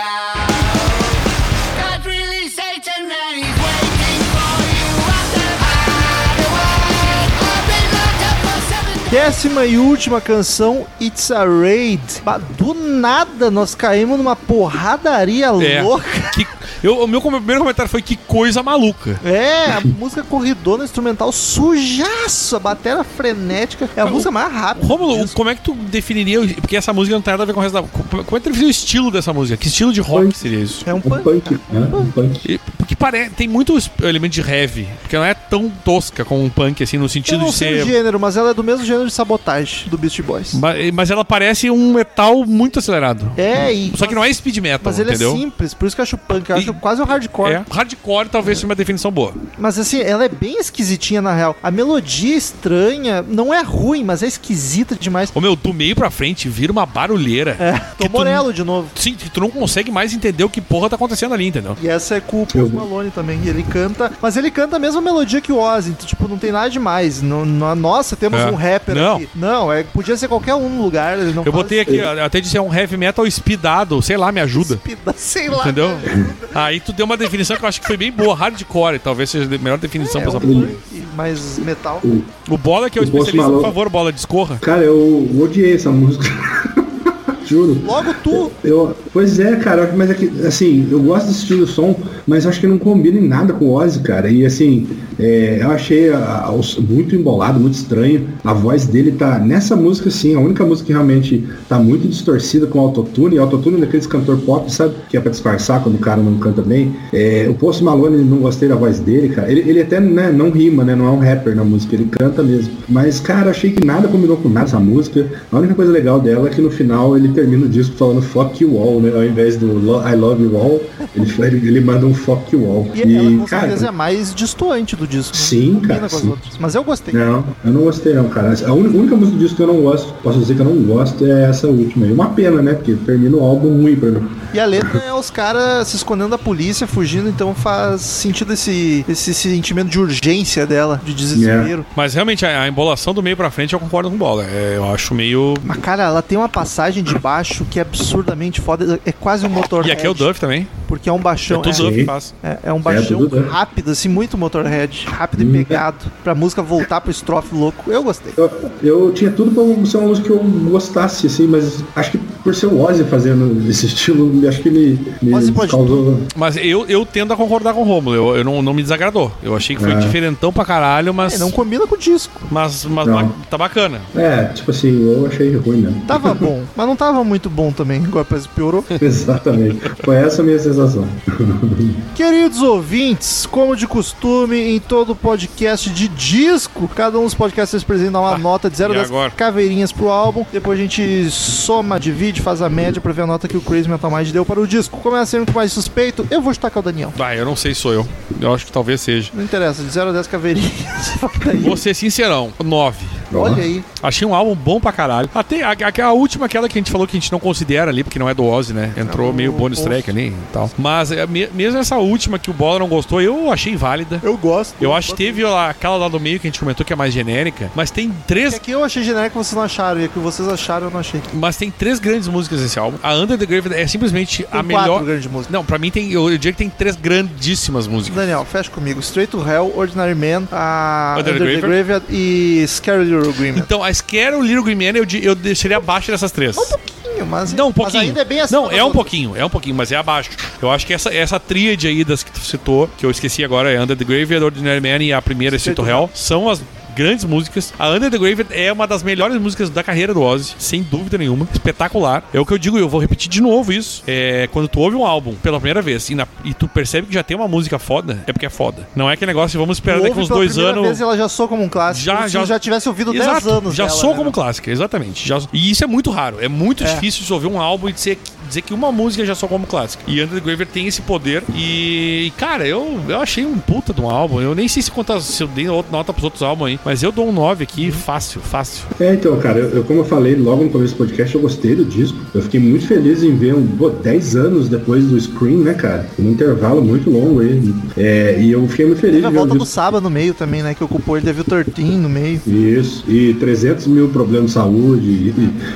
Speaker 5: That's really Satan and he's waiting for you at the hideaway. I've been locked up for seven days.
Speaker 1: Décima e última canção, It's a Raid. Ba- Do nada nós caímos numa porradaria
Speaker 2: É.
Speaker 1: louca.
Speaker 2: Que, eu, o meu com- primeiro comentário foi que coisa maluca.
Speaker 1: É, a música corridona, instrumental sujaço, a batera frenética. É a
Speaker 2: Mas,
Speaker 1: música mais rápida.
Speaker 2: Rômulo, o- como é que tu definiria. o- Porque essa música não tem nada a ver com o resto da. Como é que tu definiria o estilo dessa música? Que estilo de rock
Speaker 3: Punk.
Speaker 2: seria isso?
Speaker 1: É um
Speaker 3: Um
Speaker 1: punk.
Speaker 3: punk, né? Um punk.
Speaker 2: E- Porque parece, tem muito es- elemento de heavy, porque ela não é tão tosca como um punk, assim, no
Speaker 1: Eu
Speaker 2: sentido
Speaker 1: não
Speaker 2: de
Speaker 1: sei o
Speaker 2: ser.
Speaker 1: gênero, mas ela é do mesmo gênero de sabotagem do Beast Boys.
Speaker 2: Ma- Mas ela parece um metal muito acelerado.
Speaker 1: é, e.
Speaker 2: Só que não é speed metal,
Speaker 1: Mas ele
Speaker 2: entendeu?
Speaker 1: é simples, por isso que eu acho punk. Eu
Speaker 2: E-
Speaker 1: acho quase um hardcore.
Speaker 2: É. Hardcore talvez seja uma definição boa.
Speaker 1: Mas assim, ela é bem esquisitinha na real. A melodia estranha não é ruim, mas é esquisita demais.
Speaker 2: Ô meu, do meio pra frente vira uma barulheira.
Speaker 1: É,
Speaker 2: Que
Speaker 1: Tom
Speaker 2: tu-
Speaker 1: Morello de novo.
Speaker 2: Sim, que tu não consegue mais entender o que porra tá acontecendo ali, entendeu?
Speaker 1: E essa é com o
Speaker 3: Eu-
Speaker 1: Post Malone também. E ele canta. Mas ele canta a mesma melodia que o Ozzy. Então, tipo, não tem nada demais. No, no- nossa, temos
Speaker 2: É.
Speaker 1: um rapper
Speaker 2: Não.
Speaker 1: aqui. Não, é, podia ser qualquer um no lugar. Ele não
Speaker 2: Eu
Speaker 1: fala
Speaker 2: botei
Speaker 1: assim,
Speaker 2: aqui, ó, até disse é um heavy metal speedado, sei lá, me ajuda.
Speaker 1: "Pida", assim, Sei lá.
Speaker 2: Entendeu? Aí tu deu uma definição que eu acho que foi bem boa, hardcore, talvez seja a melhor definição
Speaker 1: É,
Speaker 2: pra essa
Speaker 1: um punk, mas metal.
Speaker 2: O Bola que é o
Speaker 3: O Post
Speaker 2: especialista, por
Speaker 3: Malone.
Speaker 2: favor, Bola, discorra.
Speaker 3: Cara, eu odiei essa música. Juro.
Speaker 1: Logo tu.
Speaker 3: Eu, pois é, cara, mas é que, assim, eu gosto desse estilo de som, mas acho que não combina em nada com o Ozzy, cara. E assim, é, eu achei a- a- os- muito embolado, muito estranho. A voz dele tá nessa música, assim, a única música que realmente tá muito distorcida com autotune, e autotune é daqueles cantor pop, sabe? Que é pra disfarçar quando o cara não canta bem. É, o Post Malone, não gostei da voz dele, cara. Ele, ele até né, não rima, né? Não é um rapper na música, ele canta mesmo. Mas, cara, achei que nada combinou com nada essa música. A única coisa legal dela é que no final ele termina o disco falando fuck you all, né? Ao invés do lo- I love you all, ele, ele, ele manda um fuck you all.
Speaker 1: E ela com
Speaker 3: cara,
Speaker 1: certeza é a mais distoante do disco. não
Speaker 3: Sim,
Speaker 1: combina
Speaker 3: cara,
Speaker 1: com as
Speaker 3: sim. É.
Speaker 1: outras. Mas eu gostei.
Speaker 3: Não, eu não gostei não, cara. A única, única música do disco que eu não gosto, posso dizer que eu não gosto, é essa última aí. Uma pena, né? Porque termina o álbum ruim pra mim.
Speaker 1: E a letra é os caras se escondendo da polícia, fugindo, então faz sentido esse, esse sentimento de urgência dela, de desespero.
Speaker 2: Mas realmente a, a embolação do meio pra frente eu concordo com o Bola. É, eu acho meio.
Speaker 1: Mas, cara, ela tem uma passagem de baixo que é absurdamente foda. É quase um motorhead.
Speaker 2: E aqui é o Duff também.
Speaker 1: Porque é um baixão.
Speaker 2: é tudo Duff
Speaker 1: É,
Speaker 2: que faz.
Speaker 1: é- é um baixão
Speaker 3: tudo Duff.
Speaker 1: rápido, assim, muito motorhead. Rápido e
Speaker 3: Hum.
Speaker 1: pegado. Pra música voltar pro estrofe louco. Eu gostei.
Speaker 3: Eu, eu tinha tudo pra ser uma música que eu gostasse, assim, mas acho que por ser o Ozzy fazendo esse estilo, acho que me, me
Speaker 1: Ozzy pode
Speaker 3: causou.
Speaker 2: Mas eu, eu tendo a concordar com o Romulo. Eu, eu não, não me desagradou. Eu achei que foi
Speaker 3: É.
Speaker 2: diferentão pra caralho, mas.
Speaker 1: É, não combina com o disco.
Speaker 2: Mas, mas
Speaker 3: Não.
Speaker 2: ba- tá bacana.
Speaker 3: É, tipo assim, eu achei ruim mesmo.
Speaker 1: Tava bom, mas não tava muito bom também. Agora parece que piorou.
Speaker 3: Exatamente. Foi essa a minha sensação.
Speaker 1: Queridos ouvintes, como de costume, em todo podcast de disco, cada um dos podcasts vocês apresentam uma nota de 0
Speaker 2: Ah, e
Speaker 1: a 10
Speaker 2: agora?
Speaker 1: caveirinhas pro álbum. Depois a gente soma, divide, faz a média pra ver a nota que o Crazy Metal Mind deu para o disco. Como é sempre o mais suspeito, eu vou chutar com o Daniel.
Speaker 2: Ah, eu não sei se sou eu. Eu acho que talvez seja.
Speaker 1: Não interessa, de 0 a 10 caveirinhas. Bota aí.
Speaker 2: Vou ser sincerão, nove.
Speaker 1: Olha aí.
Speaker 2: Achei um álbum bom pra caralho. Até a, a, a última, aquela que a gente falou que a gente não considera ali, porque não é do Ozzy, né?
Speaker 1: um
Speaker 2: Entrou meio bonus track ali e tal. Mas é, me- mesmo essa última que o Bola não gostou, eu achei válida.
Speaker 1: Eu gosto.
Speaker 2: Eu acho que teve lá, aquela lá do meio que a gente comentou que é mais genérica, mas tem três
Speaker 1: É que eu achei genérico vocês não acharam, e a que vocês acharam eu não achei. Tem
Speaker 2: Mas tem três grandes músicas nesse álbum. A Under the Grave é simplesmente a melhor.
Speaker 1: quatro grandes músicas.
Speaker 2: Não, pra mim tem. Eu, eu diria que tem três grandíssimas músicas.
Speaker 1: Daniel, fecha comigo. Straight to Hell, Ordinary Man, a
Speaker 2: Under
Speaker 1: Under,
Speaker 2: the
Speaker 1: the Graveyard e Scary Little Agreement.
Speaker 2: Então, a Scare, o Little Green Man, eu, di- eu deixaria abaixo dessas três.
Speaker 1: pouquinho, mas.
Speaker 2: Não, um pouquinho.
Speaker 1: Mas ainda é bem assim.
Speaker 2: Não, é um pouquinho, é um pouquinho, mas é abaixo. Eu acho que essa, essa tríade aí das que tu citou, que eu esqueci agora, é Under the Graveyard, Ordinary Man e a primeira, Street to Hell, são as grandes músicas. A Under the Graveyard é uma das melhores músicas da carreira do Ozzy, sem dúvida nenhuma. Espetacular. É o que eu digo, eu vou repetir de novo isso. É, quando tu ouve um álbum pela primeira vez e, na- e tu percebe que já tem uma música foda, é porque é foda. Não é aquele negócio, vamos esperar daqui
Speaker 1: Ouve
Speaker 2: uns
Speaker 1: pela
Speaker 2: dois
Speaker 1: primeira
Speaker 2: anos...
Speaker 1: Vez, e ela já soa como um clássico.
Speaker 2: Já-
Speaker 1: como se
Speaker 2: já-
Speaker 1: já tivesse ouvido 10
Speaker 2: Exato,
Speaker 1: anos.
Speaker 2: Já
Speaker 1: dela,
Speaker 2: sou
Speaker 1: né?
Speaker 2: como um clássica, exatamente. Já- e isso é muito raro. É muito
Speaker 1: É.
Speaker 2: difícil de ouvir um álbum e dizer, dizer que uma música já sou como clássica. E Under the Graver tem esse poder. E, cara, eu, eu achei um puta de um álbum. Eu nem sei se, quantas, se eu dei outra nota pros outros álbuns aí, mas eu dou um 9
Speaker 1: Uhum.
Speaker 2: aqui, fácil, fácil.
Speaker 3: É, então, cara, eu, eu- como eu falei logo no começo do podcast, eu gostei do disco. Eu fiquei muito feliz em ver um, pô, 10 anos depois do Scream, né, cara? Um intervalo muito longo aí. É, e eu fiquei muito feliz
Speaker 1: Teve
Speaker 3: de
Speaker 1: a
Speaker 3: ver
Speaker 1: volta
Speaker 3: um
Speaker 1: do
Speaker 3: disco.
Speaker 1: Saba no meio também, né? Que ocupou ele teve o Tortinho no meio.
Speaker 3: Isso, e 300 mil problemas de saúde, e,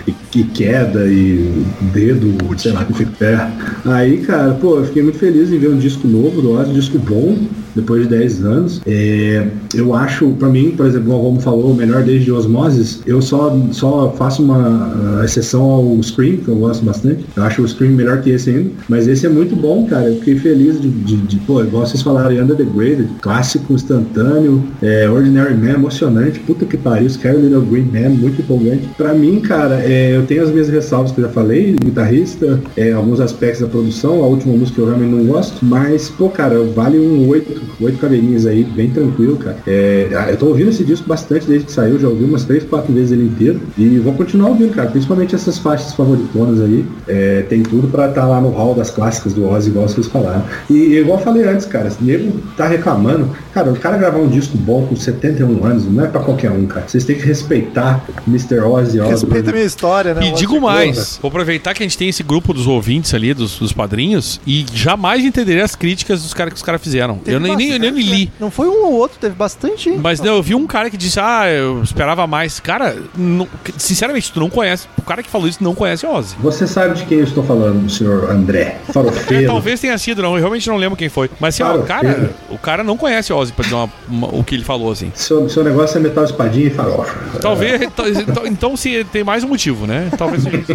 Speaker 3: e- e queda, e dedo, sei lá, que fica pé. Aí, cara, pô, eu fiquei muito feliz em ver um disco novo do Ozzy, um disco bom, depois de 10 anos. É, eu acho, pra mim, por exemplo, como falou, o melhor desde Osmosis, eu só, só faço uma ah, exceção ao Scream, que eu gosto bastante. Eu acho o Scream melhor que esse ainda, mas esse é muito bom, cara. Eu fiquei feliz de, de, de pô, igual vocês falaram, Under the Grave, clássico, instantâneo, é, Ordinary Man, emocionante, puta que pariu, Scary Little Green Man, muito empolgante. Pra mim, cara, é, eu tenho as minhas ressalvas que eu já falei, guitarrista, é, alguns aspectos da produção, a última música eu realmente não gosto, mas, pô, cara, vale um oito, oito caveirinhas aí, bem tranquilo, cara. É, ah, eu tô ouvindo esse disco bastante desde que saiu, já ouvi umas três, quatro vezes ele inteiro, e vou continuar ouvindo, cara, principalmente essas faixas favoritonas aí, é, tem tudo pra estar lá no hall das clássicas do Ozzy, igual vocês falaram. E igual eu falei antes, cara, esse nego tá reclamando. Cara, o cara gravar um disco bom com 71 anos não é pra qualquer um, cara. Vocês têm que respeitar Mr. Ozzy, Ozzy.
Speaker 1: Respeita a
Speaker 3: Ozzy.
Speaker 1: minha história, né?
Speaker 2: E
Speaker 1: Eu
Speaker 2: digo
Speaker 1: acho que-
Speaker 2: mais, vou aproveitar que a gente tem esse grupo dos ouvintes ali, dos, dos padrinhos, e jamais entenderia as críticas dos caras que os caras fizeram.
Speaker 1: Teve
Speaker 2: eu nem, nem, eu nem
Speaker 1: bastante,
Speaker 2: li.
Speaker 1: né? Não foi um ou outro, teve bastante. hein?
Speaker 2: Mas não, eu vi um cara que disse, ah, eu esperava mais. Cara, não- sinceramente, tu não conhece. O cara que falou isso não conhece Ozzy.
Speaker 3: Você sabe de quem eu estou falando, senhor André.
Speaker 2: É,
Speaker 3: Farofeiro.
Speaker 2: talvez tenha sido, não. Eu realmente não lembro quem foi. Mas assim, ó, o cara, o cara não conhece Ozzy pra dizer uma- uma- o que ele falou, assim.
Speaker 3: Seu, seu negócio é metal espadinha e farofa.
Speaker 2: Talvez. tal- então- então se tem mais um motivo, né? Talvez seja isso.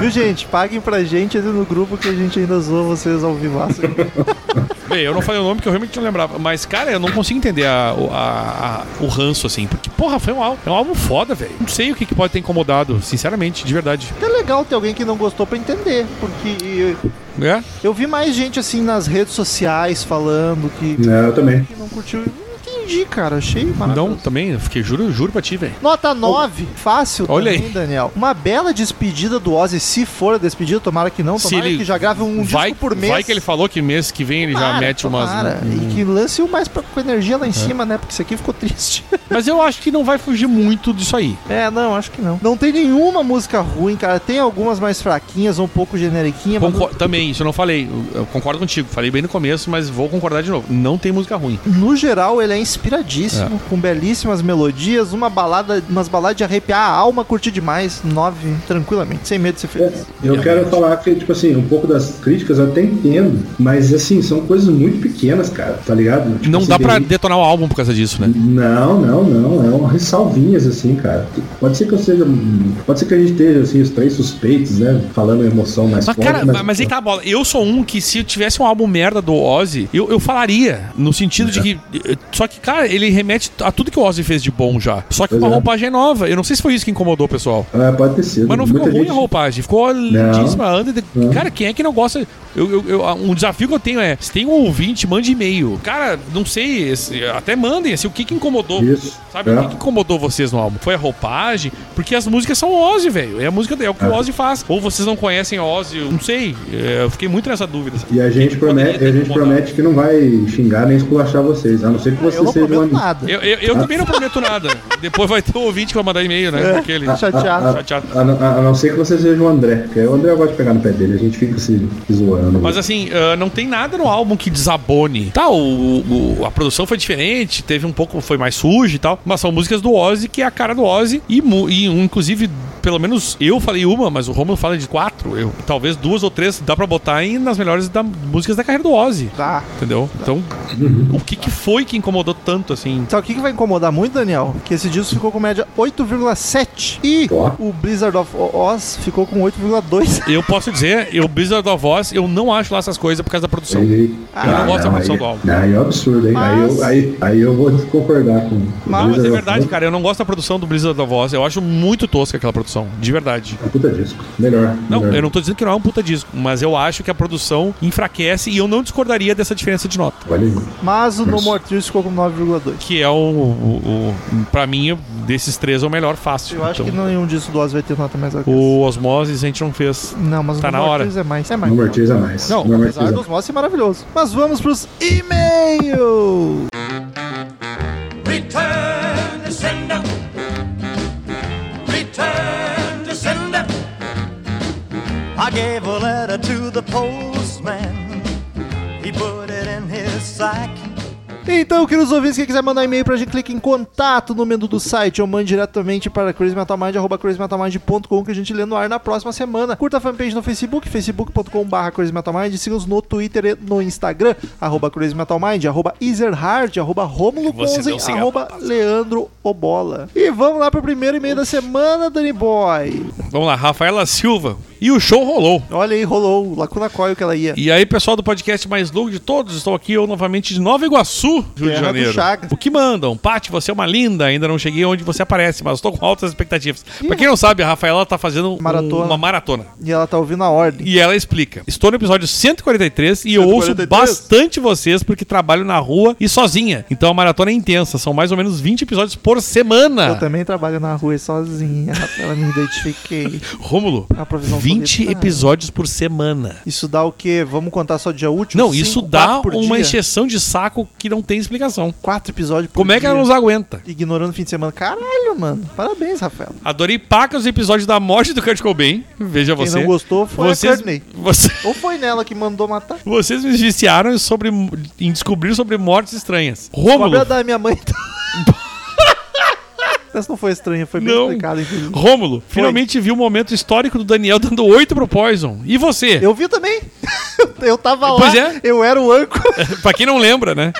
Speaker 1: Viu, gente? Paguem pra gente ali no grupo que a gente ainda zoa vocês ao vivaço.
Speaker 2: Bem, eu não falei o nome porque eu realmente não lembrava. Mas, cara, eu não consigo entender a- o- a- a- o ranço, assim. Porque, porra, foi um álbum. É um álbum foda, velho. Não sei o que, que pode ter incomodado, sinceramente, de verdade.
Speaker 1: É legal ter alguém que não gostou pra entender, porque
Speaker 2: É?
Speaker 1: eu vi mais gente assim nas redes sociais falando que,
Speaker 3: É, eu também.
Speaker 1: que não curtiu. Não entendi, cara. Achei maravilhoso.
Speaker 2: Não, também, eu fiquei, juro, juro pra ti, velho.
Speaker 1: Nota 9, Oh, fácil
Speaker 2: Olha
Speaker 1: também,
Speaker 2: aí.
Speaker 1: Daniel. Uma bela despedida do Ozzy, se for a despedida, tomara que não,
Speaker 2: Se
Speaker 1: tomara
Speaker 2: ele
Speaker 1: que já grave um
Speaker 2: vai,
Speaker 1: disco por mês.
Speaker 2: vai que ele falou que mês que vem ele já
Speaker 1: Tomara,
Speaker 2: mete umas.
Speaker 1: tomara. E que lance o mais pra, com energia lá em cima, né? Porque isso aqui ficou triste.
Speaker 2: Mas eu acho que não vai fugir muito disso aí.
Speaker 1: É, não, acho que não. Não tem nenhuma música ruim, cara. Tem algumas mais fraquinhas, um pouco generiquinha, mas
Speaker 2: Concor- Também, isso eu não falei. Eu- Eu concordo contigo. Falei bem no começo, mas vou concordar de novo. Não tem música ruim.
Speaker 1: no geral ele é inspiradíssimo,
Speaker 2: É.
Speaker 1: com belíssimas melodias, uma balada, umas baladas de arrepiar a alma, curtir demais. 9, tranquilamente, sem medo de ser feliz.
Speaker 3: Eu
Speaker 2: É.
Speaker 3: quero falar que, tipo assim, um pouco das críticas eu até entendo, mas assim, são coisas muito pequenas, cara, tá ligado? Tipo
Speaker 2: Não
Speaker 3: assim,
Speaker 2: dá pra
Speaker 3: tem-
Speaker 2: detonar o álbum por causa disso, né?
Speaker 3: Não, não, não. É uma ressalvinhas, assim, cara. Pode ser que eu seja. um, Pode ser que a gente esteja, assim, os três suspeitos, né? Falando a emoção mais
Speaker 2: Mas,
Speaker 3: forte.
Speaker 2: cara, mas, mas aí tá a bola. Eu
Speaker 3: É.
Speaker 2: sou um que, se eu tivesse um álbum merda do Ozzy, eu, eu falaria. No sentido de que. eu- Só que cara, ele remete a tudo que o Ozzy fez de bom já. Só que
Speaker 3: Pois
Speaker 2: uma
Speaker 3: é.
Speaker 2: roupagem nova. Eu não sei se foi isso que incomodou o pessoal.
Speaker 3: Ah, pode ter sido.
Speaker 2: Mas não ficou
Speaker 3: Muita
Speaker 2: ruim
Speaker 3: gente-
Speaker 2: a roupagem, ficou lindíssima. Anda de-
Speaker 3: Não.
Speaker 2: Cara, quem é que não gosta? Eu, eu- eu- um desafio que eu tenho é: se tem um ouvinte, mande e-mail. Cara, não sei, esse- até mandem, assim, o que, que incomodou.
Speaker 3: Isso.
Speaker 2: Sabe
Speaker 3: É.
Speaker 2: o que, que incomodou vocês no álbum? Foi a roupagem? Porque as músicas são Ozzy, velho. É a música é o que o Ozzy faz. Ou vocês não conhecem Ozzy, eu não sei. É, eu fiquei muito nessa dúvida. é
Speaker 3: E a gente, promete,
Speaker 2: poderia
Speaker 3: a
Speaker 2: ter
Speaker 3: gente
Speaker 2: incomodado.
Speaker 3: promete que não vai xingar nem esculachar vocês, a não ser que
Speaker 1: Ah,
Speaker 3: um
Speaker 1: Eu
Speaker 3: vocês
Speaker 1: não
Speaker 3: sejam
Speaker 1: prometo
Speaker 3: amigos.
Speaker 1: nada.
Speaker 2: Eu, eu-
Speaker 3: Ah.
Speaker 2: eu também não prometo nada. Depois vai ter um ouvinte que vai mandar e-mail, né? Aquele.
Speaker 1: Tá chateado.
Speaker 3: A,
Speaker 2: Chateado.
Speaker 3: a- a não- a não ser que vocês sejam o André, porque o André gosta de pegar no pé dele, a gente fica se zoando.
Speaker 2: Mas assim, ah, não tem nada no álbum que desabone. Tá, o, o- a produção foi diferente, teve um pouco, foi mais sujo e tal, mas são músicas do Ozzy que é a cara do Ozzy e, mu- e, um, inclusive, pelo menos eu falei uma, mas o Romulo fala de quatro. Eu, talvez duas ou três dá pra botar em, nas melhores da- músicas da carreira do Ozzy.
Speaker 1: Tá.
Speaker 2: Entendeu? Então, o que, que foi que incomodou tanto assim?
Speaker 1: Sabe Então, o que, que vai incomodar muito, Daniel? Que esse disco ficou com média 8,7 e
Speaker 3: Ó.
Speaker 1: o Blizzard of Oz ficou com 8,2.
Speaker 2: Eu posso dizer, eu, Blizzard da Voz, eu não acho lá essas coisas por causa da produção.
Speaker 3: Ah,
Speaker 2: eu não gosto da produção
Speaker 3: aí,
Speaker 2: do álbum.
Speaker 3: Aí é um absurdo, hein? Aí,
Speaker 1: Mas-
Speaker 3: eu, aí, aí eu vou concordar com.
Speaker 2: Não, mas é verdade, cara. Eu não gosto da produção do Blizzard da Voz. Eu acho muito tosca aquela produção. De verdade.
Speaker 3: É um Puta disco. Melhor.
Speaker 2: Não,
Speaker 3: melhor.
Speaker 2: eu não tô dizendo que não é um puta disco, mas eu acho que a produção enfraquece e eu não discordaria dessa diferença de nota.
Speaker 3: Olha aí.
Speaker 1: Mas o No More Tears ficou com 9,2.
Speaker 2: Que é o. o, o pra mim, desses três é o melhor fácil.
Speaker 1: Eu acho
Speaker 2: Então,
Speaker 1: que nenhum disco do Oz vai ter nota mais alta. que
Speaker 2: O Osmosis a gente não fez.
Speaker 1: essa. Não, mas
Speaker 2: tá
Speaker 1: o No
Speaker 2: na
Speaker 1: More
Speaker 2: hora.
Speaker 1: Tears é mais. É mais.
Speaker 3: Não amortiza mais.
Speaker 2: Não,
Speaker 1: Apesar
Speaker 3: amortiza
Speaker 1: dos mods é maravilhoso. Mas vamos pros e-mails.
Speaker 5: Return to sender. Return to sender. I gave a letter to the postman. He put it in his sack.
Speaker 1: Então, queridos ouvintes, quem quiser mandar e-mail pra gente, clique em contato no menu do site ou mande diretamente para crazymetalmind, arroba crazymetalmind.com que a gente lê no ar na próxima semana. Curta a fanpage no Facebook, facebook.com.br crazymetalmind, siga-nos no Twitter e no Instagram, arroba crazymetalmind, arroba ezerhard, arroba romulo
Speaker 2: Você não
Speaker 1: Conzen,
Speaker 2: se
Speaker 1: arroba leandro obola. E vamos lá pro primeiro e-mail da semana, Danny Boy.
Speaker 2: Vamos lá, Rafaela Silva. E o show rolou.
Speaker 1: Olha aí, rolou, lacuna coil que ela ia.
Speaker 2: E aí, pessoal do podcast mais longo de todos, estou aqui eu novamente de Nova Iguaçu, Rio
Speaker 1: Terra
Speaker 2: de
Speaker 1: do
Speaker 2: Janeiro.
Speaker 1: Chagas.
Speaker 2: O que mandam? Paty, você é uma linda, ainda não cheguei onde você aparece, mas estou com altas expectativas. Pra quem não sabe, a Rafaela tá fazendo um-
Speaker 1: Maratona.
Speaker 2: uma maratona.
Speaker 1: E ela tá ouvindo a ordem.
Speaker 2: E ela explica. Estou no episódio 143 e eu ouço
Speaker 1: 143?
Speaker 2: bastante vocês porque trabalho na rua e sozinha. Então a maratona é intensa, são mais ou menos 20 episódios por
Speaker 1: Eu
Speaker 2: semana.
Speaker 1: também trabalho na rua e sozinha, ela me identifiquei.
Speaker 2: Rômulo,
Speaker 1: A provisão
Speaker 2: 20
Speaker 1: correta.
Speaker 2: episódios por semana.
Speaker 1: Isso dá o quê? Vamos contar só dia útil?
Speaker 2: Não,
Speaker 1: Cinco,
Speaker 2: isso dá
Speaker 1: quatro por
Speaker 2: uma
Speaker 1: dia?
Speaker 2: encheção de saco que não tem explicação.
Speaker 1: Quatro episódios por
Speaker 2: Como é que
Speaker 1: dia.
Speaker 2: ela nos aguenta?
Speaker 1: Ignorando o fim de semana. Caralho, mano. Parabéns, Rafael.
Speaker 2: Adorei pacas o episódio da morte do Kurt Cobain. Veja
Speaker 1: Quem
Speaker 2: você.
Speaker 1: não gostou foi a
Speaker 2: vocês,
Speaker 1: Courtney.
Speaker 2: você-
Speaker 1: Ou foi nela que mandou matar?
Speaker 2: vocês me viciaram sobre, em descobrir sobre mortes estranhas.
Speaker 1: Cobre a
Speaker 2: Rômulo.
Speaker 1: da minha mãe. então. Essa não foi estranha, foi bem
Speaker 2: Não.
Speaker 1: explicado, inclusive.
Speaker 2: Rômulo, finalmente vi o momento histórico do Daniel dando 8 pro Poison. E você?
Speaker 1: Eu vi também. Eu tava lá.
Speaker 2: Pois é.
Speaker 1: Eu era o âncora
Speaker 2: pra quem não lembra, né?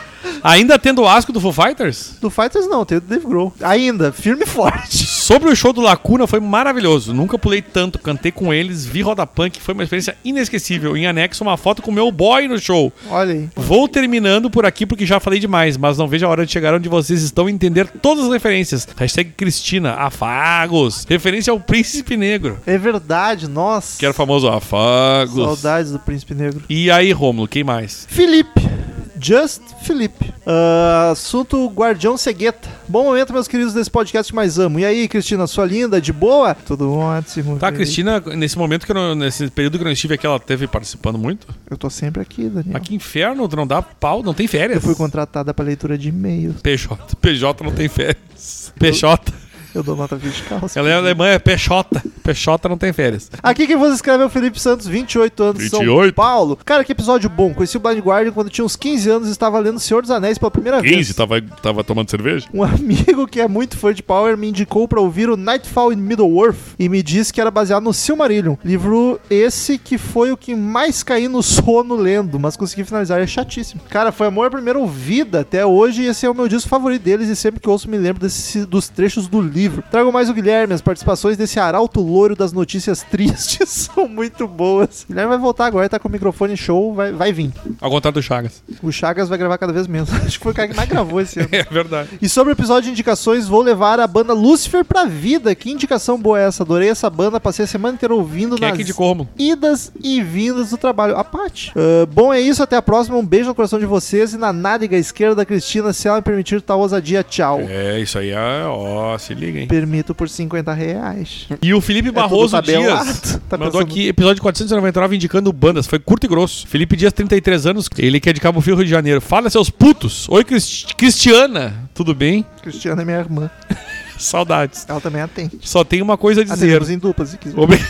Speaker 2: Ainda tendo o asco do Foo Fighters?
Speaker 1: do Fighters, não. Tem o Dave Grohl. Ainda, firme e forte.
Speaker 2: Sobre o show do Lacuna, foi maravilhoso. Nunca pulei tanto, cantei com eles, vi Roda Punk, foi uma experiência inesquecível. Em anexo, uma foto com o meu boy no show.
Speaker 1: Olha aí.
Speaker 2: Vou terminando por aqui porque já falei demais, mas não vejo a hora de chegar onde vocês estão e entender todas as referências. Hashtag Cristina, afagos. Referência ao Príncipe Negro,
Speaker 1: É verdade, nossa.
Speaker 2: que era o famoso afagos.
Speaker 1: Saudades do Príncipe Negro.
Speaker 2: E aí, Rômulo, quem mais?
Speaker 1: Felipe. Just Felipe. Ah, assunto Guardião Cegueta. Bom momento, meus queridos, desse podcast que mais amo. E aí, Cristina, sua linda, de boa? Tudo ótimo.
Speaker 2: Tá, a
Speaker 1: Felipe.
Speaker 2: Cristina, nesse momento que eu não, nesse período que eu não estive aqui, ela teve participando muito.
Speaker 1: Eu tô sempre aqui, Daniel.
Speaker 2: Mas que inferno, tu não dá pau, não tem férias.
Speaker 1: Eu fui contratada pra leitura de e-mails.
Speaker 2: PJ, PJ não tem férias. PJ.
Speaker 1: Eu dou nota 20 calça.
Speaker 2: Ela é alemã, é PJ. PJ não tem férias.
Speaker 1: Aqui quem vos escreve é o Felipe Santos, 28 anos,
Speaker 2: 28.
Speaker 1: São Paulo. Cara, que episódio bom. Conheci o Blind Guardian quando tinha uns 15 anos e estava lendo Senhor dos Anéis pela primeira vez.
Speaker 2: tava, tava tomando cerveja?
Speaker 1: Um amigo que é muito fã de Power me indicou pra ouvir o Nightfall in Middle-earth e me disse que era baseado no Silmarillion. Livro esse que foi o que mais caí no sono lendo, mas consegui finalizar, é chatíssimo. Cara, foi amor à primeira ouvida até hoje e esse é o meu disco favorito deles e sempre que ouço me lembro desse, dos trechos do livro. Trago mais o Guilherme, as participações desse arauto loiro das notícias tristes são muito boas. O Guilherme vai voltar agora, tá com o microfone show, vai, vai vir.
Speaker 2: Ao contrário do Chagas.
Speaker 1: O Chagas vai gravar cada vez menos. Acho que foi o cara que mais gravou esse ano.
Speaker 2: É verdade.
Speaker 1: E sobre o episódio de indicações, vou levar a banda Lucifer pra vida. Que indicação boa é essa? Adorei essa banda, passei a semana inteira ouvindo
Speaker 2: Quem é
Speaker 1: nas
Speaker 2: que de como?
Speaker 1: idas e vindas do trabalho. A Paty. Ah, bom, é isso. Até a próxima. Um beijo no coração de vocês e na nádega esquerda da Cristina, se ela me permitir tal ousadia. Tchau.
Speaker 2: É, isso aí é. Ó, se liga, hein?
Speaker 1: Permito por 50 reais.
Speaker 2: E o Felipe Barroso
Speaker 1: É tudo tabelado.
Speaker 2: Dias
Speaker 1: Tá
Speaker 2: mandou
Speaker 1: pensando-
Speaker 2: aqui episódio 499 indicando bandas. Foi curto e grosso. Felipe Dias, 33 anos. Ele que é de Cabo Frio, Rio de Janeiro. Fala, seus putos. Oi, Cris- Cristiana. Tudo bem?
Speaker 1: Cristiana é minha irmã.
Speaker 2: Saudades.
Speaker 1: Ela também atende.
Speaker 2: Só tem uma coisa a dizer.
Speaker 1: Atendemos em duplas, se quiser.
Speaker 2: Obri-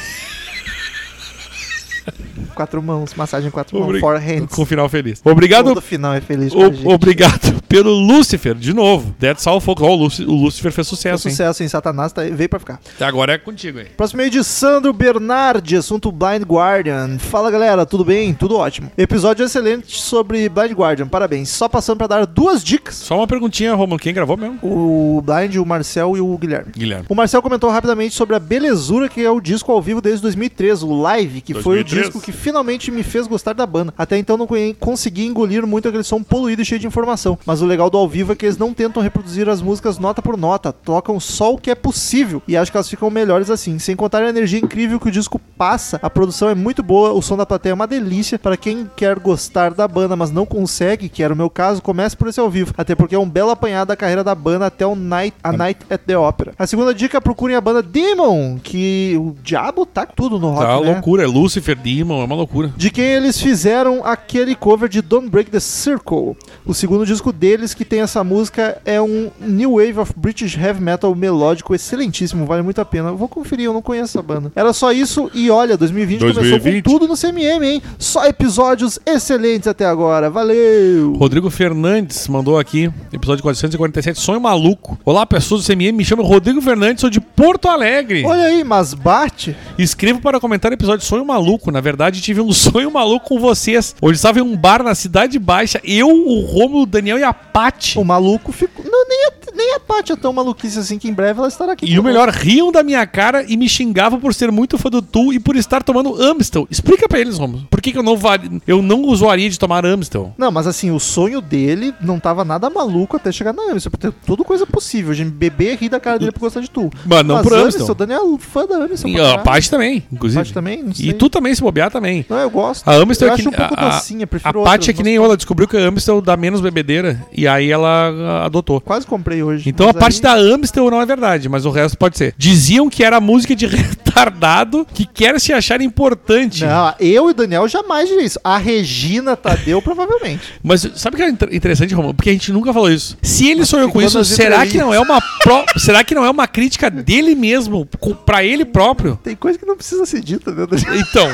Speaker 1: Quatro mãos, massagem em quatro mãos,
Speaker 2: Obri-
Speaker 1: four hands.
Speaker 2: Com um final feliz. Obrigado
Speaker 1: Todo final é feliz pra gente.
Speaker 2: O- obrigado pelo Lucifer, de novo. Dead Soul Focus. Ó, o, Luci- o Lucifer fez
Speaker 1: É
Speaker 2: sucesso, hein?
Speaker 1: sucesso, hein? Satanás tá, veio pra ficar.
Speaker 2: Até agora é contigo, hein?
Speaker 1: Próximo e-mail de Sandro Bernardi, assunto Blind Guardian. Fala galera, tudo bem? Tudo ótimo. Episódio excelente sobre Blind Guardian, parabéns. Só passando pra dar duas dicas.
Speaker 2: Só uma perguntinha, Romulo. Quem gravou mesmo?
Speaker 1: O Blind, o Marcel e o Guilherme.
Speaker 2: Guilherme.
Speaker 1: O Marcel comentou rapidamente sobre a belezura que é o disco ao vivo desde 2013, o Live, que foi o
Speaker 2: 2013.
Speaker 1: disco que finalmente me fez gostar da banda. Até então não conhe- consegui engolir muito aquele som poluído e cheio de informação. Mas o legal do ao vivo é que eles não tentam reproduzir as músicas nota por nota, tocam só o que é possível. E acho que elas ficam melhores assim. Sem contar a energia incrível que o disco passa, a produção é muito boa, o som da plateia é uma delícia. Para quem quer gostar da banda, mas não consegue, que era o meu caso, comece por esse ao vivo. Até porque é um belo apanhado da carreira da banda até o Night, a Night at the Opera. A segunda dica, procurem a banda Demon, que o diabo tá com tudo no rock,
Speaker 2: Tá uma
Speaker 1: né?
Speaker 2: loucura. É Lucifer, Demon, é uma loucura.
Speaker 1: de quem eles fizeram aquele cover de Don't Break the Circle. O segundo disco deles que tem essa música é um New Wave of British Heavy Metal melódico excelentíssimo, vale muito a pena. Vou conferir, eu não conheço essa banda. Era só isso e olha, 2020, começou com
Speaker 2: 2020.
Speaker 1: tudo no CMM, hein? Só episódios excelentes até agora. Valeu!
Speaker 2: Rodrigo Fernandes mandou aqui, episódio 447, Sonho Maluco. Olá, pessoas do CMM, me chamo Rodrigo Fernandes, sou de Porto Alegre.
Speaker 1: Olha aí, mas bate.
Speaker 2: Escrevo para comentar o episódio Sonho Maluco. Na verdade, tive um sonho maluco com vocês. Hoje estava em um bar na Cidade Baixa, eu, o Romulo, o Daniel e a Paty.
Speaker 1: O maluco ficou. Não, nem a, nem a Paty é tão maluquice assim que em breve ela estará aqui.
Speaker 2: E o melhor, riam da minha cara e me xingavam por ser muito fã do Tu e por estar tomando Amstel. Explica pra eles, Romulo, por que, que eu, não vari- eu não usaria de tomar Amstel?
Speaker 1: Não, mas assim, o sonho dele não tava nada maluco até chegar na é Amistel. Porque toda coisa possível. A gente beber rir da cara dele por gostar de tu.
Speaker 2: Mas não por
Speaker 1: Amistel,
Speaker 2: Amstel.
Speaker 1: O Daniel é fã da Amistel.
Speaker 2: E
Speaker 1: pra
Speaker 2: a
Speaker 1: caralho.
Speaker 2: Paty também, inclusive.
Speaker 1: Paty também? Não sei.
Speaker 2: E tu também, se bobear, também.
Speaker 1: Não, eu gosto.
Speaker 2: A Amstel
Speaker 1: eu
Speaker 2: é que
Speaker 1: acho um pouco
Speaker 2: a,
Speaker 1: docinha, prefiro
Speaker 2: a
Speaker 1: outras,
Speaker 2: Paty é que
Speaker 1: mas
Speaker 2: nem eu, ela descobriu que a Amstel dá menos bebedeira e aí ela ah, adotou.
Speaker 1: Quase comprei hoje.
Speaker 2: Então
Speaker 1: mas
Speaker 2: a parte
Speaker 1: aí-
Speaker 2: da Amstel não é verdade, mas o resto pode ser. Diziam que era música de retardado que quer se achar importante.
Speaker 1: Não, eu e o Daniel jamais diria isso. A Regina Tadeu, provavelmente.
Speaker 2: Mas sabe o que é inter- interessante, Romão? Porque a gente nunca falou isso. Se ele sonhou com
Speaker 1: ficou
Speaker 2: isso,
Speaker 1: nas
Speaker 2: será que
Speaker 1: entrelinhas.
Speaker 2: não é uma pró- será que não é uma crítica dele mesmo co- pra ele próprio?
Speaker 1: Tem coisa que não precisa ser dita, né, Daniel?
Speaker 2: Então,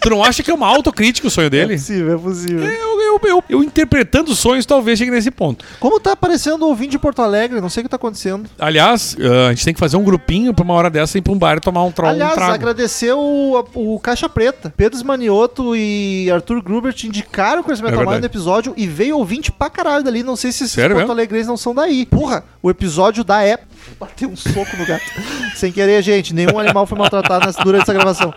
Speaker 2: tu não acha que é uma autocrítica o sonho
Speaker 1: É
Speaker 2: dele?
Speaker 1: possível, é possível.
Speaker 2: Eu, eu, eu, eu interpretando sonhos talvez chegue nesse ponto.
Speaker 1: Como tá aparecendo o ouvinte de Porto Alegre, não sei o que tá acontecendo.
Speaker 2: Aliás, ah, a gente tem que fazer um grupinho pra uma hora dessa ir pra um bar e tomar um, tro um
Speaker 1: Aliás,
Speaker 2: trago.
Speaker 1: agradecer o, o Caixa Preta. Pedro Smanioto e Arthur Gruber te indicaram o
Speaker 2: É
Speaker 1: conhecimento
Speaker 2: verdade.
Speaker 1: mais no episódio e veio ouvinte pra caralho dali. Não sei se esses
Speaker 2: Sério mesmo?
Speaker 1: porto-alegrenses não são daí. Porra, o episódio da época. Bateu um soco no gato. Sem querer, gente. Nenhum animal foi maltratado nessa- durante essa gravação.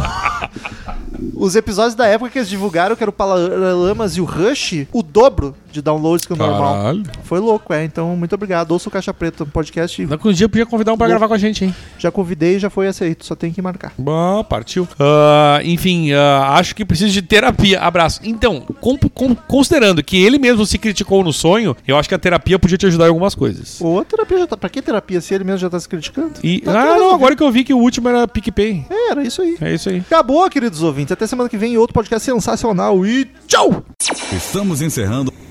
Speaker 1: O- Os episódios da época que eles divulgaram, que era o Paralamas e o Rush, o dobro de downloads que o normal.
Speaker 2: Caralho.
Speaker 1: Foi louco, é. Então, muito obrigado. Ouça o Caixa Preta no podcast.
Speaker 2: Daqui um dia podia convidar um pra
Speaker 1: Louco.
Speaker 2: gravar com a gente, hein?
Speaker 1: Já convidei e já foi aceito. Só tem que marcar.
Speaker 2: Bom, partiu. Ah, enfim, ah, acho que preciso de terapia. Abraço. Então, com- com- considerando que ele mesmo se criticou no sonho, eu acho que a terapia podia te ajudar em algumas coisas.
Speaker 1: Ou a terapia já tá. Pra que terapia se ele mesmo já tá se criticando?
Speaker 2: E,
Speaker 1: Tá
Speaker 2: ah,
Speaker 1: tudo
Speaker 2: não,
Speaker 1: bem.
Speaker 2: agora que eu vi que o último era PicPay.
Speaker 1: É, era isso aí.
Speaker 2: É isso aí.
Speaker 1: Acabou, queridos ouvintes. Até semana que vem em outro podcast sensacional. E tchau!
Speaker 7: Estamos encerrando.